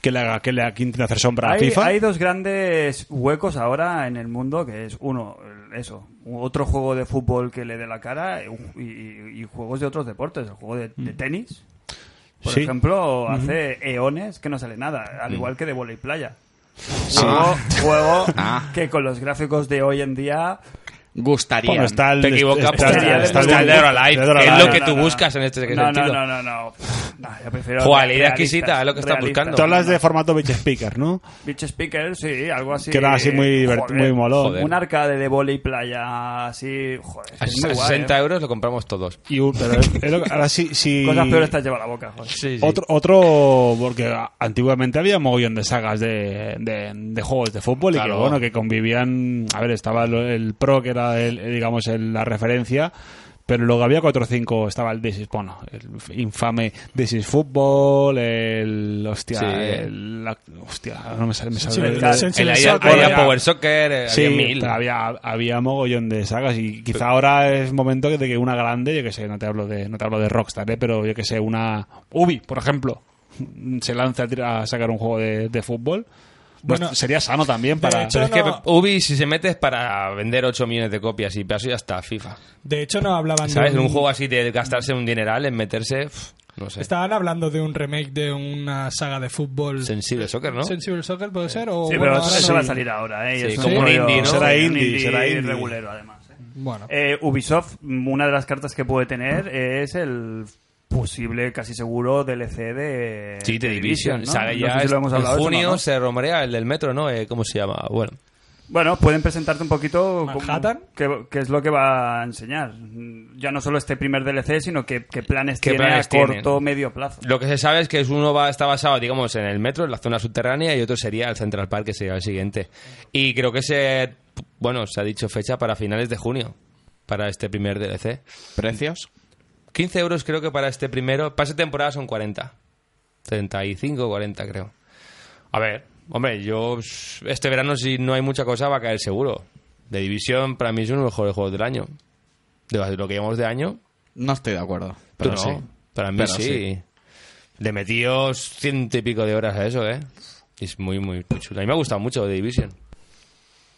S4: Que le haga, que le haga- que intente hacer sombra a
S2: Hay,
S4: FIFA.
S2: hay dos grandes huecos ahora en el mundo, que es uno, el- eso, otro juego de fútbol que le dé la cara y, y- y juegos de otros deportes, el juego de, de tenis. Por
S4: Mm. Sí. Mm.
S2: ejemplo, hace eones que no sale nada, al igual que de volei playa.
S3: Sí.
S2: Juego, juego
S3: Ah.
S2: que con los gráficos de hoy en día
S3: Gustaría.
S4: Bueno, está el, este,
S5: Te equivocas
S4: está-
S5: porque
S4: está- está este,
S2: está
S5: el Dead or Alive,
S4: Dead or
S5: que es
S4: Alive.
S5: lo que tú buscas en este
S2: no,
S5: sentido.
S2: No, no, no, no. no yo prefiero
S5: Joder, la idea
S2: realistas,
S5: exquisita es lo que estás
S2: realistas.
S5: buscando.
S4: Tú hablas de formato bitch speaker, ¿no?
S2: Beach Speaker, sí, algo así.
S4: Que era así muy divert-
S2: Joder.
S4: muy molón.
S5: Joder.
S2: Un arcade de vole y playa, así. Joder, es que
S5: A
S2: es muy guay.
S5: 60
S2: ¿eh?
S5: euros lo compramos todos.
S4: Y, un- pero es- es lo que- ahora sí, sí-
S2: Cosas peores te has llevado a la boca, joder.
S4: Otro, otro, porque a- antiguamente había mogollón de sagas de, de, de juegos de fútbol y que
S5: Claro.
S4: bueno, que convivían, a ver, estaba lo- el, Pro que era el, eh, digamos el- la referencia, pero luego había 4 o 5, estaba el This is, bueno, el infame This is Football, el hostia,
S5: Sí.
S4: el la- hostia, no me sale, me sale
S6: Sí,
S4: el-
S2: claro.
S4: el-
S6: Sí,
S5: El
S6: el
S5: Aya-
S6: soccer.
S5: Aya
S4: Ya.
S5: Power Soccer, eh,
S4: Sí,
S5: había mil.
S4: pero había, había mogollón de sagas y quizá ahora es momento de que una grande, yo que sé, no te hablo de, no te hablo de Rockstar, ¿eh? pero yo que sé, una Ubi, por ejemplo, se lanza a tir- a sacar un juego de, de fútbol. Pues
S6: Bueno,
S4: sería sano también para...
S6: hecho,
S5: Pero es que
S6: No.
S5: Ubi, si se mete, es para vender 8 millones de copias y eso ya está, FIFA.
S6: De hecho, no hablaban
S5: ¿Sabes?
S6: de
S5: En un juego así de gastarse un dineral, en meterse. pf, no sé.
S6: Estaban hablando de un remake de una saga de fútbol.
S5: Sensible soccer, ¿no?
S6: Sensible Soccer puede ser o
S2: Sí,
S6: bueno,
S2: pero
S6: ahora
S2: eso
S6: no.
S2: va a salir ahora, ¿eh? Y
S5: Sí,
S2: es
S5: como un
S2: rollo-
S5: indie, ¿no?
S4: Será
S2: un
S4: indie, será indie.
S2: regulero, además. ¿eh?
S6: Bueno,
S2: Eh, Ubisoft, mm, una de las cartas que puede tener es el posible, casi seguro, DLC de.
S5: Sí, The
S2: de
S5: Division.
S2: ¿no?
S5: Sale
S2: No
S5: ya
S2: sé si lo
S5: es-
S2: hemos
S5: en
S2: hablado, eso,
S5: junio,
S2: ¿no?
S5: se rumorea el del metro, ¿no? Eh, ¿Cómo se llama? Bueno,
S2: Bueno, pueden presentarte un poquito cómo-
S6: ¿Manhattan?
S2: qué, qué es lo que va a enseñar. Mm, Ya no solo este primer DLC, sino que, qué planes
S5: ¿Qué
S2: tiene
S5: planes
S2: a corto
S5: tienen?
S2: medio plazo.
S5: lo que se sabe es que es uno va, está basado, digamos, en el metro, en la zona subterránea, y otro sería el Central Park, que sería el siguiente. Y creo que se. Bueno, se ha dicho fecha para finales de junio, para este primer DLC.
S3: ¿Precios?
S5: 15 euros creo que para este primero. Pase temporada son 40. 35, 40 creo. A ver, hombre, yo s- este verano si no hay mucha cosa va a caer seguro. De división para mí es uno de los mejores juegos del año. De lo- lo que llevamos de año,
S3: No estoy de acuerdo.
S5: pero
S3: Pero sí.
S5: Para mí
S3: Pero
S5: sí.
S3: sí.
S5: Le metió ciento y pico de horas a eso, ¿eh? Es muy, muy, muy chulo. A mí me ha gustado mucho The Division.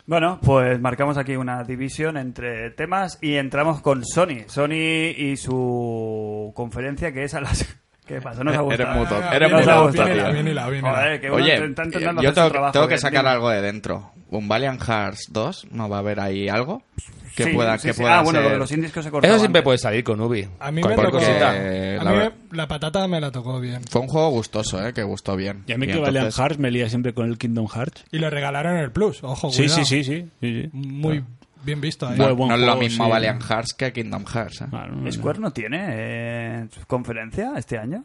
S2: Bueno, pues marcamos aquí una división entre temas y entramos con Sony. Sony y su conferencia que es a las... [LAUGHS] ¿Qué pasa? No os ha
S3: Eres
S2: gustado.
S3: muy tonto,
S2: No
S3: eres
S2: os
S3: muy
S2: ha
S3: tonto,
S2: gustado.
S3: tío.
S6: Bien hilado, bien hilado.
S2: Joder, que uno
S3: Oye,
S2: está intentando
S3: yo
S2: hacer su
S3: tengo,
S2: trabajo
S3: tengo que
S2: bien.
S3: sacar
S2: Dime.
S3: algo de dentro. ¿Un Valiant Hearts 2? ¿No va a haber ahí algo? Que
S2: Sí,
S3: pueda,
S2: sí,
S3: que
S2: sí.
S3: pueda
S2: Ah, bueno, lo de
S3: ser-
S2: los indies que os he cortado
S5: Eso siempre
S2: antes.
S5: puede salir con Ubi.
S6: a mí me
S5: Cualquier
S6: tocó.
S5: cosita.
S6: a
S3: la
S6: mí
S3: ver-
S6: me- la patata me la tocó bien.
S3: Fue un juego gustoso, ¿eh? Que gustó bien.
S4: Y a mí que
S3: entonces-
S4: Valiant Hearts me lía siempre con el Kingdom Hearts.
S6: Y lo regalaron en el Plus, ojo,
S4: Sí,
S6: cuidado.
S4: sí, sí, sí. sí, sí.
S6: Muy bien visto ¿eh? ahí.
S3: No,
S4: Muy buen
S3: no es lo
S4: juego,
S3: mismo
S4: sí.
S3: Valiant Hearts que Kingdom Hearts. ¿eh?
S4: Claro, no,
S2: ¿Square no tiene eh, conferencia este año?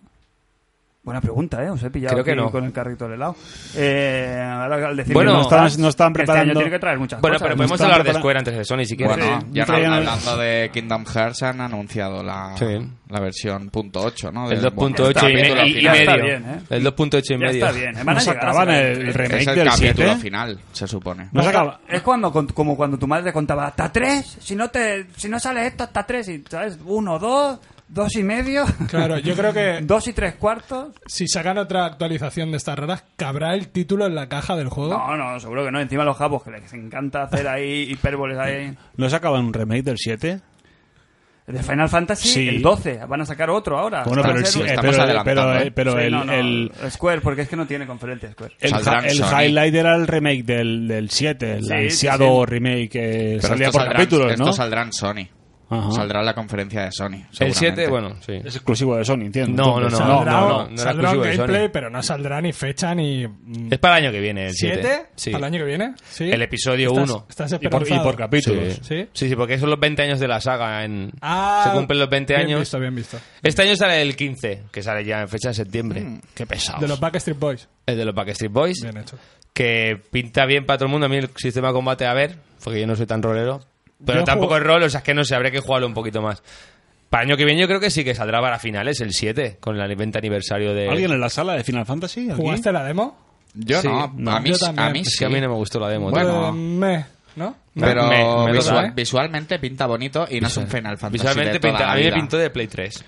S2: Buena pregunta, ¿eh? Os he pillado
S5: Creo que
S2: aquí
S5: no.
S2: con el carrito del helado. Eh, ahora al decir
S5: Bueno,
S2: que
S5: no
S4: estaban- no estaban
S2: este año
S4: preparando-
S2: tiene que traer muchas
S5: Bueno,
S2: cosas.
S5: pero podemos
S4: Están
S5: hablar de
S4: prepara-
S5: Square antes de Sony si quieres.
S3: Bueno,
S2: Sí.
S3: ya
S4: No traían-
S3: hablando de Kingdom Hearts han anunciado la,
S5: Sí.
S3: la versión .8, ¿no?
S5: El
S3: Del- del
S5: 2.8 y,
S3: capítulo
S5: me- y- y
S2: Ya
S3: final.
S2: está
S5: medio.
S2: bien, ¿eh?
S5: El 2.8 y
S2: Ya
S5: medio.
S2: está bien. ¿eh? Van a
S4: Nos
S2: llegar a
S4: acaban
S2: sacar
S4: el
S2: tres.
S4: remake
S3: Es el
S4: del
S3: capítulo
S4: 7.
S3: final, se supone.
S4: No se acaba.
S2: [LAUGHS] Es cuando, con- como cuando tu madre te contaba hasta tres, si no te, si no sale esto hasta tres, y, ¿sabes? Uno, dos, dos y medio,
S6: Claro, yo creo que
S2: [LAUGHS] dos y tres cuartos.
S6: si sacan otra actualización de estas raras, cabrá el título en la caja del juego.
S2: No, no, seguro que no. Encima los japos que les encanta hacer ahí hipérboles ahí.
S4: ¿No se acaba un remake del 7?
S2: De Final Fantasy,
S4: Sí.
S2: el 12. Van a sacar otro ahora.
S4: Bueno,
S2: Van a
S4: pero el
S2: hacer un-
S4: 7...
S3: estamos
S4: Pero, el-
S3: adelantando,
S4: pero,
S3: ¿eh?
S4: eh, pero
S2: Sí,
S4: el-
S2: no, no,
S4: el,
S2: Square, porque es que no tiene conferencia Square.
S4: El,
S3: Saldrán
S4: hi- el
S3: Sony.
S4: highlight era el remake del, del 7, el
S2: Sí,
S4: ansiado
S2: sí, sí.
S4: remake que
S3: Pero
S4: salía
S3: esto
S4: por
S3: saldrán-
S4: capítulos, ¿no?
S3: Esto saldrá en Sony.
S4: Ajá.
S3: Saldrá la conferencia de Sony.
S5: El
S3: seguramente.
S5: 7, bueno, sí.
S4: Es exclusivo de Sony, entiendo.
S5: No, no,
S4: Entonces,
S5: no,
S6: Saldrá,
S5: no, no,
S6: un-
S5: no era
S6: saldrá un
S5: exclusivo de Sony.
S6: gameplay, pero no saldrá ni fecha ni. mm,
S5: Es para el año que viene, el 7.
S6: ¿Siete?
S5: Sí.
S6: ¿Para el año que viene? Sí.
S5: El episodio
S6: Estás-
S5: 1.
S6: Estás
S4: Y por, y
S6: esperanzado.
S4: por capítulos.
S5: Sí.
S6: ¿Sí?
S5: Sí, sí, porque son los 20 años de la saga. En...
S6: Ah,
S5: se cumplen los 20
S6: bien
S5: años.
S6: visto, bien visto.
S5: Este año sale el 15, que sale ya en fecha de septiembre. Qué pesado.
S6: Mm. De los Backstreet Boys.
S5: El de los Backstreet Boys,
S6: Bien hecho.
S5: que pinta bien para todo el mundo. A mí el sistema de combate, a ver, porque yo no soy tan rolero. Pero
S6: Yo
S5: tampoco
S6: juego-
S5: es rol, o sea, es que no sé, habría que jugarlo un poquito más. Para el año que viene yo creo que sí que saldrá para finales, el 7, con el 20 aniversario de...
S4: ¿Alguien en la sala de Final Fantasy? ¿Aquí?
S6: ¿Jugaste la demo?
S3: Yo
S5: Sí,
S3: no,
S5: no,
S3: a mí,
S6: yo
S3: s- a
S6: también.
S3: mí
S5: Es
S3: sí.
S5: que a mí no me gustó la demo.
S3: Bueno,
S5: tío.
S6: Eh, meh, ¿no?
S3: Pero
S5: Me- me
S3: visual-
S5: toca, ¿eh?
S3: visualmente pinta bonito y no es un Final Fantasy.
S5: Visualmente
S3: de toda
S5: pinta-
S3: la
S5: a mí me
S3: vida.
S5: pintó de Play 3.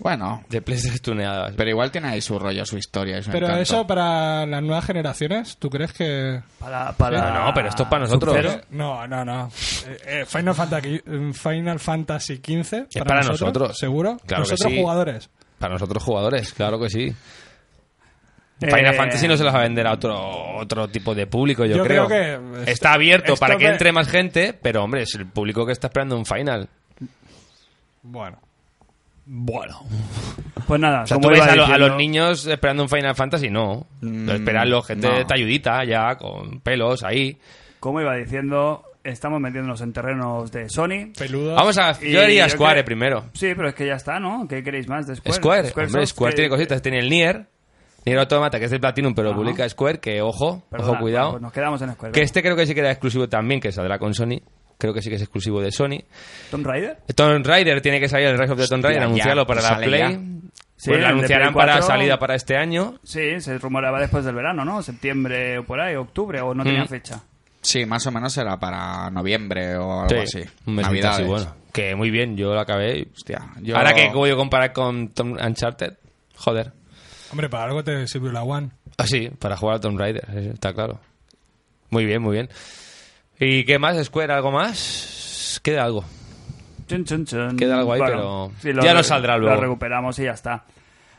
S3: Bueno,
S5: De Play 3 tuneadas.
S3: pero igual tiene ahí su rollo, su historia. y su
S6: Pero
S3: encanto.
S6: eso para las nuevas generaciones, ¿tú crees que.?
S2: Para, para...
S5: No, no, pero esto es para nosotros.
S2: Pero-
S6: Eh, No, no, no. Eh, eh, Final, Fantasy, Final Fantasy XV.
S5: Es para nosotros.
S6: ¿Seguro?
S5: Claro que
S6: nosotros
S5: sí.
S6: jugadores.
S5: Para nosotros jugadores, claro que sí.
S2: Eh,
S5: Final Fantasy no se las va a vender a otro, otro tipo de público, yo,
S6: Yo creo que esto-
S5: Está abierto
S6: esto
S5: para que
S6: me-
S5: entre más gente, pero hombre, es el público que está esperando un final.
S6: Bueno.
S4: Bueno.
S2: Pues nada,
S5: O sea,
S2: como
S5: tú ves
S2: iba
S5: a, lo- a
S2: diciendo-
S5: los niños esperando un Final Fantasy, no.
S3: Mm,
S5: Esperarlo gente
S3: no.
S5: talludita ya, con pelos ahí.
S2: Como iba diciendo, estamos metiéndonos en terrenos de Sony.
S6: Peludos.
S5: Vamos a...
S2: Y
S5: Yo haría
S2: yo
S5: Square
S2: creo-
S5: primero.
S2: Sí, pero es que ya está, ¿no? ¿Qué queréis más de Square?
S5: Square, hombre,
S2: Soft,
S5: Square
S2: que-
S5: tiene cositas. Tiene el Nier, Nier Automata, que es de Platinum, pero lo
S2: Ajá.
S5: publica Square, que ojo,
S2: Perdona,
S5: ojo, cuidado.
S2: pues nos quedamos en Square.
S5: Que este creo que sí que era exclusivo también, que saldrá con Sony. Creo que sí que es exclusivo de Sony.
S2: ¿Tomb Raider?
S5: Tomb Raider tiene que salir el Rise of the Tomb
S3: Hostia,
S5: Raider,
S3: ya,
S5: anunciarlo para la
S3: sale
S5: Play.
S3: ya.
S2: Sí,
S5: pues
S2: el
S5: lo
S2: de
S5: anunciarán
S2: Play
S5: para
S2: 4.
S5: salida para este año.
S2: Sí, se rumoraba después del verano, ¿no? Septiembre o por ahí, octubre, o no tenía
S5: Mm.
S2: fecha.
S3: Sí, más o menos será para noviembre o algo
S5: Sí,
S3: así.
S5: un mes
S3: Navidades.
S5: así, bueno. Que muy bien, yo lo acabé. y-
S3: Hostia, yo-
S5: Ahora que voy a comparar con Tom Uncharted, joder.
S6: Hombre, para algo te sirvió la One.
S5: Ah, sí, para jugar a Tomb Raider, sí, sí, está claro. Muy bien, muy bien. ¿Y qué más? ¿Square algo más? Queda algo.
S2: Chun, chun, chun.
S5: Queda algo ahí, pero ya lo saldrá luego.
S2: Lo recuperamos y ya está.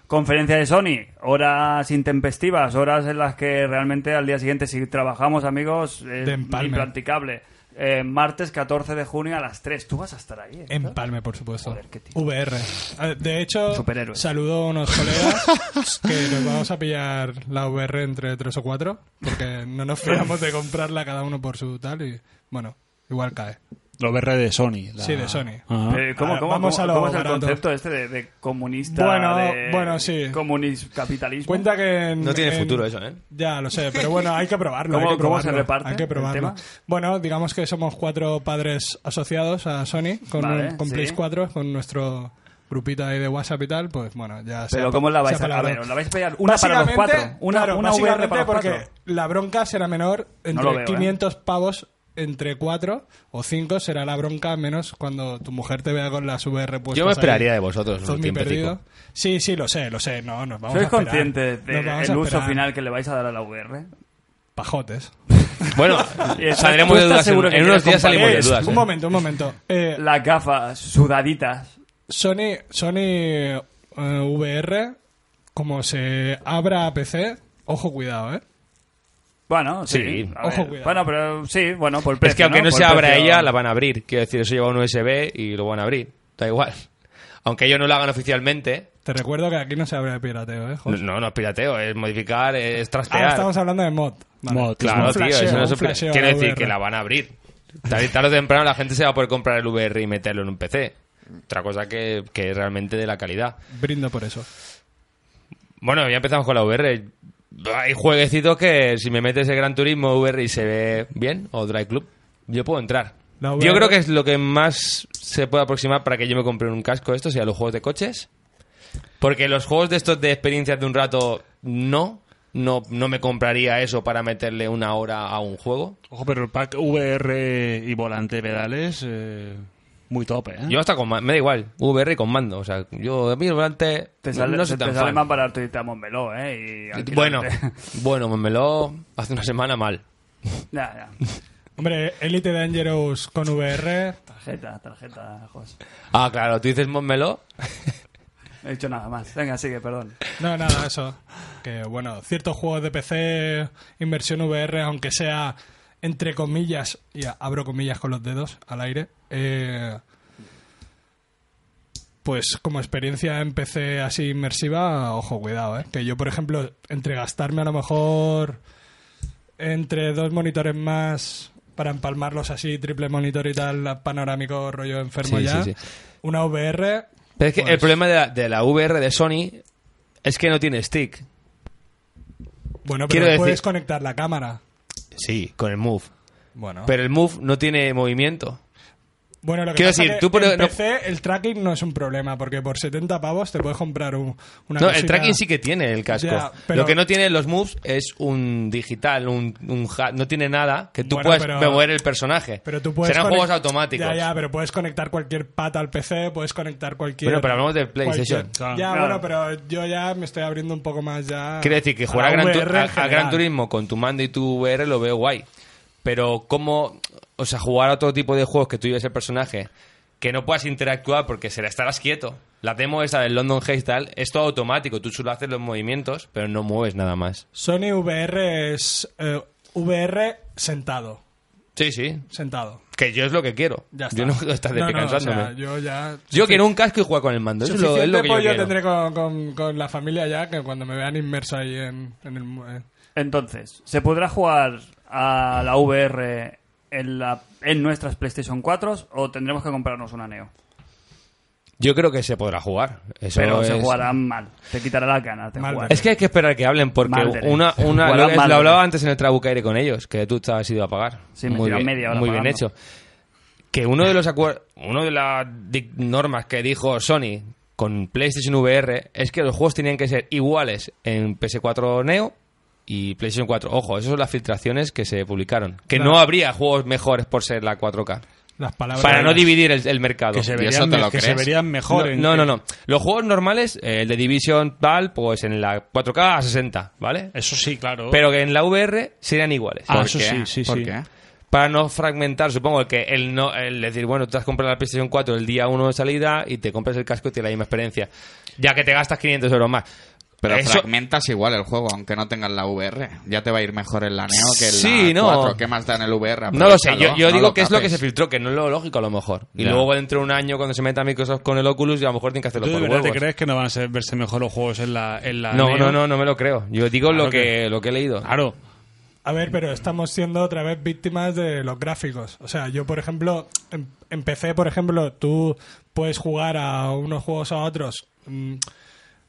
S2: Conferencia de Sony, horas intempestivas, horas en las que realmente al día siguiente, si trabajamos, amigos, es
S6: De empalme.
S2: impracticable. Eh, martes 14 de junio a las 3. Tú vas a estar ahí. ¿eh?
S6: Empalme, por supuesto.
S2: Joder, qué tío.
S6: VR. A ver, De hecho,
S2: Superhéroes.
S6: saludo a unos
S2: [LAUGHS]
S6: colegas que nos vamos a pillar la VR entre tres o cuatro, porque no nos fiamos de comprarla cada uno por su tal y, bueno, igual cae.
S4: Lo BR de Sony. la-
S6: Sí, de Sony.
S4: Ajá.
S2: Eh, ¿Cómo,
S6: Ah,
S2: cómo-
S6: vamos
S2: cómo-
S6: a lo
S2: cómo es el
S6: barato.
S2: concepto este de, de comunista?
S6: Bueno,
S2: de
S6: bueno, sí.
S2: comunis- capitalismo.
S6: Cuenta que... en-
S5: No tiene
S6: en-
S5: futuro eso, ¿eh?
S6: Ya, lo sé, pero bueno, hay que probarlo.
S2: ¿Cómo-
S6: hay que
S2: cómo se
S6: probarlo,
S2: reparte
S6: Hay que
S2: el
S6: probarlo.
S2: tema?
S6: Bueno, digamos que somos cuatro padres asociados a Sony con,
S2: Vale,
S6: un- con
S2: sí.
S6: Play 4, con nuestro grupito ahí de WhatsApp y tal, pues bueno, ya se
S2: Pero
S6: ha-
S2: ¿cómo la vais
S6: se
S2: a,
S6: ha
S2: a
S6: palabrado.
S2: ver? ¿os ¿La vais a pegar una para los
S6: Básicamente,
S2: cuatro? Una,
S6: claro,
S2: una
S6: básicamente
S2: VR para los
S6: porque
S2: cuatro.
S6: la bronca será menor entre
S2: lo veo, ¿eh?
S6: 500 pavos entre 4 o 5 será la bronca menos cuando tu mujer te vea con las VR puestas
S5: Yo me
S6: ahí.
S5: esperaría de vosotros un
S6: Zombie perdido.
S5: tiempecico.
S6: Sí, sí, lo sé, lo sé. No, nos vamos a
S2: ¿Sois
S6: esperar.
S2: conscientes
S6: Nos
S2: del
S6: vamos a
S2: uso
S6: esperar.
S2: final que le vais a dar a la VR?
S6: Pajotes. [LAUGHS]
S5: Bueno,
S2: estás-
S5: saldremos
S2: tú
S5: de
S2: estás
S5: dudas. En,
S2: seguro que
S5: en
S2: quieres
S5: unos días salimos de
S6: Es,
S5: dudas.
S6: un
S5: ¿eh?
S6: momento, un momento. Eh,
S2: Las gafas sudaditas.
S6: Sony, Sony eh, VR, como se abra a PC, ojo cuidado, ¿eh?
S2: Bueno, sí.
S5: Sí.
S2: a ver.
S6: Ojo, cuidado.
S2: Bueno, pero sí, bueno, por precio.
S5: Es que aunque no,
S2: Por
S5: se abra
S2: precio.
S5: ella, la van a abrir. Quiero decir, eso lleva un USB y lo van a abrir. Da igual. Aunque ellos no lo hagan oficialmente. pues,
S6: Te recuerdo que aquí no se abre el pirateo, ¿eh? José?
S5: No, no es pirateo, es modificar, es
S6: Ah,
S5: trastear.
S6: estamos hablando de mod. Vale.
S4: Mod,
S5: Claro,
S6: Un
S5: tío,
S6: flasheo,
S5: eso no
S6: un
S5: es un
S6: flasheo
S5: pirateo. Quiero
S6: de
S5: decir
S6: VR.
S5: que la van a abrir. Tarde, tarde o temprano la gente se va a poder comprar el VR y meterlo en un PC. Otra cosa que, que es realmente de la calidad.
S6: Brindo por eso.
S5: Bueno, ya empezamos con la VR. Hay jueguecitos que si me metes el Gran Turismo VR y se ve bien, o Drive Club, yo puedo entrar.
S6: La
S5: Yo
S6: VR.
S5: creo que es lo que más se puede aproximar para que yo me compre un casco esto, sea los juegos de coches. Porque los juegos de estos de experiencias de un rato, no. No, no me compraría eso para meterle una hora a un juego.
S4: Ojo, pero el pack VR y volante pedales, eh, muy tope,
S2: Mm.
S4: ¿eh?
S5: Yo hasta con ma- me da igual, VR con mando. O sea, yo a mí durante
S2: Te sale,
S5: no soy
S2: te
S5: tan
S2: sale
S5: fan.
S2: más barato y te amombeló, ¿eh? Y alquilarte.
S5: Bueno, bueno, me lo hace una semana mal.
S2: [LAUGHS] ya, ya.
S6: Hombre, Elite Dangerous con VR.
S2: Tarjeta, tarjeta, José.
S5: Ah, claro, tú dices Montmeló.
S2: No he dicho nada más. Venga, sigue, perdón.
S6: No, nada, eso. Que bueno, ciertos juegos de PC, inversión VR, aunque sea entre comillas, y abro comillas con los dedos al aire, eh, Pues como experiencia en PC así inmersiva, ojo, cuidado, ¿eh? Que yo, por ejemplo, entre gastarme a lo mejor entre dos monitores más para empalmarlos así, triple monitor y tal, panorámico, rollo enfermo
S5: Sí,
S6: ya,
S5: sí, sí.
S6: una VR...
S5: Pero es que el
S6: pues,
S5: problema de la, de la VR de Sony es que no tiene stick. quiero
S6: Bueno, pero
S5: decir-
S6: puedes conectar la cámara.
S5: Sí, con el Move.
S6: Bueno,
S5: Ah. Pero el Move no tiene movimiento.
S6: bueno lo que
S5: quiero
S6: pasa
S5: decir,
S6: que
S5: tú por-
S6: en
S5: no-
S6: PC el tracking no es un problema, porque por 70 pavos te puedes comprar un, una
S5: No, el
S6: cosita-
S5: tracking sí que tiene el casco.
S6: Ya, pero-
S5: Lo que no tiene los moves es un digital, un, un ha- no tiene nada que tú
S6: Bueno,
S5: puedas
S6: pero-
S5: mover el personaje.
S6: Pero tú puedes
S5: Serán
S6: conect-
S5: juegos automáticos.
S6: Ya, ya, pero puedes conectar cualquier pata al PC, puedes conectar cualquier.
S5: Bueno, pero hablamos del PlayStation.
S6: cualquier-
S4: Claro.
S6: Ya,
S2: Claro.
S6: bueno, pero yo ya me estoy abriendo un poco más ya.
S5: Quiere decir que
S6: a
S5: jugar a
S6: la
S5: Gran, Tu-
S6: VR en
S5: a- a Gran
S6: general.
S5: Turismo con tu mando y tu VR lo veo guay. Pero cómo, o sea, jugar a otro tipo de juegos que tú lleves el personaje, que no puedas interactuar porque se la estarás quieto. La demo esa del London Haze tal, es todo automático. Tú solo haces los movimientos, pero no mueves nada más.
S6: Sony VR es eh, VR sentado.
S5: Sí, sí.
S6: Sentado.
S5: Que yo es lo que quiero.
S6: Ya está.
S5: Yo no quiero estar
S6: No, no,
S5: descansándome.
S6: o sea, yo ya.
S5: Yo quiero un casco y jugar con el mando. Eso es lo,
S6: Suficiente
S5: es lo que yo
S6: pollo
S5: quiero.
S6: tendré con, con- con la familia ya que cuando me vean inmerso ahí en, en el. mu- eh.
S2: Entonces, ¿se podrá jugar a la VR en, la, en nuestras PlayStation 4 o tendremos que comprarnos una Neo?
S5: Yo creo que se podrá jugar. Eso
S2: Pero se
S5: es-
S2: jugará mal, te quitará la ganas de
S6: Mal,
S2: jugar.
S5: Es que hay que esperar que hablen porque
S2: Maldere.
S5: una, una
S2: Jugarán
S5: lo, es- lo
S2: Maldere.
S5: hablaba antes en el Trabucaire con ellos, que tú estabas ido a pagar.
S2: Sí, me llevan media hora
S5: muy bien
S2: pagando.
S5: hecho. Que uno de los acuer- uno de las di- normas que dijo Sony con PlayStation VR es que los juegos tenían que ser iguales en PS4 Neo y PlayStation 4. Ojo, esas son las filtraciones que se publicaron. Que no habría juegos mejores por ser la 4K.
S6: Las palabras.
S5: Para no dividir el, el mercado.
S4: Que se
S3: ¿Y eso
S4: verían,
S3: te lo
S4: que se
S3: crees?
S4: verían mejor.
S5: No,
S4: en-
S5: no, no, no. Los juegos normales, eh, el de Division tal, pues en la 4K a 60, ¿vale?
S4: Eso sí, claro.
S5: Pero que en la VR serían iguales.
S4: Ah,
S3: ¿Por
S4: eso
S3: qué?
S4: sí, sí,
S3: ¿Por
S4: sí.
S3: qué?
S5: Para no fragmentar, supongo que el no el decir, bueno, te has comprado la PlayStation 4 el día 1 de salida y te compras el casco y tienes la misma experiencia. Ya que te gastas 500 euros más.
S3: Pero
S5: Eso-
S3: fragmentas igual el juego, aunque no tengas la VR. Ya te va a ir mejor el la Neo que el
S5: Sí, no.
S3: 4. ¿Qué más da en el VR?
S5: No lo sé, yo,
S3: Aprovechalo,
S5: yo
S3: no
S5: digo
S3: lo
S5: que es lo que se
S3: capes.
S5: filtró, que no es lo lógico a lo mejor. Y
S3: Ya.
S5: luego dentro de un año cuando se meta Microsoft con el Oculus, y a lo mejor tienen que hacerlo
S4: ¿Tú de
S5: por
S4: verdad te
S5: huevos.
S4: crees que no van a ser- verse mejor los juegos en la, en la
S5: No,
S4: Neo?
S5: no, no, no me lo creo. Yo digo lo,
S4: Claro
S5: que,
S4: que-
S5: lo que he leído.
S4: Claro.
S6: A ver, pero estamos siendo otra vez víctimas de los gráficos. O sea, yo, por ejemplo, em- empecé, por ejemplo, tú puedes jugar a unos juegos a otros mm,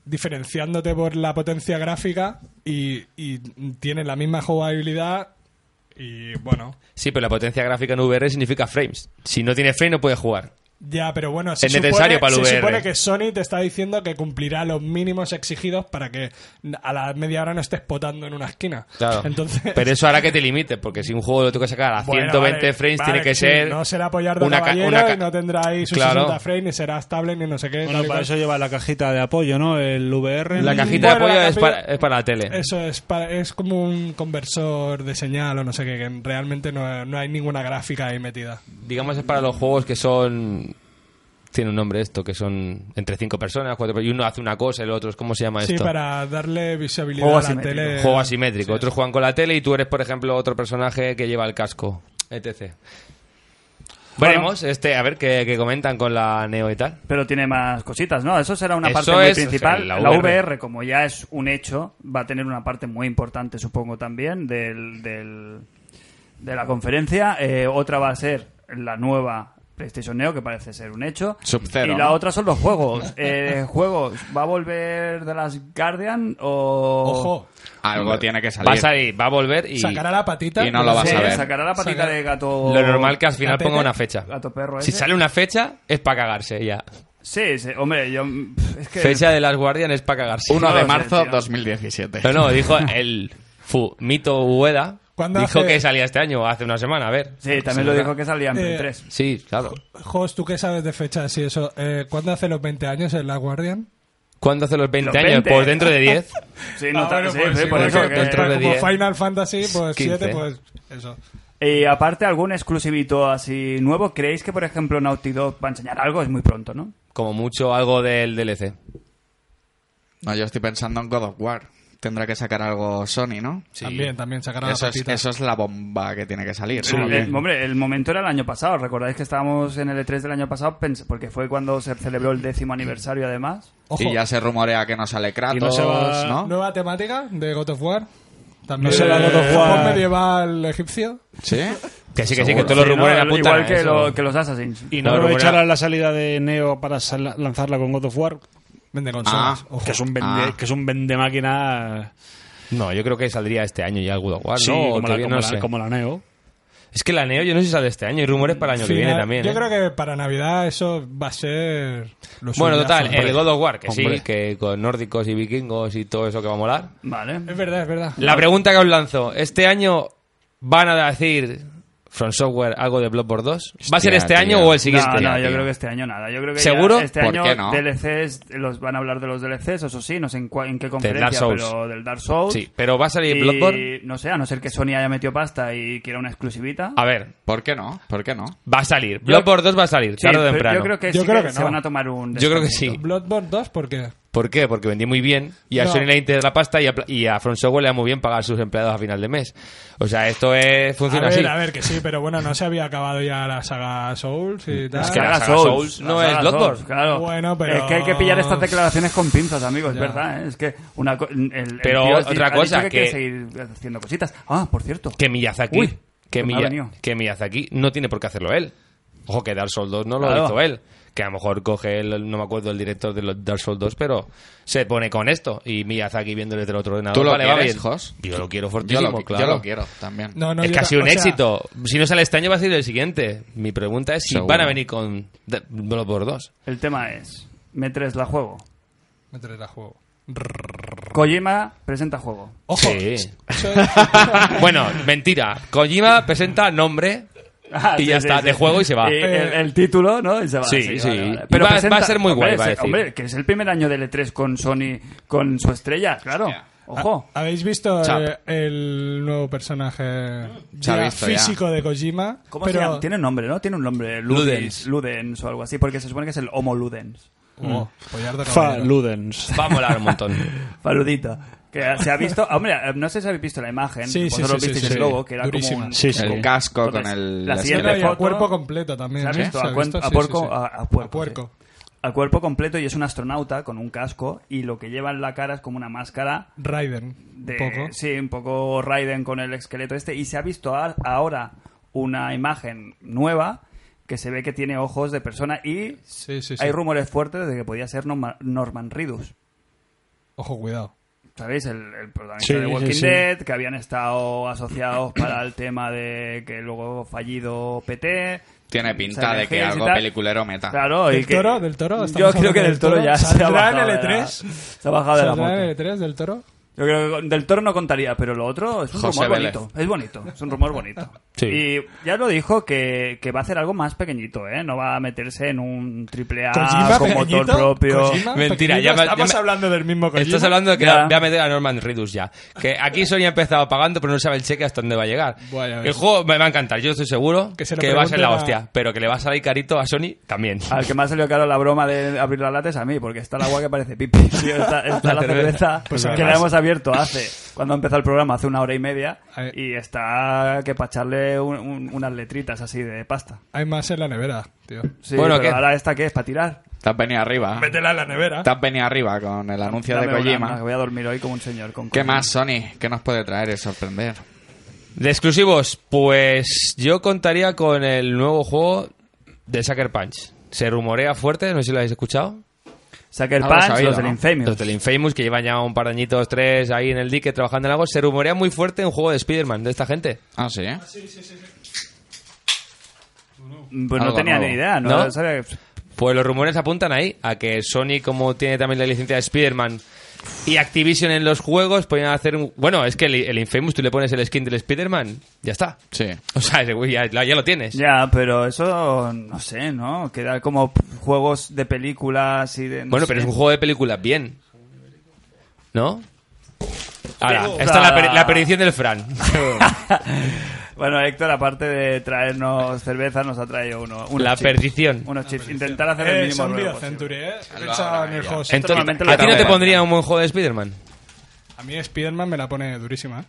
S6: diferenciándote por la potencia gráfica y, y tiene la misma jugabilidad y bueno.
S5: Sí, pero la potencia gráfica en VR significa frames. Si no tiene frame no puedes jugar.
S6: Ya, pero bueno, se,
S5: Es necesario
S6: supone,
S5: para el
S6: se
S5: VR.
S6: supone que Sony te está diciendo que cumplirá los mínimos exigidos para que a la media hora no estés potando en una esquina.
S5: Claro.
S6: Entonces,
S5: Pero eso hará que te limite, porque si un juego lo tengo que sacar a
S6: Bueno,
S5: 120
S6: vale,
S5: frames,
S6: vale,
S5: tiene
S6: [LAUGHS]
S5: que
S6: sí,
S5: ser.
S6: No será apoyar de una
S5: ca-
S6: caballero
S5: una ca-
S6: y no tendrá ahí sus
S5: Claro.
S6: 60 frames, ni será estable, ni no sé qué.
S4: Bueno,
S6: tal y
S4: para
S6: cual.
S4: eso lleva la cajita de apoyo, ¿no? El VR.
S5: La
S4: Mm.
S5: cajita
S6: Bueno,
S5: de apoyo
S6: la
S5: es,
S6: capi-
S5: para, es para la tele.
S6: Eso es, para- es como un conversor de señal o no sé qué, que realmente no, no hay ninguna gráfica ahí metida.
S5: Digamos, es para los juegos que son. Tiene un nombre esto, que son entre cinco personas, cuatro personas, y uno hace una cosa, el otro es. ¿Cómo se llama
S6: Sí,
S5: esto?
S6: para darle visibilidad
S2: Juego
S6: a la
S2: asimétrico.
S6: tele.
S5: Juego asimétrico. Otros juegan con la tele y tú eres, por ejemplo, otro personaje que lleva el casco, etc. Veremos, este, a ver qué, qué comentan con la Neo y tal.
S2: Pero tiene más cositas, ¿no? Eso será una
S5: Eso
S2: parte muy
S5: es,
S2: principal.
S5: o sea,
S2: la,
S5: la
S2: VR.
S5: VR,
S2: como ya es un hecho, va a tener una parte muy importante, supongo, también del, del- de la conferencia. Eh, otra va a ser la nueva PlayStation Neo, que parece ser un hecho.
S3: Sub-Zero,
S2: Y la
S3: ¿no?
S2: otra son los juegos. Eh, ¿Juegos? ¿Va a volver The Last Guardian o...?
S6: Ojo,
S3: Algo tiene que
S5: Va a
S3: salir.
S5: salir, va a volver y.
S6: sacará la patita.
S3: y no lo vas
S2: Sí,
S3: a ver.
S2: sacará la patita
S6: Sacar-
S2: de gato...
S5: Lo normal que al final
S6: Gatete.
S5: ponga una fecha.
S2: Gato perro
S5: Si
S2: ese.
S5: sale una fecha, es para cagarse ya.
S2: Sí, sí, hombre, yo... Es que...
S5: Fecha de las Guardian es para cagarse.
S3: 1
S2: No
S3: de
S2: lo sé,
S3: marzo
S2: tío.
S3: 2017.
S5: No, no, dijo el fu, Mito Ueda.
S6: ¿Cuándo
S5: Dijo
S6: hace-
S5: que salía este año, hace una semana, a ver.
S2: Sí, también lo dijo que salía en Play
S6: Eh,
S2: 3.
S5: Sí, claro.
S6: Jos, ¿tú qué sabes de fechas y eso? Eh, ¿Cuándo hace los 20 años en La Guardian?
S5: ¿Cuándo hace los 20
S2: Los
S5: años?
S2: 20.
S5: Pues dentro de 10.
S2: Sí, no,
S6: Ah, bueno,
S2: sí,
S6: pues
S2: sí,
S6: sí,
S2: por
S6: porque
S2: eso
S5: que- dentro
S6: tal
S5: de
S6: como
S5: 10.
S6: Final Fantasy, pues
S5: 15.
S6: 7, pues eso.
S2: Y Eh, aparte, algún exclusivito así nuevo, ¿creéis que, por ejemplo, Naughty Dog va a enseñar algo? Es muy pronto, ¿no?
S5: Como mucho algo del DLC.
S3: No, yo estoy pensando en God of War. tendrá que sacar algo Sony, ¿no?
S6: También, también sacaron
S3: Eso
S6: las
S3: es,
S6: patitas.
S3: eso es la bomba que tiene que salir.
S2: El- el- Eh, hombre, el momento era el año pasado. ¿Recordáis que estábamos en el E3 del año pasado? Pens- Porque fue cuando se celebró el décimo aniversario, además.
S6: Ojo,
S3: Y ya se rumorea que no sale Kratos,
S4: Y no se va-
S3: ¿no?
S6: nueva temática de God of War. También
S4: No será God of War.
S6: Japón medieval egipcio.
S3: Sí.
S5: Que sí, que sí, que
S3: Seguro.
S5: todos los
S2: Sí, ¿no?
S5: rumores apuntan
S2: Igual
S5: a
S2: que,
S5: ¿eh? eso.
S2: lo- que los Assassins.
S4: Y no
S5: No,
S4: aprovecharán
S5: rumora-
S4: la salida de Neo para sal- lanzarla con God of War,
S6: Vende consolas.
S3: Ah.
S6: ojo.
S4: que es un vende,
S3: Ah.
S4: que es un vendemáquina,
S5: No, yo creo que saldría este año ya el God of War,
S4: sí,
S5: ¿no? O
S4: como,
S5: que
S4: la,
S5: bien,
S4: como
S5: no
S4: la-
S5: sé.
S4: como la Neo.
S5: Es que la Neo yo no sé si sale este año, hay rumores para el año que viene
S6: Final-
S5: también.
S6: Yo
S5: ¿eh?
S6: creo que para Navidad eso va a ser. lo
S5: Bueno,
S6: suyo,
S5: total,
S6: hombre.
S5: el God of War, que
S4: Hombre.
S5: sí, que con nórdicos y vikingos y todo eso que va a molar.
S2: Vale.
S6: Es verdad, es verdad.
S5: La pregunta que os lanzo, ¿este año van a decir From Software algo de Bloodborne 2? ¿Va a ser
S3: Hostia,
S5: este
S3: tío.
S5: año o el
S2: No,
S5: siguiente?
S2: no, yo
S3: tío.
S2: creo que este año nada. Yo creo que
S5: ¿Seguro?
S2: ya este
S3: ¿Por
S2: año
S3: qué no?
S2: DLCs los van a hablar de los DLCs, eso sí, no sé en, cua- en qué conferencia,
S5: Dark Souls.
S2: pero del Dark Souls.
S5: Sí, pero ¿va a salir
S2: Y,
S5: Bloodborne?
S2: no sé, a no ser que Sony haya metido pasta y quiera una exclusivita.
S5: A ver,
S3: ¿Por qué no? ¿Por qué no?
S5: va a salir. Bloodborne 2 va a salir,
S2: Sí,
S5: tarde o
S2: pero
S5: temprano.
S2: Yo creo que
S6: Yo
S2: sí
S6: creo
S2: que
S6: que
S2: se
S6: no.
S2: van a tomar un
S5: Yo creo que
S2: descansito.
S5: sí.
S6: Bloodborne 2, ¿por qué?
S5: ¿Por qué? Porque vendí muy bien y a
S6: No.
S5: Sony le interesa la pasta y a, Pla- y a From Software le da muy bien pagar a sus empleados a final de mes. O sea, esto es,
S6: A ver,
S5: funciona así.
S6: a ver, que sí, pero bueno, no se había acabado ya la saga Souls y tal.
S5: Es que
S2: Saga
S5: la saga Souls no
S2: la
S5: es
S2: saga
S5: Bloodborne.
S2: Souls, claro.
S6: Bueno, pero-
S2: Es que hay que pillar estas declaraciones con pinzas, amigo, es verdad. ¿eh? Es que una co- el- el
S5: Pero
S2: tío ha di-
S5: otra
S2: ha dicho
S5: cosa,
S2: que, quiere
S5: que-
S2: seguir haciendo cositas. Ah, por cierto.
S5: Que Miyazaki,
S2: Uy,
S5: que,
S6: pues
S2: me ha
S5: Miya-
S2: venido.
S5: que Miyazaki no tiene por qué hacerlo él. Ojo, que Dark Souls 2 no lo
S2: Claro.
S5: hizo él. Que a lo mejor coge, el, no me acuerdo el director de los Dark Souls 2, pero se pone con esto. Y Miyazaki viéndole desde el otro ordenador.
S3: ¿Tú lo
S5: vale, va
S3: quieres,
S5: bien.
S3: Jos?
S5: Yo lo quiero
S3: Yo
S5: fortísimo,
S3: lo, qui-
S5: claro.
S3: yo lo quiero también.
S6: No, no,
S5: es
S6: yo
S5: que ha
S6: ta-
S5: sido
S6: o
S5: un
S6: sea,
S5: éxito. Si no sale este año, va a ser el siguiente. Mi pregunta es si
S3: Seguro.
S5: van a venir con The- Bloodborne 2.
S2: El tema es, M3 la juego.
S6: me traerá juego.
S2: Kojima presenta juego.
S6: Ojo,
S5: Sí.
S6: eso es-
S5: bueno, mentira. Kojima presenta nombre
S2: Ah,
S5: [LAUGHS] y
S2: sí,
S5: ya
S2: sí,
S5: está,
S2: sí.
S5: de juego y se va.
S2: Y el, el título, ¿no? Y se va.
S5: Sí, sí. Y va- va a ser muy
S2: hombre,
S5: guay, va a
S2: se-
S5: decir.
S2: Hombre, que es el primer año de E3 con Sony, con su estrella, claro. Ojo.
S6: [LAUGHS] ¿Habéis visto
S3: Chap.
S6: eh, el nuevo personaje
S3: Se ha
S6: ya
S3: visto ya.
S6: físico de Kojima?
S2: ¿Cómo
S6: pero...
S2: se llama? Tiene un nombre, ¿no? Tiene un nombre. Ludens.
S5: Ludens.
S2: Ludens o algo así, porque se supone que es el Homo Ludens.
S4: Mm.
S6: Oh, Pollardo
S4: Fa
S6: Caballero.
S4: Ludens.
S5: Va a molar un montón.
S6: [LAUGHS]
S2: Paludito. Que se ha visto. Hombre, no sé si habéis visto la imagen.
S6: Sí, sí,
S2: Vosotros
S6: sí, sí,
S2: visteis
S6: sí.
S2: el logo, que era
S6: Durísima.
S2: como un.
S4: Sí, sí.
S3: El casco
S2: Entonces,
S3: con el...
S2: la
S6: Sí,
S2: siguiente
S6: no, y a
S2: foto-
S6: cuerpo completo también.
S2: ¿Se ha
S6: ¿eh?
S2: visto?
S6: ¿Se ha
S2: A, cuerpo-
S6: visto?
S2: a
S6: Sí, sí,
S2: puerco-
S6: sí.
S2: a- a puerco,
S6: A puerco.
S2: sí. A cuerpo completo y es un astronauta con un casco y lo que lleva en la cara es como una máscara
S6: Raiden, un
S2: de
S6: poco.
S2: sí un poco Raiden con el esqueleto este y se ha visto a- ahora una imagen nueva que se ve que tiene ojos de persona y
S6: Sí, sí, sí.
S2: hay rumores fuertes de que podía ser Norma- Norman Reedus
S6: Ojo, cuidado.
S2: sabéis el, el protagonista
S4: Sí,
S2: de Walking
S4: sí, sí.
S2: Dead que habían estado asociados para el tema de que luego fallido PT
S3: Tiene pinta de que
S2: SNGs y
S3: algo
S2: tal.
S3: peliculero meta.
S2: Claro, y
S6: ¿Del
S2: que-
S6: Toro? ¿Del Toro?
S2: Yo
S6: ¿Estamos
S2: creo que
S6: hablando
S2: del
S6: del
S2: toro
S6: Toro?
S2: ya se ha
S6: ¿Saldrá en
S2: bajado. de
S6: L3?
S2: la- Se ha bajado de la
S6: ¿Saldrá
S2: moto.
S6: el E3 del toro?
S2: Yo creo que del toro no contaría, pero lo otro es un
S3: José
S2: rumor
S3: Vélez.
S2: bonito. Es bonito, es un rumor bonito.
S5: Sí.
S2: Y ya lo dijo que, que va a hacer algo más pequeñito, ¿eh? No va a meterse en un triple A
S6: ¿Kojima
S2: con motor
S6: pequeñito?
S2: propio.
S6: ¿Kojima
S5: Mentira,
S6: pequeñito?
S5: ya me- ya
S6: Estamos
S5: me-
S6: hablando del mismo Kojima.
S5: Estás hablando de que
S2: Ya.
S5: voy a meter a Norman Reedus ya. Que aquí
S6: [LAUGHS]
S5: Sony ha empezado pagando, pero no sabe el cheque hasta dónde va a llegar.
S6: Bueno, a ver.
S5: el juego me va a encantar, yo estoy seguro que,
S6: Que se lo
S5: va a ser
S6: pregunten
S5: la
S6: a- Ah.
S5: hostia. Pero que le va a salir carito a Sony también.
S2: Al que más salió caro la broma de abrir la lata es a mí, porque está el agua que parece pipi. tío. está está la
S5: La
S2: cerveza
S5: cerveza.
S6: Pues
S2: que
S6: además-
S2: la hemos abierto hace, cuando ha empezado el programa, hace una hora y media,
S6: Ay.
S2: y está que para echarle un- un- unas letritas así de pasta.
S6: Hay más en la nevera, tío.
S2: Sí,
S5: Bueno,
S2: pero
S5: ¿qué?
S2: ahora esta que es para tirar.
S3: Te has venido arriba.
S6: Métela en la nevera.
S3: Te has venido arriba con el anuncio de
S2: Dame una,
S3: Kojima.
S2: una, que voy a dormir hoy como un señor. Con
S3: ¿Qué
S2: Kojima.
S3: más, Sony? ¿Qué nos puede traer y sorprender?
S5: De exclusivos, pues yo contaría con el nuevo juego de Sucker Punch. Se rumorea fuerte, no sé si lo habéis escuchado.
S2: Sucker
S3: No lo he
S2: Punch,
S3: sabido,
S2: los del
S3: ¿no?
S2: Infamous.
S5: Los del Infamous, que llevan ya un par de añitos, tres, ahí en el dique trabajando en algo. Se rumorea muy fuerte un juego de Spider-Man, de esta gente.
S3: Ah, sí, ¿eh?
S2: Pues no
S3: Algo
S2: tenía
S3: nuevo.
S2: ni idea, ¿no?
S5: ¿No?
S2: Sabía que-
S5: Pues los rumores apuntan ahí, a que Sony, como tiene también la licencia de Spider-Man y Activision en los juegos, podían hacer un... Bueno, es que el, el Infamous, tú le pones el skin del Spider-Man, ya está. [LAUGHS]
S3: Sí.
S5: O sea, ese güey ya, ya lo tienes.
S2: Ya, pero eso, no sé, ¿no? Queda como p- juegos de películas y de... no
S5: bueno,
S2: sé.
S5: pero es un juego de películas, bien. ¿No? Ahora,
S2: Pero-
S5: está la, peri- la perdición del Fran.
S2: [LAUGHS] Bueno, Héctor, aparte de traernos cerveza, nos ha traído uno. unos
S5: [LAUGHS] la
S2: chips.
S5: perdición.
S2: Unos chips. Intentar hacer el
S6: Eh,
S2: mínimo
S6: son
S2: ruido
S6: Bio
S2: posible.
S6: Century, eh. He pensado en el juego.
S5: Entonces,
S2: normalmente
S5: ¿a ti
S2: la-
S5: no te pondría un buen juego de Spider-Man?
S6: A mí Spider-Man me la pone durísima. ¿eh?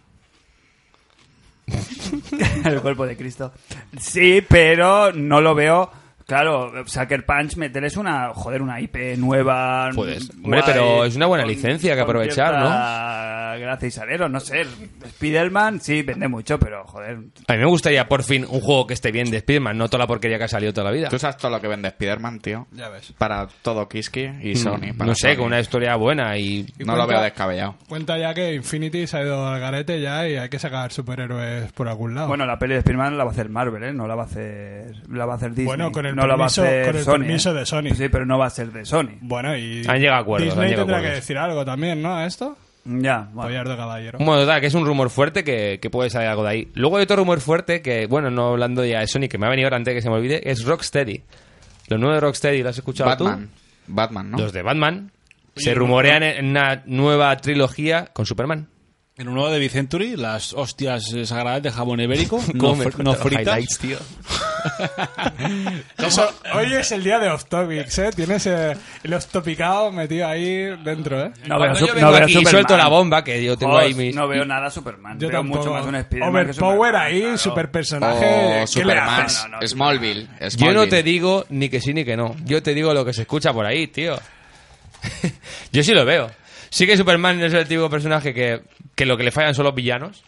S2: [LAUGHS] el cuerpo de Cristo. Sí, pero no lo veo. Claro, Sucker Punch, meterles una, joder, una IP nueva. Mm,
S5: Puedes. Hombre, pero es una buena licencia que aprovechar, ¿no?
S2: ¿no? Gracias, Alero, no sé. Spider-Man sí vende mucho, pero joder.
S5: A mí me gustaría por fin un juego que esté bien de Spiderman, no toda la porquería que ha salido toda la vida.
S3: Tú sabes todo lo que vende Spider-Man, tío.
S6: Ya ves.
S3: Para todo Kiski y Sony. para
S5: Mm, No sé,
S3: Sony.
S5: con una historia buena y...
S3: No lo veo descabellado.
S6: Cuenta ya que Infinity se ha ido al garete ya y hay que sacar superhéroes por algún lado.
S2: Bueno, la peli de Spider-Man la va a hacer Marvel, ¿eh? No la va a hacer, la va a hacer Disney.
S6: Bueno, con el
S2: no la va a
S6: permiso-
S2: hacer
S6: con el
S2: Sony, ¿eh?
S6: permiso de Sony.
S2: Sí, pero no va a ser de Sony.
S6: Bueno, y
S5: Han llegado a acuerdos,
S6: Disney
S5: han llegado a
S6: tendrá que
S5: acuerdos.
S6: decir algo también, ¿no? A esto.
S2: Ya, bueno.
S6: Pollar de caballero.
S5: Bueno, da, que es un rumor fuerte que, que puede salir algo de ahí. Luego hay otro rumor fuerte que, bueno, no hablando ya de Sony, que me ha venido ahora antes de que se me olvide, es Rocksteady. Los nuevos de Rocksteady, ¿lo has escuchado
S3: Batman. Batman, ¿no?
S5: tú? Los de Batman. Se rumorean en una nueva trilogía con Superman.
S4: En uno de Vicenturi, las hostias eh, sagradas de jabón [LAUGHS] ibérico, no,
S5: ¿Cómo me
S4: fr-
S5: cortan
S4: no
S5: los
S4: fritas.
S5: highlights, tío?
S6: Eso- hoy es el día de Off Topics, ¿eh? Tienes eh, el Off Topicado metido ahí dentro, ¿eh?
S2: No
S5: Cuando
S2: veo,
S5: yo
S2: su-
S5: vengo
S2: no veo
S5: aquí y
S2: Superman.
S5: suelto la bomba, que yo tengo
S2: Joder,
S5: ahí mis...
S2: No veo nada Superman.
S6: Yo
S2: veo
S6: tampoco.
S2: mucho más un Spider-Man. que
S6: Overpower
S2: Superman,
S6: ahí,
S2: claro.
S6: super
S3: O
S6: personaje. ¿Qué le
S3: Oh, Superman.
S6: haces?
S2: No, no, no,
S3: Smallville.
S5: Yo no
S3: Smallville.
S5: te digo ni que sí ni que no. Yo te digo lo que se escucha por ahí, tío. [LAUGHS] Yo sí lo veo. Sí que Superman es el típico personaje que, que lo que le fallan son los villanos.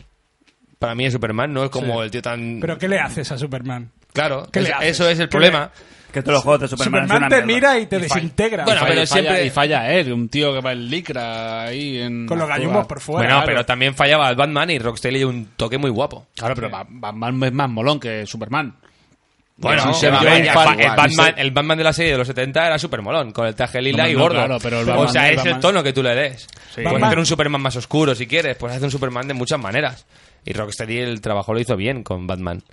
S5: Para mí es Superman, no es como el tío tan...
S6: ¿Pero qué le haces a Superman?
S5: claro,
S6: ¿qué le
S5: es-
S6: haces?
S5: eso es el
S6: ¿Qué
S5: problema.
S2: Que todos los juegos de Superman,
S6: Superman,
S2: son una
S6: te
S2: mierda.
S6: mira y te
S5: Y falla.
S6: desintegra.
S4: Y
S5: Bueno,
S4: falla-
S5: pero
S4: y falla-
S5: siempre-
S4: Y falla él, un tío que va en licra ahí en...
S6: Con los
S4: las
S6: gallumbos
S4: cuevas.
S6: por fuera.
S5: Bueno,
S4: Claro.
S5: pero también fallaba el Batman y Rocksteady le dio un toque muy guapo.
S4: Claro, pero Ba- Batman es más molón que Superman.
S5: Bueno,
S3: Sí,
S5: el,
S3: se
S5: Batman-
S3: veía
S5: el
S3: igual,
S5: Ba- el
S3: igual,
S5: Batman,
S3: sí.
S5: el Batman de la serie de los 70 era super molón, con el traje lila
S4: No,
S5: y
S4: no,
S5: gordo.
S4: claro, pero el
S5: o
S4: Batman
S5: sea,
S4: del
S5: es el
S4: Batman-
S5: tono que tú le des. Puedes
S6: Batman-
S5: hacer un Superman más oscuro si quieres, puedes hacer un Superman de muchas maneras. Y Rocksteady el trabajo lo hizo bien con Batman.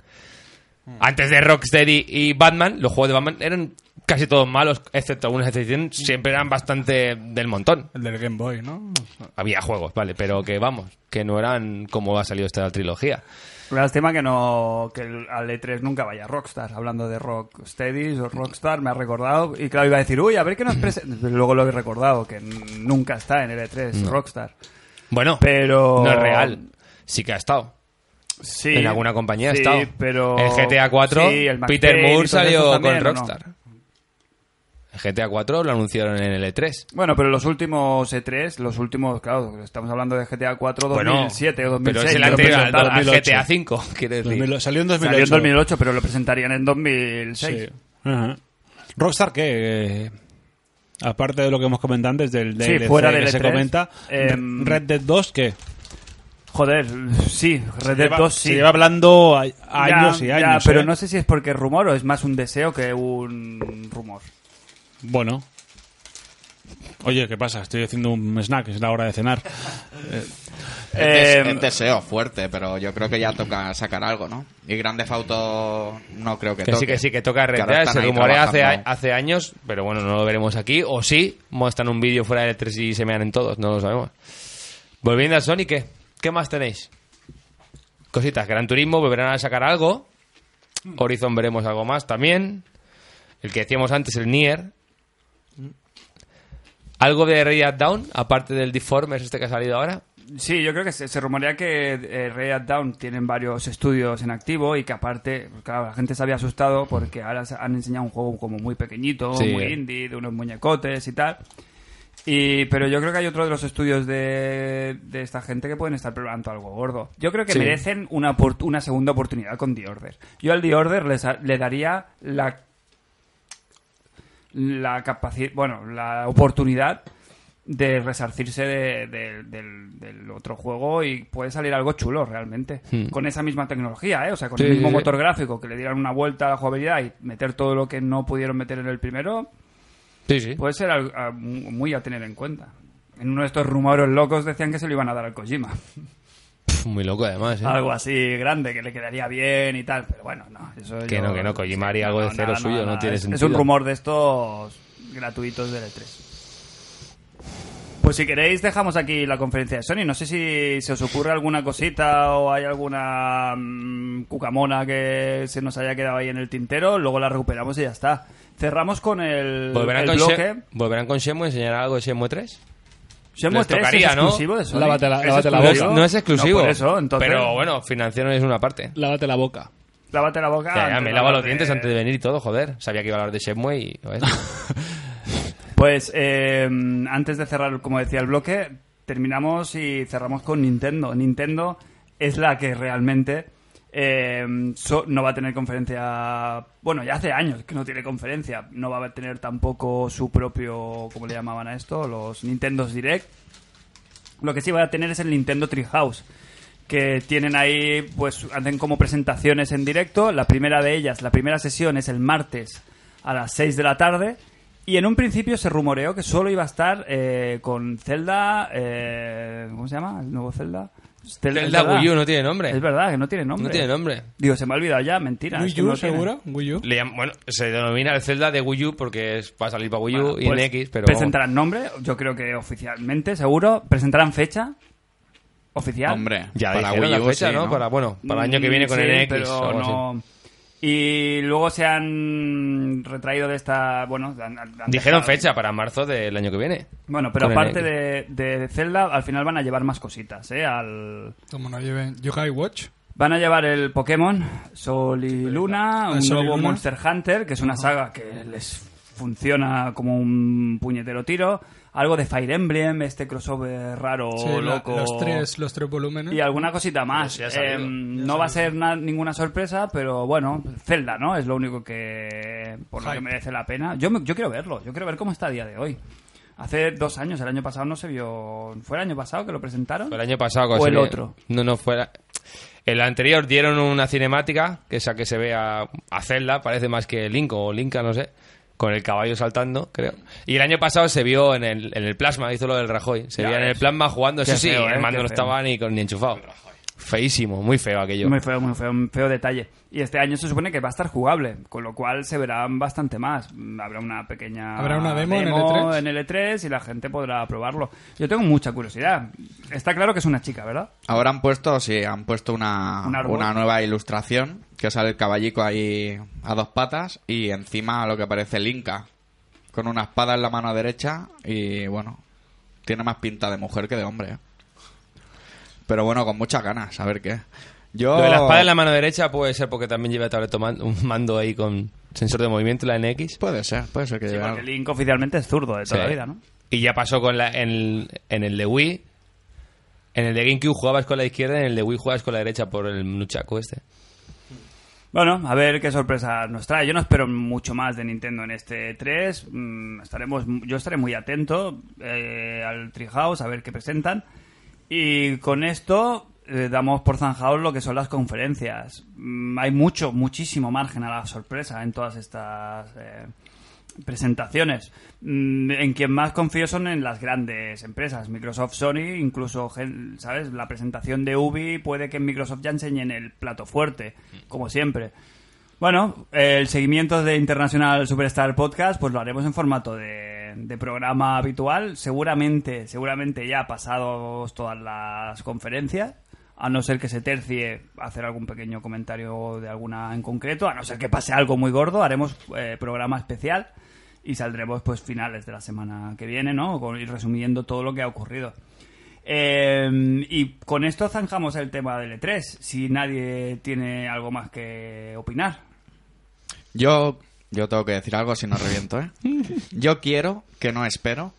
S5: Antes de Rocksteady y Batman, los juegos de Batman eran casi todos malos, excepto algunas excepciones, siempre eran bastante del montón.
S6: El del Game Boy, ¿no?
S5: Había juegos, vale, pero que vamos, que no eran como ha salido esta trilogía.
S2: Lástima que no que el- al E3 nunca vaya Rockstar. Hablando de Rocksteady o Rockstar, me ha recordado. Y claro, iba a decir, uy, a ver qué nos presenta. Luego lo he recordado, que n- nunca está en el E3 Rockstar.
S5: Bueno,
S2: Pero-
S5: no es real. Sí que ha estado.
S2: Sí.
S5: en alguna compañía ha
S2: sí,
S5: estado.
S2: pero...
S5: En GTA 4,
S2: Sí, el
S5: Peter
S2: McCain y
S5: Moore
S2: todos estos
S5: salió
S2: también,
S5: con
S2: ¿o no?
S5: Rockstar. En GTA 4 lo anunciaron en el E3.
S2: Bueno, pero los últimos E3, los últimos, claro, estamos hablando de GTA 4 2007 o 2006.
S5: pero es el
S2: que lo
S5: anterior al-
S2: presentaron.
S5: al
S4: 2008.
S5: GTA 5, quiero decir.
S4: 2000 salió en 2008.
S2: Salió en 2008, pero lo presentarían en 2006.
S4: Sí. Ajá. Rockstar, que eh, aparte de lo que hemos comentado antes del
S2: Sí,
S4: DLC
S2: fuera
S4: que
S2: del
S4: se
S2: E3,
S4: comenta,
S2: em,
S4: Red Dead 2, que
S2: Joder, sí, Red Dead
S4: lleva-
S2: 2 sí.
S4: se lleva hablando a-
S2: Ya,
S4: años y
S2: ya,
S4: años.
S2: pero
S4: ¿eh?
S2: no sé si es porque es rumor o es más un deseo que un rumor.
S4: Bueno. Oye, ¿qué pasa? Estoy haciendo un snack, es la hora de cenar.
S3: Es,
S2: Eh,
S3: es deseo fuerte, pero yo creo que ya toca sacar algo, ¿no? Y Grandes Autos no creo que,
S5: Que
S3: toque.
S5: sí, que sí, que toca
S3: ahora
S5: retear. Se
S3: están ahí
S5: rumorea hace,
S3: trabajando.
S5: hace años, pero bueno, no lo veremos aquí. O sí, muestran un vídeo fuera del E3 y se mean en todos, no lo sabemos. Volviendo a Sony, ¿qué? ¿Qué más tenéis? Cositas. Gran Turismo, volverán a sacar algo. Horizon veremos algo más también. El que decíamos antes, el Nier. ¿Algo de Red Down, aparte del Deformers este que ha salido ahora?
S2: sí, yo creo que se, se rumorea que eh, Red Dead Down tienen varios estudios en activo y que aparte, claro, la gente se había asustado porque ahora se- han enseñado un juego como muy pequeñito,
S5: Sí.
S2: muy indie, de unos muñecotes y tal. Y, pero yo creo que hay otro de los estudios de, de esta gente que pueden estar preparando algo gordo. Yo creo que
S5: Sí.
S2: merecen una, opor- una segunda oportunidad con The Order. Yo al The Order les a- le daría la, la capacidad, bueno, la oportunidad de resarcirse de- de- del, del otro juego y puede salir algo chulo realmente. Con esa misma tecnología, ¿eh? O sea, con
S5: Hmm. Sí,
S2: el mismo
S5: sí, sí.
S2: motor gráfico, que le dieran una vuelta a la jugabilidad y meter todo lo que no pudieron meter en el primero,
S5: Sí, sí.
S2: Puede ser al- a- muy a tener en cuenta. En uno de estos rumores locos decían que se lo iban a dar al Kojima.
S5: muy loco además. ¿eh?
S2: Algo así grande, que le quedaría bien y tal. Pero bueno, no. Eso
S5: Que
S2: yo-
S5: no, que no, Kojima haría algo de cero suyo, no tiene
S2: es, Es
S5: sentido.
S2: un rumor de estos gratuitos del E3. Pues si queréis dejamos aquí la conferencia de Sony. No sé si se os ocurre alguna cosita o hay alguna mm, cucamona que se nos haya quedado ahí en el tintero. Luego la recuperamos y ya está. Cerramos con el,
S5: ¿Volverán,
S2: el
S5: con
S2: bloque.
S5: Shenmue- ¿Volverán con Shemu a enseñar algo de Shemu 3?
S2: Shenmue
S5: les
S2: 3 es
S5: tocaría, ¿no?
S2: exclusivo de Sony.
S4: Lávate la-
S2: ¿Es
S4: lávate la
S5: No es,
S2: exclusivo?
S5: no es exclusivo.
S2: No, por eso, entonces.
S5: Pero bueno, financiaron es una parte.
S4: Lávate la boca.
S2: Lávate la boca.
S5: Ya, ya,
S2: antes
S5: me
S2: de
S5: lavo los
S2: hablar
S5: dientes
S2: de-
S5: antes de venir y todo, joder. Sabía que iba a hablar de Shenmue y...
S2: [LAUGHS]
S5: joder.
S2: Pues eh, antes de cerrar, como decía el bloque, terminamos y cerramos con Nintendo. Nintendo es la que realmente eh, so- no va a tener conferencia. Bueno, ya hace años que no tiene conferencia. No va a tener tampoco su propio, ¿cómo le llamaban a esto? Los Nintendos Direct. Lo que sí va a tener es el Nintendo Treehouse, que tienen ahí, pues hacen como presentaciones en directo. La primera de ellas, la primera sesión es el martes a las 6 de la tarde. Y en un principio se rumoreó que solo iba a estar eh, con Zelda. eh, ¿Cómo se llama? ¿El nuevo Zelda? Zel-
S5: Zelda
S2: es verdad.
S5: Wii U no tiene nombre.
S2: Es verdad, que no tiene nombre.
S5: No tiene nombre.
S2: Digo, se me ha olvidado ya, mentira. es
S6: Wii
S2: que
S6: U,
S2: no tiene.
S6: seguro. Wii U.
S5: Le llaman- bueno, se denomina el Zelda de Wii U porque es, va a salir para Wii U
S2: Bueno,
S5: y
S2: pues,
S5: en X, pero... vamos.
S2: Presentarán nombre, yo creo que oficialmente, seguro. Presentarán fecha oficial.
S3: Hombre,
S5: Ya
S3: para
S5: dijeron
S3: Wii U,
S5: la fecha,
S3: sí,
S5: ¿no? Para, bueno, para el año que viene con
S2: Mm, sí,
S5: el X
S2: pero
S5: o algo así.
S2: no- Y luego se han retraído de esta. Bueno, han- han- han
S5: Dijeron
S2: dejado-
S5: fecha para marzo del año que viene.
S2: Bueno, pero
S5: Con el
S2: aparte
S5: X.
S2: de, de Zelda, al final van a llevar más cositas, ¿eh? Al...
S6: Como no lleven Yokai Watch.
S2: Van a llevar el Pokémon Sol y Luna, un
S6: Ah, Sol y
S2: nuevo
S6: Luna.
S2: Monster Hunter, que es una saga que les funciona como un puñetero tiro, algo de Fire Emblem, este crossover raro,
S6: Sí,
S5: Oh,
S6: la-
S2: loco.
S6: los, tres, los tres volúmenes.
S2: Y alguna cosita más.
S5: Pues ya ha
S2: Eh,
S5: salido.
S2: no va a ser na- ninguna sorpresa, pero bueno, Zelda, ¿no? Es lo único que por lo que
S6: Hype.
S2: merece la pena. Yo, me- yo quiero verlo, yo quiero ver cómo está a día de hoy. Hace dos años, el año pasado no se vio. ¿Fue el año pasado que lo presentaron?
S5: Fue El año pasado
S2: ¿O
S5: con
S2: el
S5: serie-
S2: otro?
S5: No, no fuera. El anterior dieron una cinemática, que esa que se ve a, a Zelda, parece más que Link o Linka, no sé, con el caballo saltando, creo. Y el año pasado se vio en el, en el plasma, hizo lo del Rajoy. Se
S2: Ya
S5: veía en
S2: ves.
S5: el plasma jugando,
S2: Qué
S5: eso sí,
S2: feo, ¿eh?
S5: el mando
S2: Qué
S5: no
S2: feo.
S5: estaba ni, con- ni enchufado. Feísimo, muy feo aquello.
S2: Muy feo, muy feo, un feo detalle. Y este año se supone que va a estar jugable, con lo cual se verán bastante más. Mm, Habrá una pequeña
S6: ¿Habrá una demo en E L3?
S2: en L3 y la gente podrá probarlo. Yo tengo mucha curiosidad. Está claro que es una chica, ¿verdad?
S3: Ahora han puesto, sí, han puesto una,
S2: Un árbol.
S3: una nueva ilustración que sale el caballico ahí a dos patas y encima lo que parece el Inca con una espada en la mano derecha y bueno, tiene más pinta de mujer que de hombre. ¿eh? Pero bueno, con muchas ganas, a ver qué. Yo
S5: Lo de la espada en la mano derecha puede ser porque también lleva tableto man- un mando ahí con sensor de movimiento, la NX.
S3: puede ser, puede ser que
S2: Sí,
S3: lleve
S2: porque
S3: algo.
S2: Link oficialmente es zurdo de toda la
S5: Sí.
S2: vida, ¿no?
S5: Y ya pasó con la, en, el, en el de Wii. En el de GameCube jugabas con la izquierda, en el de Wii jugabas con la derecha por el Nuchaco este.
S2: Bueno, a ver qué sorpresa nos trae. Yo no espero mucho más de Nintendo en este 3. Mm, estaremos, yo estaré muy atento eh, al Treehouse a ver qué presentan. Y con esto eh, damos por zanjado lo que son las conferencias. Mm, hay mucho, muchísimo margen a la sorpresa en todas estas eh, presentaciones. Mm, en quien más confío son en las grandes empresas, Microsoft, Sony, incluso, gen- ¿sabes? La presentación de Ubi puede que en Microsoft ya enseñen el plato fuerte, como siempre. Bueno, eh, el seguimiento de International Superstar Podcast, pues lo haremos en formato de, de programa habitual. Seguramente, seguramente ya pasados todas las conferencias, a no ser que se tercie hacer algún pequeño comentario de alguna en concreto, a no ser que pase algo muy gordo, haremos eh, programa especial y saldremos pues finales de la semana que viene, ¿no? Con- Y resumiendo todo lo que ha ocurrido. Eh, y con esto zanjamos el tema del E3, si nadie tiene algo más que opinar.
S3: Yo, yo tengo que decir algo si no reviento,
S6: [LAUGHS]
S3: ¿eh? Yo quiero, que no espero,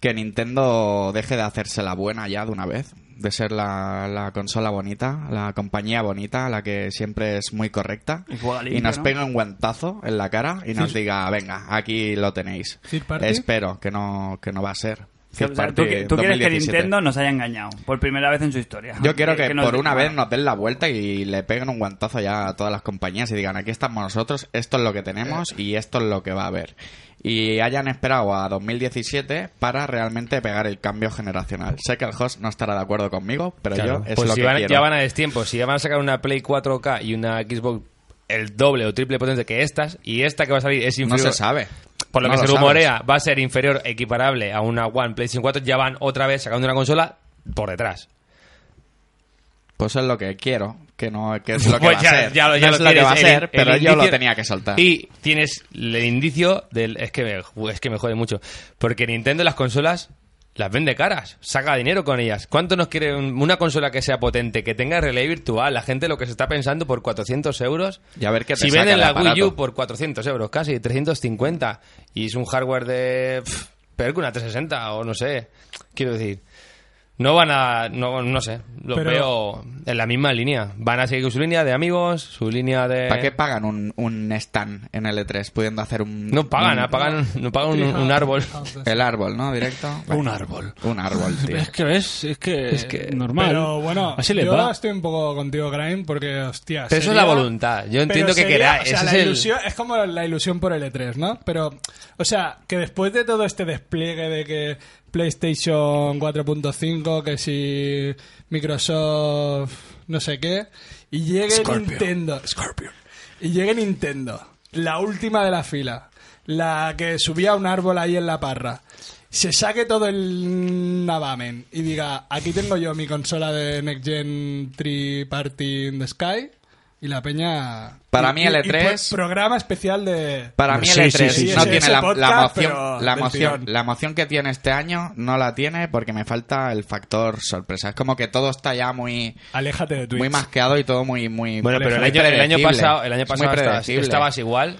S3: que Nintendo deje de hacerse la buena ya de una vez, de ser la, la consola bonita, la compañía bonita, la que siempre es muy correcta,
S2: Y juega limpio,
S3: y nos
S2: ¿no?
S3: pegue un guantazo en la cara y nos diga, venga, aquí lo tenéis.
S6: ¿Third party?
S3: Espero que no, que no va a ser.
S2: O
S3: Third
S2: sea, tú
S3: party
S2: que- tú quieres que
S3: 2017.
S2: Nintendo nos haya engañado por primera vez en su historia.
S3: Yo quiero Ah, que,
S2: nos-
S3: por una vez nos den la vuelta y le peguen un guantazo ya a todas las compañías y digan, aquí estamos nosotros, esto es lo que tenemos y esto es lo que va a haber. Y hayan esperado a 2017 para realmente pegar el cambio generacional. Sé que el host no estará de acuerdo conmigo, pero yo es
S5: pues
S3: lo
S5: si
S3: que
S5: van-
S3: quiero.
S5: ya van a destiempo, si ya van a sacar una Play 4K y una Xbox el doble o triple potencia que estas, y esta que va a salir es
S3: No
S5: inferior.
S3: se sabe.
S5: Por lo
S3: No
S5: que se
S3: sabes.
S5: rumorea, va a ser inferior, equiparable a una One PlayStation 4, ya van otra vez sacando una consola por detrás.
S3: Pues es lo que quiero, que no que
S5: [LAUGHS]
S3: es lo que
S5: Pues
S3: va
S5: ya,
S3: a ser.
S5: ya lo-
S3: No
S5: ya
S3: es
S5: lo
S3: lo que va a
S5: tienes, el-
S3: ser,
S5: el
S3: pero yo lo
S5: indicio-
S3: tenía que soltar.
S5: Y tienes el indicio del. Es que me, es que me jode mucho. Porque Nintendo, las consolas, Las vende caras, saca dinero con ellas. ¿Cuánto nos quiere un- una consola que sea potente, que tenga relay virtual? La gente lo que se está pensando por 400 euros.
S3: Y a ver qué te
S5: Si
S3: saca
S5: venden
S3: el
S5: la Wii
S3: aparato.
S5: U por 400 euros, casi 350, y es un hardware de. pff, peor que una 360, o no sé. Quiero decir. No van a. No, no sé. Lo
S6: Pero-
S5: veo en la misma línea. Van a seguir con su línea de amigos, su línea de.
S3: ¿Para qué pagan un, un stand en L3 pudiendo hacer un.
S5: No pagan,
S3: un-
S5: ah, pagan, no pagan un, un árbol.
S3: El árbol, ¿no? Directo.
S4: Un árbol.
S3: Un
S6: [LAUGHS]
S3: árbol, tío.
S4: Es que ves, es que es
S5: que-
S4: normal.
S6: Pero bueno,
S4: así le
S6: yo
S4: va.
S6: estoy un poco contigo, Grime, porque, hostia.
S5: Pero eso es la voluntad. Yo entiendo
S6: pero
S5: que
S6: sería-
S5: queráis,
S6: o sea,
S5: ese
S6: la
S5: es el-
S6: ilusión- es como la ilusión por el E3, ¿no? Pero, o sea, que después de todo este despliegue de que PlayStation 4.5, que si Microsoft, no sé qué, y llegue Nintendo. Scorpion. Y llegue Nintendo, la última de la fila, la que subía un árbol ahí en la parra, se saque todo el navamen y diga, aquí tengo yo mi consola de Next Gen 3 Party in the Sky y la peña...
S3: Para
S6: y-
S3: mí E
S6: y- y
S3: L3
S6: pues programa especial de...
S3: Para mí
S4: Sí,
S3: el E3
S4: sí, sí,
S3: no
S6: sí.
S3: tiene
S6: Ese
S3: la,
S6: podcast,
S3: la
S6: pero
S3: emoción, la
S6: del
S3: emoción,
S6: tirón.
S3: la emoción que tiene este año no la tiene porque me falta el factor sorpresa. Es como que todo está ya muy
S6: Aléjate de Twitch.
S3: muy masqueado y todo muy muy
S5: Bueno, pero el
S3: muy
S5: año, el año
S3: predecible.
S5: pasado, el año
S3: Es muy
S5: pasado estabas,
S3: predecible.
S5: estabas igual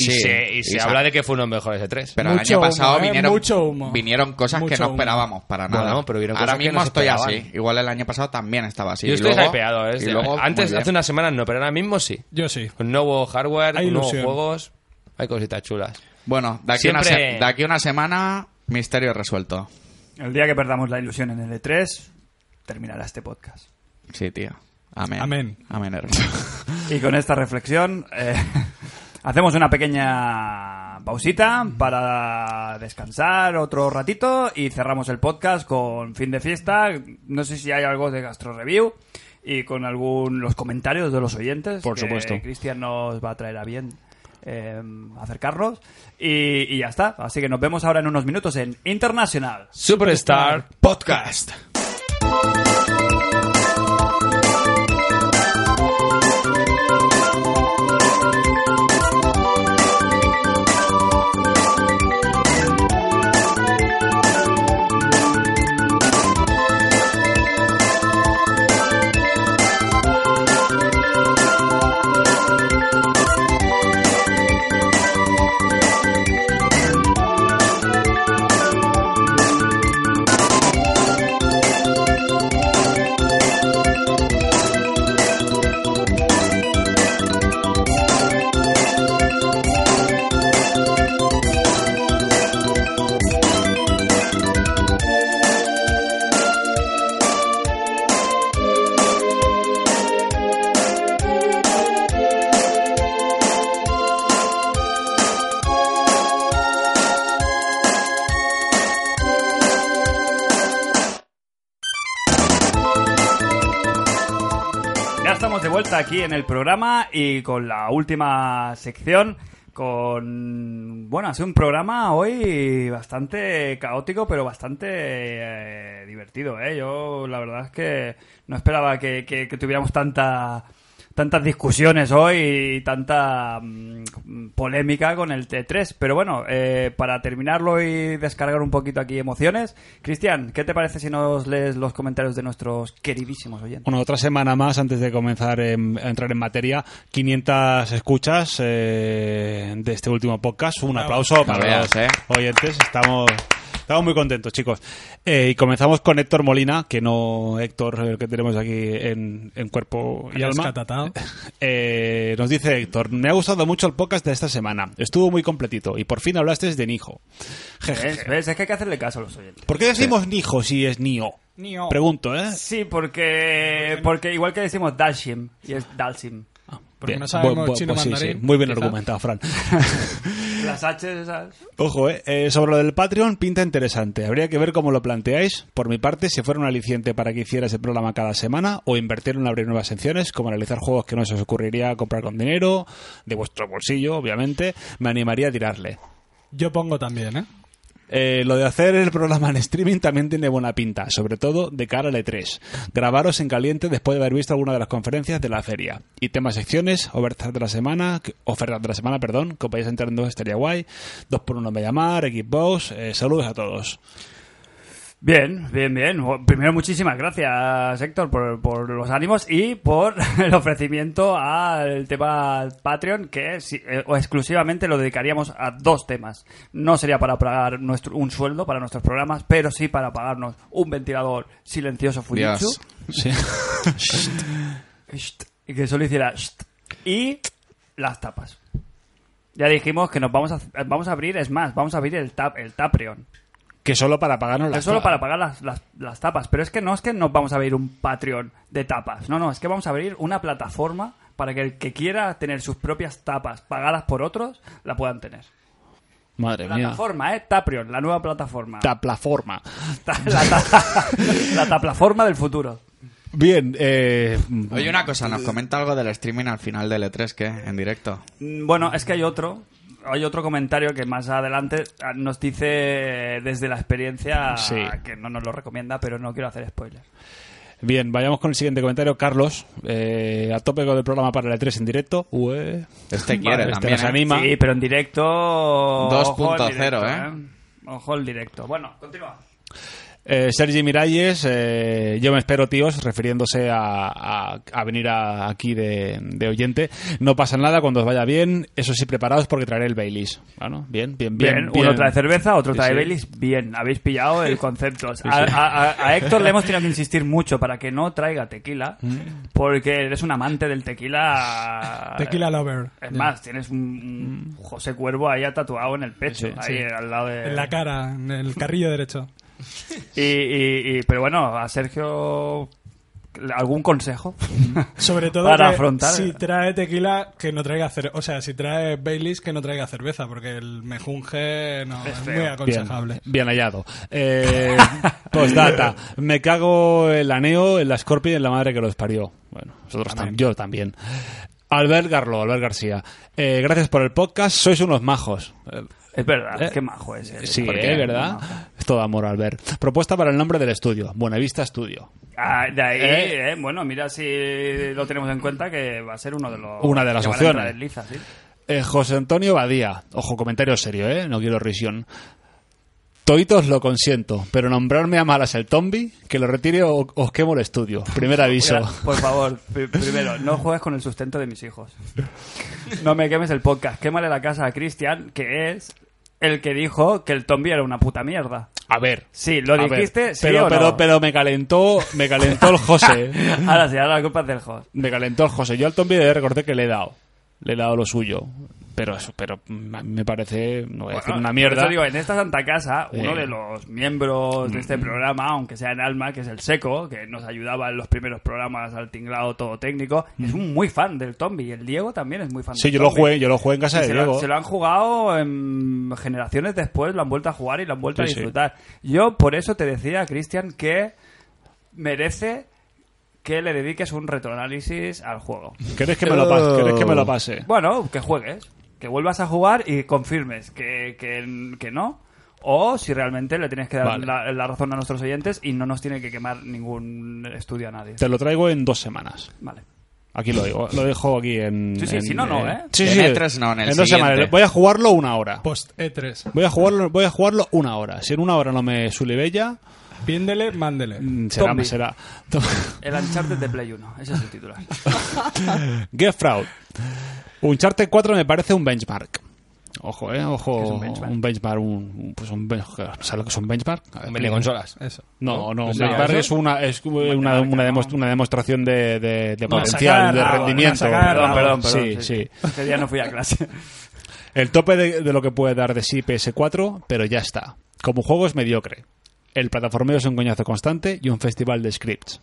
S5: y
S3: Sí,
S5: se, y se
S3: y se-
S5: habla de que fue uno de los mejores de tres.
S3: Pero el
S6: Mucho
S3: año pasado
S6: humo, ¿eh?
S3: vinieron,
S6: Mucho humo.
S3: vinieron cosas que
S6: Mucho
S3: no
S6: humo.
S3: esperábamos para nada.
S5: Bueno, pero vieron
S3: Ahora
S5: cosas que
S3: mismo
S5: no se
S3: estoy
S5: esperaban.
S3: así. Igual el año pasado también estaba así. Y
S5: Yo estoy
S3: luego-
S5: hypeado. ¿eh?
S3: y luego,
S5: Antes,
S3: muy bien.
S5: hace unas semanas no, pero ahora mismo sí.
S6: Yo sí.
S5: Con nuevo hardware,
S6: Hay
S5: con nuevos
S6: ilusión.
S5: juegos, hay cositas chulas.
S3: Bueno, de aquí, una
S5: Siempre-
S3: se- de aquí una semana, misterio resuelto.
S2: El día que perdamos la ilusión en el E3, terminará este podcast.
S3: Sí, tío. Amén.
S6: Amén.
S3: Amén, hermano.
S2: Y con esta reflexión, eh, [LAUGHS] hacemos una pequeña pausita para descansar otro ratito y cerramos el podcast con fin de fiesta. No sé si hay algo de Gastro Review y con algún los comentarios de los oyentes.
S4: Por
S2: que
S4: supuesto.
S2: Cristian nos va a traer a bien eh, acercarlos. Y, y ya está. Así que nos vemos ahora en unos minutos en Internacional.
S5: Superstar Podcast.
S2: Ya estamos de vuelta aquí en el programa y con la última sección. Con. Bueno, ha sido un programa hoy bastante caótico, pero bastante eh, divertido, ¿eh? Yo, la verdad es que no esperaba que, que- que tuviéramos tanta, tantas discusiones hoy y tanta mm, polémica con el T3. Pero bueno, eh, para terminarlo y descargar un poquito aquí emociones, Cristian, ¿qué te parece si nos lees los comentarios de nuestros queridísimos oyentes?
S4: Bueno, otra semana más antes de comenzar em, a entrar en materia. 500 escuchas eh, de este último podcast. Un aplauso para
S3: Gracias,
S4: los
S3: eh.
S4: oyentes. Estamos, estamos muy contentos, chicos. Eh, y comenzamos con Héctor Molina, que no Héctor, el que tenemos aquí en, en cuerpo y alma.
S2: [LAUGHS]
S6: Rescatatao.
S4: Eh, nos dice Héctor, me ha gustado mucho el podcast de esta semana. Estuvo muy completito y por fin hablaste de Nijo.
S2: [LAUGHS] ¿Ves?
S4: Jejeje.
S2: ¿Ves? Es que hay que hacerle caso a los oyentes.
S4: ¿Por qué decimos Nijo si es Nio?
S6: Nio.
S4: Pregunto, ¿eh?
S2: Sí, porque, porque igual que decimos Dalshim, y es Dalsim.
S6: Porque no sabemos
S4: Bu- bu-
S6: chino
S4: pues sí,
S6: mandarín,
S4: sí. Muy bien
S6: quizá.
S4: argumentado,
S6: [LAUGHS]
S4: Fran.
S2: Las H esas.
S4: Ojo, eh, eh, sobre lo del Patreon, pinta interesante. Habría que ver cómo lo planteáis. Por mi parte, si fuera un aliciente para que hicieras el programa cada semana, o invertir en abrir nuevas secciones, como analizar juegos que no se os ocurriría comprar con dinero, de vuestro bolsillo, obviamente, me animaría a tirarle.
S6: Yo pongo también, ¿eh?
S4: Eh, lo de hacer el programa en streaming también tiene buena pinta, sobre todo de cara al E3. Grabaros en caliente después de haber visto alguna de las conferencias de la feria. Y temas secciones, ofertas de la semana, que- ofertas de la semana, perdón, que os vayáis entrando estaría guay. Dos por uno en Mediamar, Xbox, eh, saludos a todos.
S2: Bien, bien, bien. Bueno, Primero, muchísimas gracias, Héctor, por, por los ánimos y por [LAUGHS] el ofrecimiento al tema Patreon, que si- eh, o exclusivamente lo dedicaríamos a dos temas. No sería para pagar nuestro, un sueldo para nuestros programas, pero sí para pagarnos un ventilador silencioso Fujitsu.
S3: Dios.
S4: Sí.
S2: Sht, y que solo hiciera sht. y las tapas. Ya dijimos que nos vamos a, eh, vamos a abrir, es más, vamos a abrir el, tap, el Tapreon.
S4: que solo para pagarnos la
S2: Es solo para pagar las, las- las tapas. Pero es que no es que nos vamos a abrir un Patreon de tapas. No, no, es que vamos a abrir una plataforma para que el que quiera tener sus propias tapas pagadas por otros, la puedan tener.
S4: Madre mía.
S2: Plataforma, ¿eh? Tapreon, la nueva plataforma.
S4: Taplaforma.
S2: Ta- [LAUGHS] la, ta- [LAUGHS] la taplaforma del futuro.
S4: Bien, eh,
S3: Oye, una cosa, nos comenta algo del streaming al final del E3, ¿qué? En directo.
S2: Mm, Bueno, es que hay otro. Hay otro comentario que más adelante ah, nos dice desde la experiencia
S4: Sí.
S2: que no nos lo recomienda, pero no quiero hacer spoilers.
S4: bien, vayamos con el siguiente comentario. Carlos, eh, a tope con el programa para el E3 en directo. Ue.
S3: Este quiere
S4: este
S3: también.
S4: nos
S3: ¿eh?
S4: anima.
S2: Sí, pero en directo. ojo al
S3: 2.0,
S2: directo,
S3: ¿eh?
S2: Ojo el directo. Bueno, continúa.
S4: Eh, Sergi Miralles, eh, yo me espero, tíos, refiriéndose a, a- a venir a- aquí de, de oyente. No pasa nada cuando os vaya bien. Eso sí, preparados porque traeré el Baileys. Bueno, bien, bien, bien.
S2: Bien, uno
S4: bien.
S2: trae cerveza, otro
S4: Sí,
S2: trae
S4: sí.
S2: Baileys. Bien, habéis pillado
S4: [LAUGHS]
S2: el concepto. A, a- a- a Héctor le hemos tenido que insistir mucho para que no traiga tequila,
S4: Mm.
S2: porque eres un amante del tequila.
S6: Tequila Lover.
S2: Es más, tienes un, un José Cuervo ahí tatuado en el pecho,
S4: Mm. Sí,
S2: ahí
S4: sí.
S2: al lado de...
S6: En la cara, en el carrillo derecho.
S2: y, y- y- pero bueno, a Sergio, ¿algún consejo?
S6: [LAUGHS] Sobre todo
S2: Para
S6: que
S2: afrontar-
S6: si trae tequila, que no traiga cerveza. O sea, si trae Baileys, que no traiga cerveza, porque el mejunje no es, muy
S2: feo.
S4: Bien,
S6: aconsejable.
S4: bien hallado.
S2: [LAUGHS]
S4: Eh, postdata. Me cago el aneo, en la Scorpion y en la madre que los parió. Bueno, nosotros tam- yo también. Albert Garlo, Albert García. Eh, gracias por el podcast. Sois unos majos. Eh,
S2: Es verdad,
S4: Eh,
S2: qué majo es. él.
S4: Sí,
S2: Porque-
S4: ¿eh? ¿verdad? Es todo amor, Albert. Propuesta para el nombre del estudio. Buenavista Estudio.
S2: Ah, de ahí,
S4: Eh.
S2: eh, bueno, mira si lo tenemos en cuenta que va a ser uno de los...
S4: Una de las
S2: que van a entrar
S4: opciones.
S2: en liza, sí.
S4: Eh, José Antonio Badía. Ojo, comentario serio, ¿eh? No quiero risión. Toitos lo consiento, pero nombrarme a malas el tombi, que lo retire o os quemo el estudio. Primer aviso.
S2: Mira, Por favor, pri- primero, no juegues con el sustento de mis hijos. No me quemes el podcast. Quémale la casa a Cristian, que es el que dijo que el Tombi era una puta mierda.
S4: A ver.
S2: Sí, lo
S4: a ver,
S2: dijiste, sí
S4: pero,
S2: o no?
S4: pero, pero me calentó, me calentó
S2: [LAUGHS]
S4: el José.
S2: Ahora sí, ahora la culpa es del host.
S4: me calentó el José. Yo al Tombi le recordé que le he dado. Le he dado lo suyo. Pero eso, pero mm, a mí me parece, no voy a decir
S2: Bueno,
S4: una
S2: por
S4: mierda. Eh.
S2: eso digo, en esta santa casa, uno
S4: Sí.
S2: de los miembros de
S4: Mm.
S2: este programa, aunque sea en alma, que es el Seco, que nos ayudaba en los primeros programas al tinglado todo técnico, es un muy fan del Tombi. Y el Diego también es muy fan
S4: Mm. sí,
S2: del
S4: yo lo
S2: Tombi.
S4: jugué, yo lo jugué en casa
S2: Y
S4: de
S2: se,
S4: Diego.
S2: Lo, se lo han jugado en generaciones después, lo han vuelto a jugar y lo han vuelto
S4: Sí,
S2: a
S4: sí.
S2: disfrutar. Yo por eso te decía, Cristian, que merece que le dediques un retroanálisis al
S4: [LAUGHS]
S2: juego.
S4: ¿Querés que me lo pase? ¿Querés que me lo pase?
S2: Bueno, que juegues, que vuelvas a jugar y confirmes que, que, que no. O si realmente le tienes que dar
S4: Vale.
S2: la, la razón a nuestros oyentes y no nos tiene que quemar ningún estudio a nadie.
S4: Te lo traigo en dos semanas.
S2: Vale.
S4: Aquí lo digo, lo dejo aquí en.
S2: Sí, sí,
S4: en-
S2: si no, no,
S4: en-
S2: ¿eh?
S4: Sí,
S3: En
S4: sí.
S3: E3 no, en el
S4: dos
S3: siguiente.
S4: semanas. Voy a jugarlo una hora.
S6: Post E E3.
S4: Voy a jugarlo, voy a jugarlo una hora. Si en una hora no me sulibella,
S6: Piéndele, mándele.
S4: mm, será,
S2: Zombie.
S4: será.
S2: El Uncharted de Play 1, ese es el titular.
S4: [LAUGHS] Get Fraud. Uncharted 4 me parece un benchmark. Ojo, eh, ojo.
S2: es un benchmark?
S4: Un benchmark, un- pues un ben- ¿Sabes lo que es un benchmark? A ver,
S5: Un de consolas.
S6: Eso.
S4: No, no,
S5: Pues
S4: un
S5: ya,
S4: benchmark
S5: eso.
S4: es una, es eh, una, una, demos- una demostración de, de- de
S2: sacar
S4: potencial, de
S2: rabo,
S4: rendimiento.
S6: sacar
S2: Perdón,
S6: rabo.
S2: perdón, perdón.
S4: sí. sí.
S2: Ese día no fui a clase.
S4: El tope de, de lo que puede dar de sí PS4, pero ya está. Como juego es mediocre. El plataformeo es un coñazo constante y un festival de scripts.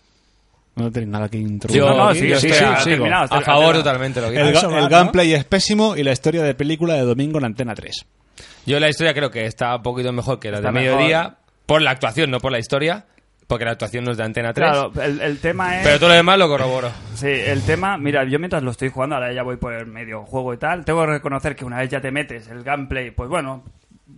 S4: No tenéis nada que introducir.
S5: Yo-
S2: No, no,
S5: sí,
S2: sí,
S5: yo
S2: sí,
S5: estoy
S2: sí,
S5: a-
S2: sigo.
S5: terminado,
S2: Hasta-
S5: A favor
S2: hasta-
S5: totalmente lo que
S4: el,
S6: A
S4: ga-
S6: eso va,
S4: el
S6: ¿no?
S4: gameplay es pésimo y la historia de película de domingo en Antena 3.
S5: Yo la historia creo que está un poquito mejor que la
S2: Está
S5: de mediodía.
S2: mejor.
S5: Por la actuación, no por la historia. Porque la actuación no es de Antena 3.
S2: Claro, el, el tema es...
S5: Pero todo lo demás lo corroboro.
S2: Sí, el tema, mira, yo mientras lo estoy jugando, ahora ya voy por el medio juego y tal, tengo que reconocer que una vez ya te metes el gameplay, pues bueno,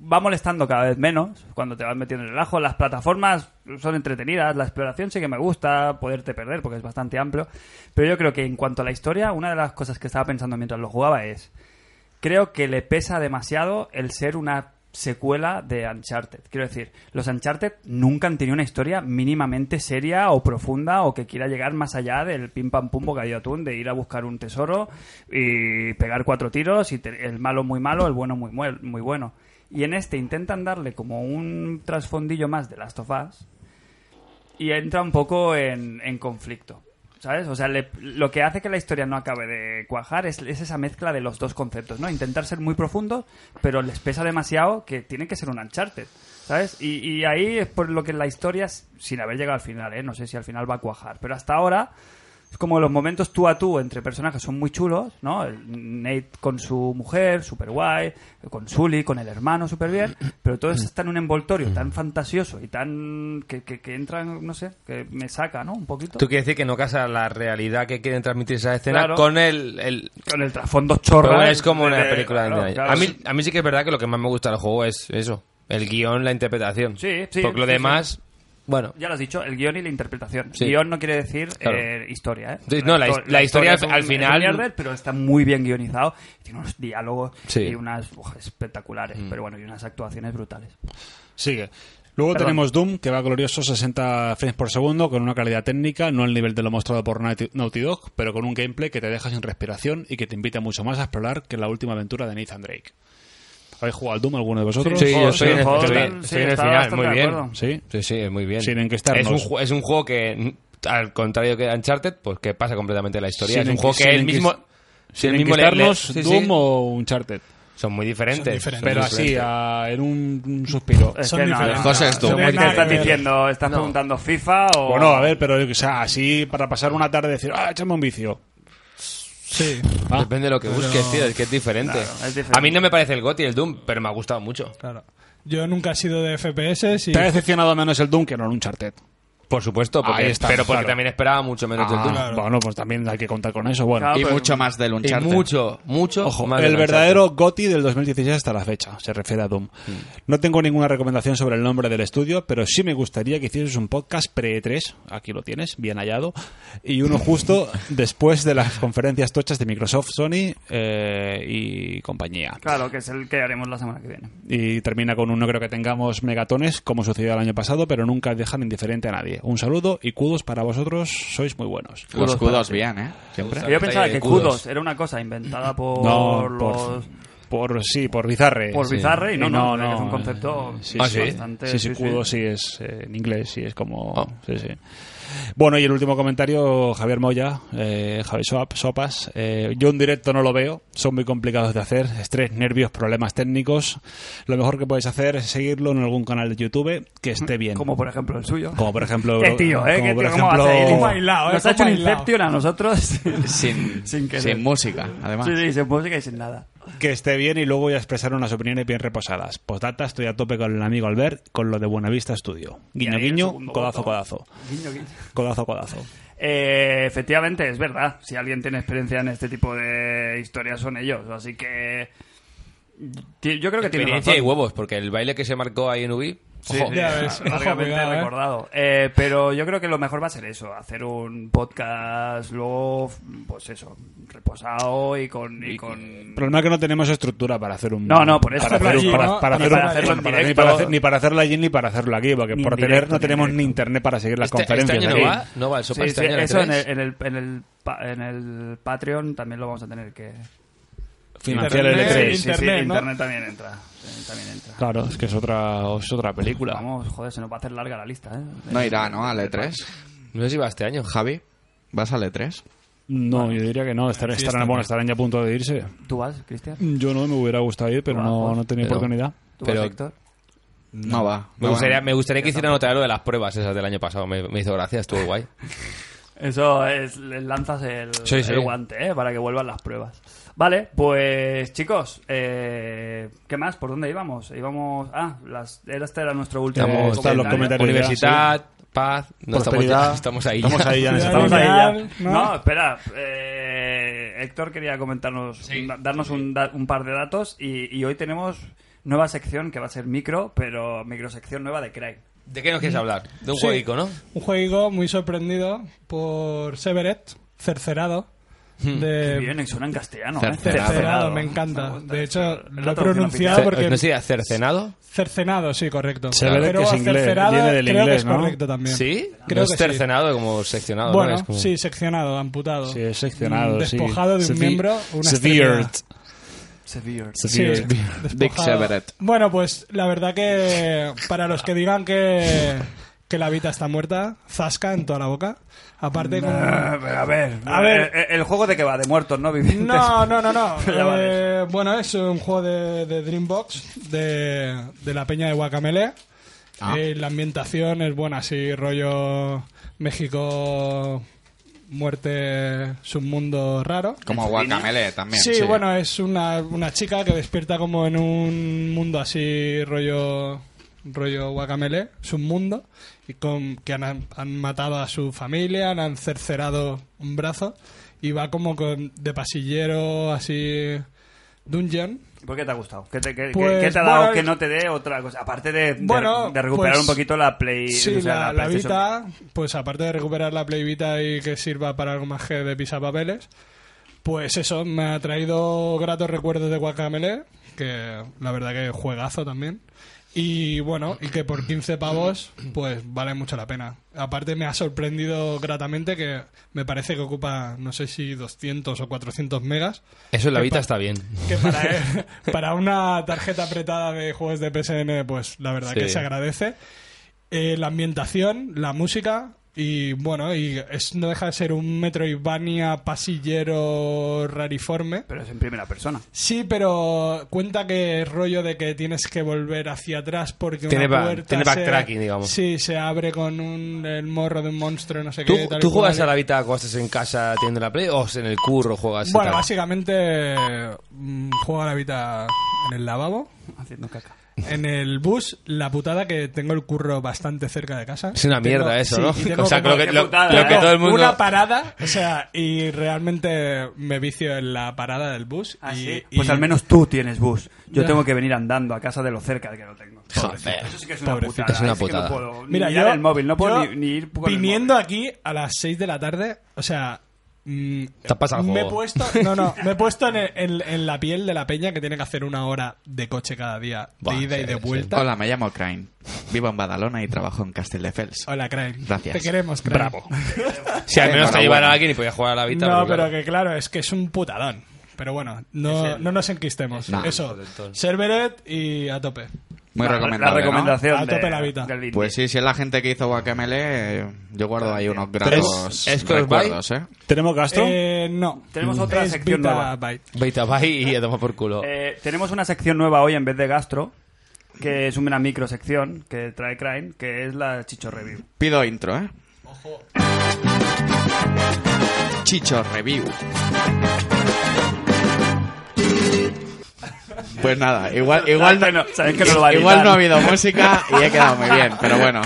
S2: va molestando cada vez menos cuando te vas metiendo en el ajo, las plataformas son entretenidas, la exploración sí que me gusta, poderte perder porque es bastante amplio, pero yo creo que en cuanto a la historia, una de las cosas que estaba pensando mientras lo jugaba es, creo que le pesa demasiado el ser una secuela de Uncharted. Quiero decir, los Uncharted nunca han tenido una historia mínimamente seria o profunda o que quiera llegar más allá del pim pam pum bocadillo atún de ir a buscar un tesoro y pegar cuatro tiros y te- el malo muy malo, el bueno muy, muel- muy bueno. Y en este intentan darle como un trasfondillo más de Last of Us y entra un poco en, en conflicto. ¿Sabes? O sea, le- lo que hace que la historia no acabe de cuajar es, es esa mezcla de los dos conceptos, ¿no? Intentar ser muy profundos, pero les pesa demasiado que tiene que ser un Uncharted, ¿sabes? Y, y ahí es por lo que la historia, s- sin haber llegado al final, ¿eh? No sé si al final va a cuajar, pero hasta ahora es como los momentos tú a tú entre personajes son muy chulos, ¿no? El Nate con su mujer, súper guay, con Sully, con el hermano, súper bien, pero todo eso está en un envoltorio tan fantasioso y tan... que, que, que entra, no sé, que me saca, ¿no? Un poquito.
S5: Tú quieres decir que no casa la realidad que quieren transmitir esa escena
S2: Claro.
S5: con el, el-
S2: Con el trasfondo chorro.
S5: Pero es como
S2: de-
S5: una
S2: de-
S5: película de
S2: claro,
S5: Indiana
S2: claro.
S5: Jones. a, mí, a mí sí que es verdad que lo que más me gusta del juego es eso. El guión, la interpretación.
S2: Sí, sí,
S5: Porque lo
S2: sí,
S5: demás... Bueno,
S2: Ya lo has dicho, el guión y la interpretación.
S5: Sí.
S2: Guión no quiere decir
S5: Claro.
S2: eh, historia, ¿eh?
S5: Sí, no, la his-
S2: histo-
S5: la historia
S2: es un-
S5: al
S2: es un
S5: final-
S2: mierder, pero está muy bien guionizado. Tiene unos diálogos
S5: Sí. Mm.
S2: y unas uf, espectaculares, pero bueno, y unas actuaciones brutales.
S4: Sigue. Luego
S2: Perdón.
S4: tenemos Doom, que va glorioso 60 frames por segundo, con una calidad técnica, no al nivel de lo mostrado por Naughty Naughty Dog, pero con un gameplay que te deja sin respiración y que te invita mucho más a explorar que la última aventura de Nathan Drake. ¿Habéis jugado al Doom alguno de vosotros?
S5: Sí, yo
S2: Joder,
S5: estoy en este el-
S4: oh,
S2: joder,
S5: estoy bien,
S2: sí,
S5: estoy en el
S2: estaba
S5: final,
S2: bastante
S5: muy
S2: de
S5: bien.
S2: acuerdo.
S4: ¿Sí?
S5: Sí, sí, muy bien.
S4: Sin enquistarnos.
S5: Es un, ju- es un juego que, al contrario que Uncharted, pues que pasa completamente la historia.
S4: Sin
S5: es un
S4: enquis-
S5: juego
S4: sin
S5: que el
S4: enquis-
S5: mismo...
S4: ¿Sin
S5: el mismo le- le-
S4: enquistarnos,
S5: sí, sí.
S4: Doom o Uncharted?
S5: Son muy diferentes.
S6: Son diferentes.
S4: Pero
S5: Son
S4: así,
S5: diferentes.
S4: a- en un, un suspiro.
S2: Es
S6: Son
S2: que no,
S6: diferentes.
S2: no,
S3: José,
S2: no,
S3: es tú.
S2: no,
S6: Tiene
S2: ¿Qué
S6: nada
S2: estás
S6: que ver.
S2: diciendo? ¿Estás preguntando FIFA o...?
S4: Bueno, a ver, pero yo que sé, así para pasar una tarde y decir, ah, échame un vicio.
S6: Sí.
S4: Ah.
S5: Depende de lo que busques, tío. Es que es diferente.
S2: Claro, es diferente.
S5: A mí no me parece el GOTY el Doom, pero me ha gustado mucho.
S6: Claro. Yo nunca he sido de FPS y...
S4: Te ha decepcionado menos el Doom que no en Uncharted.
S5: Por supuesto, porque,
S4: Ahí está,
S5: pero porque
S4: claro.
S5: también esperaba mucho menos del
S4: Ah,
S5: Doom.
S6: claro.
S4: Bueno, pues también hay que contar con eso. Bueno,
S2: Claro,
S3: Y
S2: pero-
S3: mucho más del
S5: Y
S3: Uncharted.
S5: mucho, mucho.
S4: Ojo,
S5: más
S4: el
S5: del
S4: verdadero GOTI del 2016 hasta la fecha, se refiere a Doom. No tengo ninguna recomendación sobre el nombre del estudio, pero sí me gustaría que hicieses un podcast pre-3, aquí lo tienes, bien hallado, y uno justo después de las conferencias tochas de Microsoft, Sony eh, y compañía.
S2: Claro, que es el que haremos la semana que viene.
S4: Y termina con un no creo que tengamos megatones, como sucedió el año pasado, pero nunca dejan indiferente a nadie. Un saludo y kudos para vosotros, sois muy buenos.
S3: Los cudos bien, ¿eh? Siempre.
S2: Que yo pensaba
S5: batalla de
S2: que Kudos
S5: kudos.
S2: era una cosa inventada por
S4: No,
S2: los...
S4: Por, por- sí, por Bizarre.
S2: Por
S4: sí.
S2: Bizarre y no,
S4: Y
S2: no,
S4: no,
S2: que es
S4: no,
S2: un concepto
S4: eh, sí,
S5: Ah, sí.
S2: bastante... Ah.
S4: Sí, sí, Kudo sí es eh, en inglés, sí es como. sí, sí. Bueno, y el último comentario, Javier Moya, eh, Javi Soap, Sopas. eh, yo en directo no lo veo, son muy complicados de hacer, estrés, nervios, problemas técnicos. Lo mejor que podéis hacer es seguirlo en algún canal de YouTube que esté bien.
S2: Mm, Como por ejemplo el suyo.
S4: Como por ejemplo.
S2: [LAUGHS] Qué tío, ¿eh?
S4: como
S2: Qué
S4: por
S2: tío, ¿cómo va a
S4: ejemplo-
S2: ser?
S6: Bailao, ¿eh?
S2: Nos ha hecho un
S6: Bailao.
S2: Inception a nosotros.
S3: Sin,
S2: Sin
S3: sin,
S2: querer.
S3: música, además.
S2: Sí, sí, sin música y sin nada.
S4: que esté bien y luego voy a expresar unas opiniones bien reposadas. Postdata, estoy a tope con el amigo Albert con lo de Buenavista Studio. Guiño,
S2: ahí el
S4: guiño,
S2: segundo
S4: codazo,
S2: voto.
S4: codazo.
S2: Guiño, guiño.
S4: Codazo, codazo.
S2: Eh, efectivamente, es verdad. Si alguien tiene experiencia en este tipo de historias son ellos. Así que... ti- Yo creo que tiene
S5: Experiencia
S2: razón.
S5: y huevos, porque el baile que se marcó ahí en Ubi.
S2: Sí,
S5: ojo.
S2: sí,
S6: Ya ves.
S2: largamente
S6: Ojo, cuidado, ¿eh?
S2: recordado. Eh, pero yo creo que lo mejor va a ser eso, hacer un podcast luego, pues eso, reposado y con... y con-
S4: El problema es que no tenemos estructura para hacer un.
S2: No, no, por eso.
S4: Para hacer
S6: Pero
S4: un-
S6: allí,
S4: para-
S6: ¿no?
S4: para
S2: Ni
S4: hacer un-
S2: para hacerlo en
S4: para- ni
S2: directo.
S4: para hacer- Ni para hacerlo allí ni para hacerlo aquí, porque
S2: Ni en
S4: por tener
S2: directo,
S4: no
S2: ni en
S4: tenemos ni
S2: directo.
S4: internet para seguir las
S5: Este, este
S4: conferencias.
S5: año no
S4: aquí.
S5: va, no va el sopa
S2: Sí,
S5: este
S2: sí,
S5: año. ¿la
S2: eso en
S5: tenéis?
S2: el, en, el, en, el, pa- en el Patreon también lo vamos a tener que...
S4: Financiar el
S6: Internet,
S4: E3.
S6: sí, sí. Internet, ¿no?
S2: Internet también entra. eh, También entra.
S4: Claro, es que es otra, es otra película.
S2: Vamos, joder, se nos va a hacer larga la lista, ¿eh?
S3: No irá, ¿no? Al E3.
S5: No sé si va este año.
S3: Javi, ¿vas al E E3?
S4: No, yo diría que no. estar- estarán, bueno, estarán ya a punto de irse.
S2: ¿Tú vas, Cristian?
S4: Yo no me hubiera gustado ir, pero no,
S2: Vamos,
S4: no tenía
S5: pero-
S4: oportunidad.
S2: ¿Tú
S5: Pero-
S2: vas, Héctor?
S3: No va.
S5: Me
S3: no
S5: gustaría,
S3: va.
S5: me gustaría que hicieran otra vez lo de las pruebas esas del año pasado. Me, me hizo gracia, estuvo guay.
S2: Eso es, le lanzas el,
S5: Sí, sí.
S2: el guante, ¿eh? Para que vuelvan las pruebas. Vale, pues chicos, eh, ¿qué más? ¿Por dónde íbamos? Íbamos. Ah, las, era- este era nuestro último.
S4: Estamos- están los
S2: comentario.
S4: comentarios.
S5: Universidad, paz. No estamos,
S4: Prosperidad.
S5: ya- estamos ahí.
S4: Estamos ahí ya en ese
S2: Estamos
S4: tema.
S2: ahí ya.
S6: ¿No?
S2: ¿no? espera. eh, Héctor quería comentarnos, da- darnos un, da- un par de datos y, y hoy tenemos nueva sección que va a ser micro, pero microsección nueva de Craig.
S5: ¿De qué nos quieres hablar? De un
S6: Sí.
S5: jueguico, ¿no?
S6: Un jueguito muy sorprendido por Severet, cercerado. de
S2: Bien, suena en castellano. ¿eh?
S3: Cercenado.
S6: Eh, cercenado, me encanta. De hecho,
S2: El
S6: lo he
S2: otro funciona
S6: pronunciado
S5: Ce-
S6: porque...
S5: ¿No sería cercenado?
S6: Cercenado, sí, correcto.
S4: Se ve
S6: Pero
S4: que es inglés,
S6: cercenada
S4: viene del
S6: creo que
S4: inglés,
S6: es
S4: ¿no?
S6: correcto también.
S5: ¿Sí?
S6: Creo
S5: no es
S6: que sí.
S5: cercenado como seccionado, ¿no?
S6: Bueno,
S5: Es como-
S6: sí, seccionado, amputado.
S4: Sí, es seccionado,
S6: Mm,
S4: sí.
S6: Despojado de un
S4: Sevi-
S6: miembro, una
S4: Severed.
S6: extremidad.
S2: Severe.
S6: Sí,
S4: Severed.
S3: Dick
S6: [LAUGHS] despojado.
S3: Severett.
S6: Bueno, pues la verdad que para los que digan que, que la Vita está muerta, zasca en toda la boca. Aparte con...
S2: Ah, pero a ver,
S6: A ver.
S2: eh, eh, el, juego de que va, de muertos, ¿no? [LAUGHS] Vivientes.
S6: No, no, no, no.
S2: Ya
S6: Eh, bueno, es un juego de, de Dreambox de, de la peña de Guacamele. Eh, la ambientación es buena, así rollo México, muerte, submundo raro.
S3: Como Guacamele también.
S6: Sí, bueno, es una, una chica que despierta como en un mundo así, rollo rollo guacamele, submundo, y con, que han, han matado a su familia, han cercerado un brazo, y va como con, de pasillero así, dungeon.
S2: ¿Por qué te ha gustado? ¿Qué te, qué- qué-
S6: Pues,
S2: qué te ha dado
S6: bueno,
S2: que
S6: el-
S2: no te dé otra cosa? Aparte de, de-
S6: Bueno,
S2: de recuperar un
S6: pues,
S2: poquito la Play.
S6: Sí,
S2: o sea,
S6: la, la
S2: PlayStation.
S6: Vita, pues aparte de recuperar la Play Vita y que sirva para algo más que de pisapapeles, pues eso, me ha traído gratos recuerdos de Guacamele, que la verdad que juegazo también. Y bueno, y que por 15 pavos, pues vale mucho la pena. Aparte me ha sorprendido gratamente que me parece que ocupa, no sé si 200 o 400 megas,
S5: Eso en la vida está bien.
S6: que
S5: [LAUGHS]
S6: para, para una tarjeta apretada de juegos de PSN, pues la verdad
S5: Sí.
S6: que se agradece. Eh, la ambientación, la música y bueno, y es, no deja de ser un Metroidvania pasillero rariforme.
S2: Pero es en primera persona.
S6: Sí, pero cuenta que es rollo de que tienes que volver hacia atrás porque
S5: Tiene
S6: una
S5: back-
S6: puerta
S5: tiene
S6: se-
S5: backtracking, digamos.
S6: Sí, se abre con un, el morro de un monstruo, no sé
S5: ¿Tú,
S6: qué. tal y
S5: tú juegas
S6: cual.
S5: a la vida cuando estás en casa teniendo la play o en el curro juegas? y
S6: Bueno,
S5: tal?
S6: básicamente mm, juego a la vida en el lavabo.
S2: Haciendo caca.
S6: En el bus, la putada que tengo el curro bastante cerca de casa.
S5: Es una mierda
S6: Tengo-
S5: eso,
S6: sí,
S5: ¿no?
S6: y tengo
S5: [LAUGHS] O sea,
S6: como-
S5: lo que,
S2: qué
S5: lo-
S2: putada,
S5: lo que
S2: ¿eh?
S5: todo el mundo...
S6: Una parada, o sea, y realmente me vicio en la parada del bus.
S2: Ah,
S6: y,
S2: ¿sí?
S6: y-
S2: Pues al menos tú tienes bus. Yo
S6: Ya.
S2: tengo que venir andando a casa de lo cerca de que lo tengo.
S5: Joder.
S2: Eso sí que es una
S6: Pobrecito.
S2: putada.
S5: Es una
S2: Ahí sí que
S5: putada.
S2: no puedo ni
S6: Mira,
S2: mirar
S6: yo,
S2: el móvil, no puedo
S6: yo
S2: ni, ni ir con el
S6: viniendo aquí a las 6 de la tarde, o sea. mm,
S5: Te has pasado el
S6: me he
S5: juego.
S6: puesto,
S5: [LAUGHS]
S6: no, no, me he puesto en, el- en- en la piel de la peña que tiene que hacer una hora de coche cada día, de
S5: Buah,
S6: ida y
S5: sí,
S6: de
S5: sí.
S6: vuelta.
S3: Hola, me llamo Crane. Vivo en Badalona y trabajo en Castelldefels.
S6: Hola, Crane.
S3: Gracias.
S6: Te queremos, Crane.
S5: Bravo. Si al menos te
S3: Enhorabuena.
S5: llevara alguien y podías jugar a la vida.
S6: No, pero que claro, es que es un putadón. Pero bueno, no, no nos enquistemos.
S3: Nah.
S6: Eso, Serveret y a tope.
S3: Muy
S2: La-
S3: recomendable,
S2: La
S3: ¿no?
S2: recomendación
S6: A
S2: de-
S6: tope la vida.
S2: del indie.
S3: Pues sí, si es la gente que hizo Guacamele, eh, yo guardo ahí unos gratos
S5: es Crossbite?
S3: recuerdos, ¿eh?
S4: [LAUGHS] ¿Tenemos gasto?
S6: Eh, no.
S2: Tenemos otra
S6: Es
S2: sección
S6: Vita
S2: nueva.
S6: Byte.
S5: Vete a bye y a tomar por culo.
S2: Eh, tenemos una sección nueva hoy en vez de gastro, que es una microsección que trae Crane, que es la Chicho Review.
S3: Pido intro, ¿eh? Chicho Review. Pues
S2: [LAUGHS]
S3: nada, igual, igual,
S2: Saben que no- saben que no lo va a
S3: igual
S2: editar.
S3: no ha habido música y he quedado muy bien, pero
S2: [LAUGHS]
S3: bueno.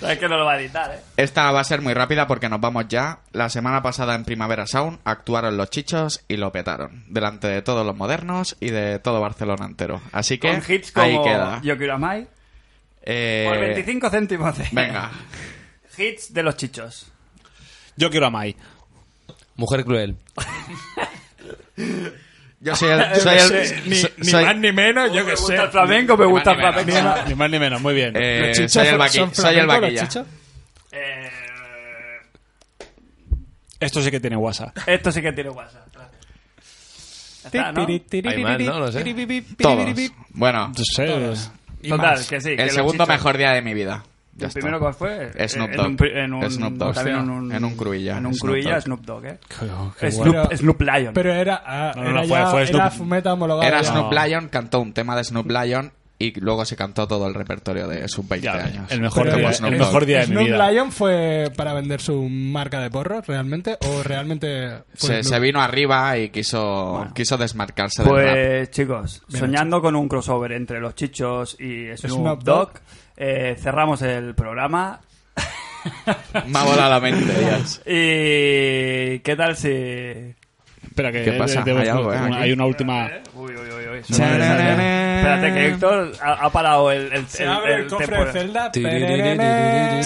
S2: Sabes que no lo va a editar, ¿eh?
S3: Esta va a ser muy rápida porque nos vamos ya. La semana pasada en Primavera Sound actuaron los chichos y lo petaron. Delante de todos los modernos y de todo Barcelona entero. Así que
S2: Con hits
S3: ahí
S2: como
S3: queda.
S2: Yo quiero a Mai.
S3: Eh,
S2: Por 25 céntimos. de-
S3: Venga.
S2: [LAUGHS] Hits de los chichos.
S4: Yo quiero a Mai.
S5: Mujer cruel.
S3: Yo soy
S2: [LAUGHS]
S3: el... Soy el
S6: Sí, ni,
S3: so-
S6: ni
S3: soy-
S6: más ni menos, yo
S2: me
S6: que
S2: gusta
S6: sé.
S2: el flamenco, me gusta el
S3: Ni más ni
S2: flamenco.
S4: Ah, Ni más ni menos, muy bien.
S3: eh,
S6: ¿Los chichos
S3: soy el, vaqui-
S6: son
S3: soy el
S6: flamencos, los
S3: vaquilla.
S6: chichos?
S2: Eh,
S4: Esto sí que tiene WhatsApp.
S2: esto sí que tiene WhatsApp. Ya está, ¿no?
S6: Tiri, tiri,
S5: Hay más, ¿no? No sé.
S6: tiri, tiri, tiri,
S3: Todos.
S6: tiri, tiri.
S3: Bueno,
S4: No sé,
S2: Total, que sí. que
S3: el
S2: los
S3: segundo
S2: chichos-
S3: mejor día de mi vida. Ya
S2: ¿El
S3: está.
S2: primero cuál fue?
S3: Snoop
S2: Eh,
S3: Dogg.
S2: En un, pri- en un,
S3: Snoop Dogg.
S2: también en
S3: Hostia,
S2: un,
S3: en un cruilla,
S2: En un
S3: Snoop
S2: cruilla,
S3: Dogg.
S2: Snoop Dogg, ¿eh?
S4: qué
S2: Snoop,
S6: guay.
S2: Snoop Lion.
S6: Pero era, ah,
S4: No, no,
S6: era
S4: no, fue-
S6: ya,
S4: fue
S6: era
S4: Snoop.
S6: fumeta homologada.
S3: Era
S6: ya.
S3: Snoop Lion, cantó un tema de Snoop Lion y luego se cantó todo el repertorio de sus 20
S4: Ya,
S3: años.
S4: el mejor
S3: Como
S4: día-
S3: Snoop
S4: el
S3: Dogg.
S4: mejor día de mi
S6: Snoop
S4: vida.
S6: Lion fue para vender su marca de porros, realmente, o realmente. fue
S3: se,
S6: Snoop?
S3: se vino arriba y quiso, quiso desmarcarse del rap.
S2: Pues chicos, soñando con un crossover entre los chichos y Snoop
S6: Snoop
S2: Dogg,
S6: Dogg.
S2: eh, cerramos el programa.
S3: Me ha volado la mente, Dios.
S2: ¿Y qué tal si...?
S4: Espera, que
S3: ¿Qué pasa?
S4: debo-
S3: Hay algo, ¿eh?
S4: una-
S3: Aquí.
S4: hay una última.
S2: Uy, uy, uy, uy.
S3: Tararara.
S2: Espérate que Héctor ha, ha parado el, el,
S6: Se
S2: el-
S6: abre
S2: el
S6: el cofre
S2: temporal.
S6: de Zelda.
S5: Tiriririririri.
S6: Bueno,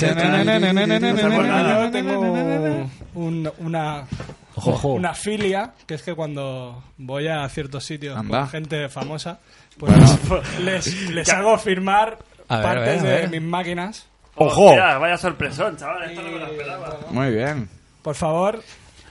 S6: yo tengo
S2: nada.
S6: un- una,
S4: Ojo.
S6: una filia, que es que cuando voy a ciertos sitios
S3: Anda.
S6: con gente famosa, pues les, les hago firmar
S5: A ver, a ver,
S6: partes
S5: a ver.
S6: de mis máquinas.
S7: ¡Ojo!
S2: Hostia, vaya sorpresón, chaval. Esto no me lo esperaba.
S3: Muy bien.
S6: Por favor,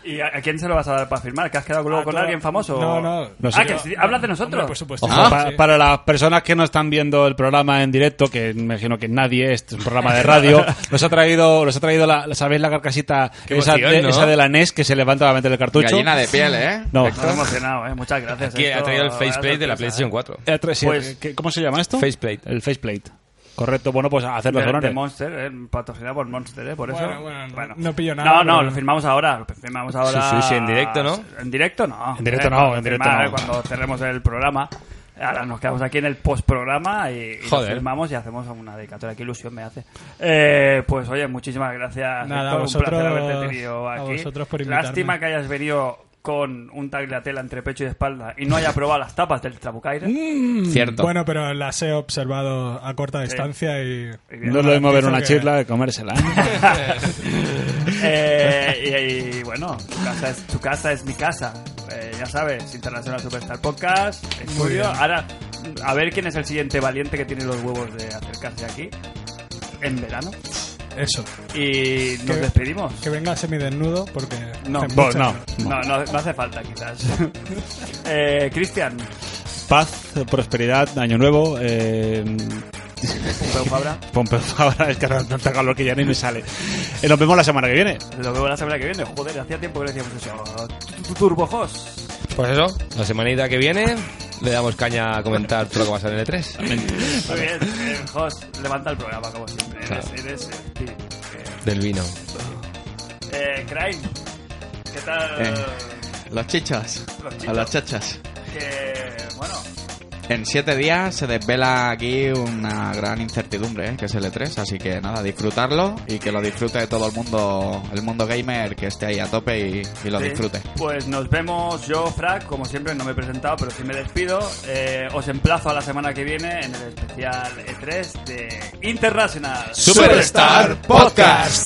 S2: ¿Y a, a quién se lo vas a dar para firmar? ¿Que has quedado luego
S6: Ah,
S2: con
S6: claro.
S2: alguien famoso?
S6: No, no.
S4: No sé.
S2: ah, que sí, hablas de nosotros.
S6: hombre, por supuesto.
S4: Ojo,
S6: Ah,
S4: pa-
S6: sí.
S4: para las personas que no están viendo el programa en directo, que me imagino que nadie, este es un programa de
S6: [LAUGHS]
S4: radio, nos ha traído, nos ha traído la, la- ¿sabéis la carcasita
S5: Qué
S4: esa,
S5: emoción,
S4: de,
S5: ¿no?
S4: esa de la NES que se levanta a meter el cartucho?
S3: Gallina de piel, ¿eh?
S4: No.
S2: Estoy emocionado, eh. Muchas gracias.
S5: Aquí ha
S2: Esto-
S5: traído el
S2: vaya
S5: faceplate de la
S2: sorpresa,
S5: PlayStation
S2: eh.
S5: 4.
S4: Eh, tres, siete.
S2: Pues-
S4: ¿Qué- ¿Cómo se llama esto?
S5: Faceplate.
S4: El faceplate. Correcto, bueno, pues a hacer los
S2: De- de,
S4: honores.
S2: Monster, eh, patrocinado por Monster, eh, por eso.
S6: Bueno, bueno, no- no pillo nada,
S2: No, no,
S6: pero-
S2: lo firmamos ahora, lo firmamos ahora.
S5: Sí, sí, sí, en directo, ¿no?
S2: En directo no.
S4: En directo
S2: Eh,
S4: no,
S2: vamos a
S4: en directo
S2: firmar
S4: no.
S2: Cuando cerremos el programa, ahora nos quedamos aquí en el postprograma y, y lo
S5: Joder.
S2: firmamos y hacemos una dedicatoria. Qué ilusión me hace. Eh, pues oye, muchísimas gracias.
S6: Nada,
S2: Héctor,
S6: a vosotros-
S2: un placer haberte tenido
S6: a
S2: aquí.
S6: vosotros por invitarme.
S2: Lástima que hayas venido con un tagliatella entre pecho y espalda y no haya probado las tapas del Trabucaire.
S6: Mm.
S3: Cierto.
S6: Bueno, pero las he observado a corta distancia y...
S4: No es lo mismo ver una
S6: Garantizo que-
S4: chirla de comérsela.
S2: [LAUGHS] Eh, y, y, bueno, tu casa es, tu casa es mi casa. Eh, ya sabes, International Superstar Podcast, estudio. Ahora, a ver quién es el siguiente valiente que tiene los huevos de acercarse aquí en verano.
S6: Eso.
S2: Y nos
S6: Que-
S2: despedimos.
S6: Que venga semidesnudo porque...
S2: No,
S6: hace
S2: vos
S6: mucho
S4: no.
S6: calor.
S2: No, no, no hace falta quizás. [LAUGHS] eh, Cristian,
S4: Paz, prosperidad, año nuevo. Eh,
S2: Pompeu Fabra,
S4: Pompeo Fabra, es que [LAUGHS] ahora tanta calor que ya ni me sale. Eh, nos vemos la semana que viene.
S2: lo veo la semana que viene. Joder, hacía tiempo que no decíamos eso. Turbojos.
S5: Pues eso, la semanita que viene le damos caña a comentar todo lo que va a salir en E3.
S2: Muy bien, eh, Jos, levanta el programa como siempre. Eres, eres el tío. Eh,
S5: Del vino.
S2: Eh, Crane, ¿qué tal?
S3: Eh, los chichos.
S2: Los chichos.
S3: A las chachas.
S2: Que, bueno,
S3: En siete días se desvela aquí una gran incertidumbre, ¿eh? que es el E3, así que nada, disfrutarlo y que lo disfrute todo el mundo, el mundo gamer que esté ahí a tope y, y lo
S2: sí.
S3: disfrute.
S2: Pues nos vemos, yo, Frac, como siempre, no me he presentado, pero sí me despido. Eh, os emplazo a la semana que E viene en el especial E3 de International
S3: Superstar Podcast.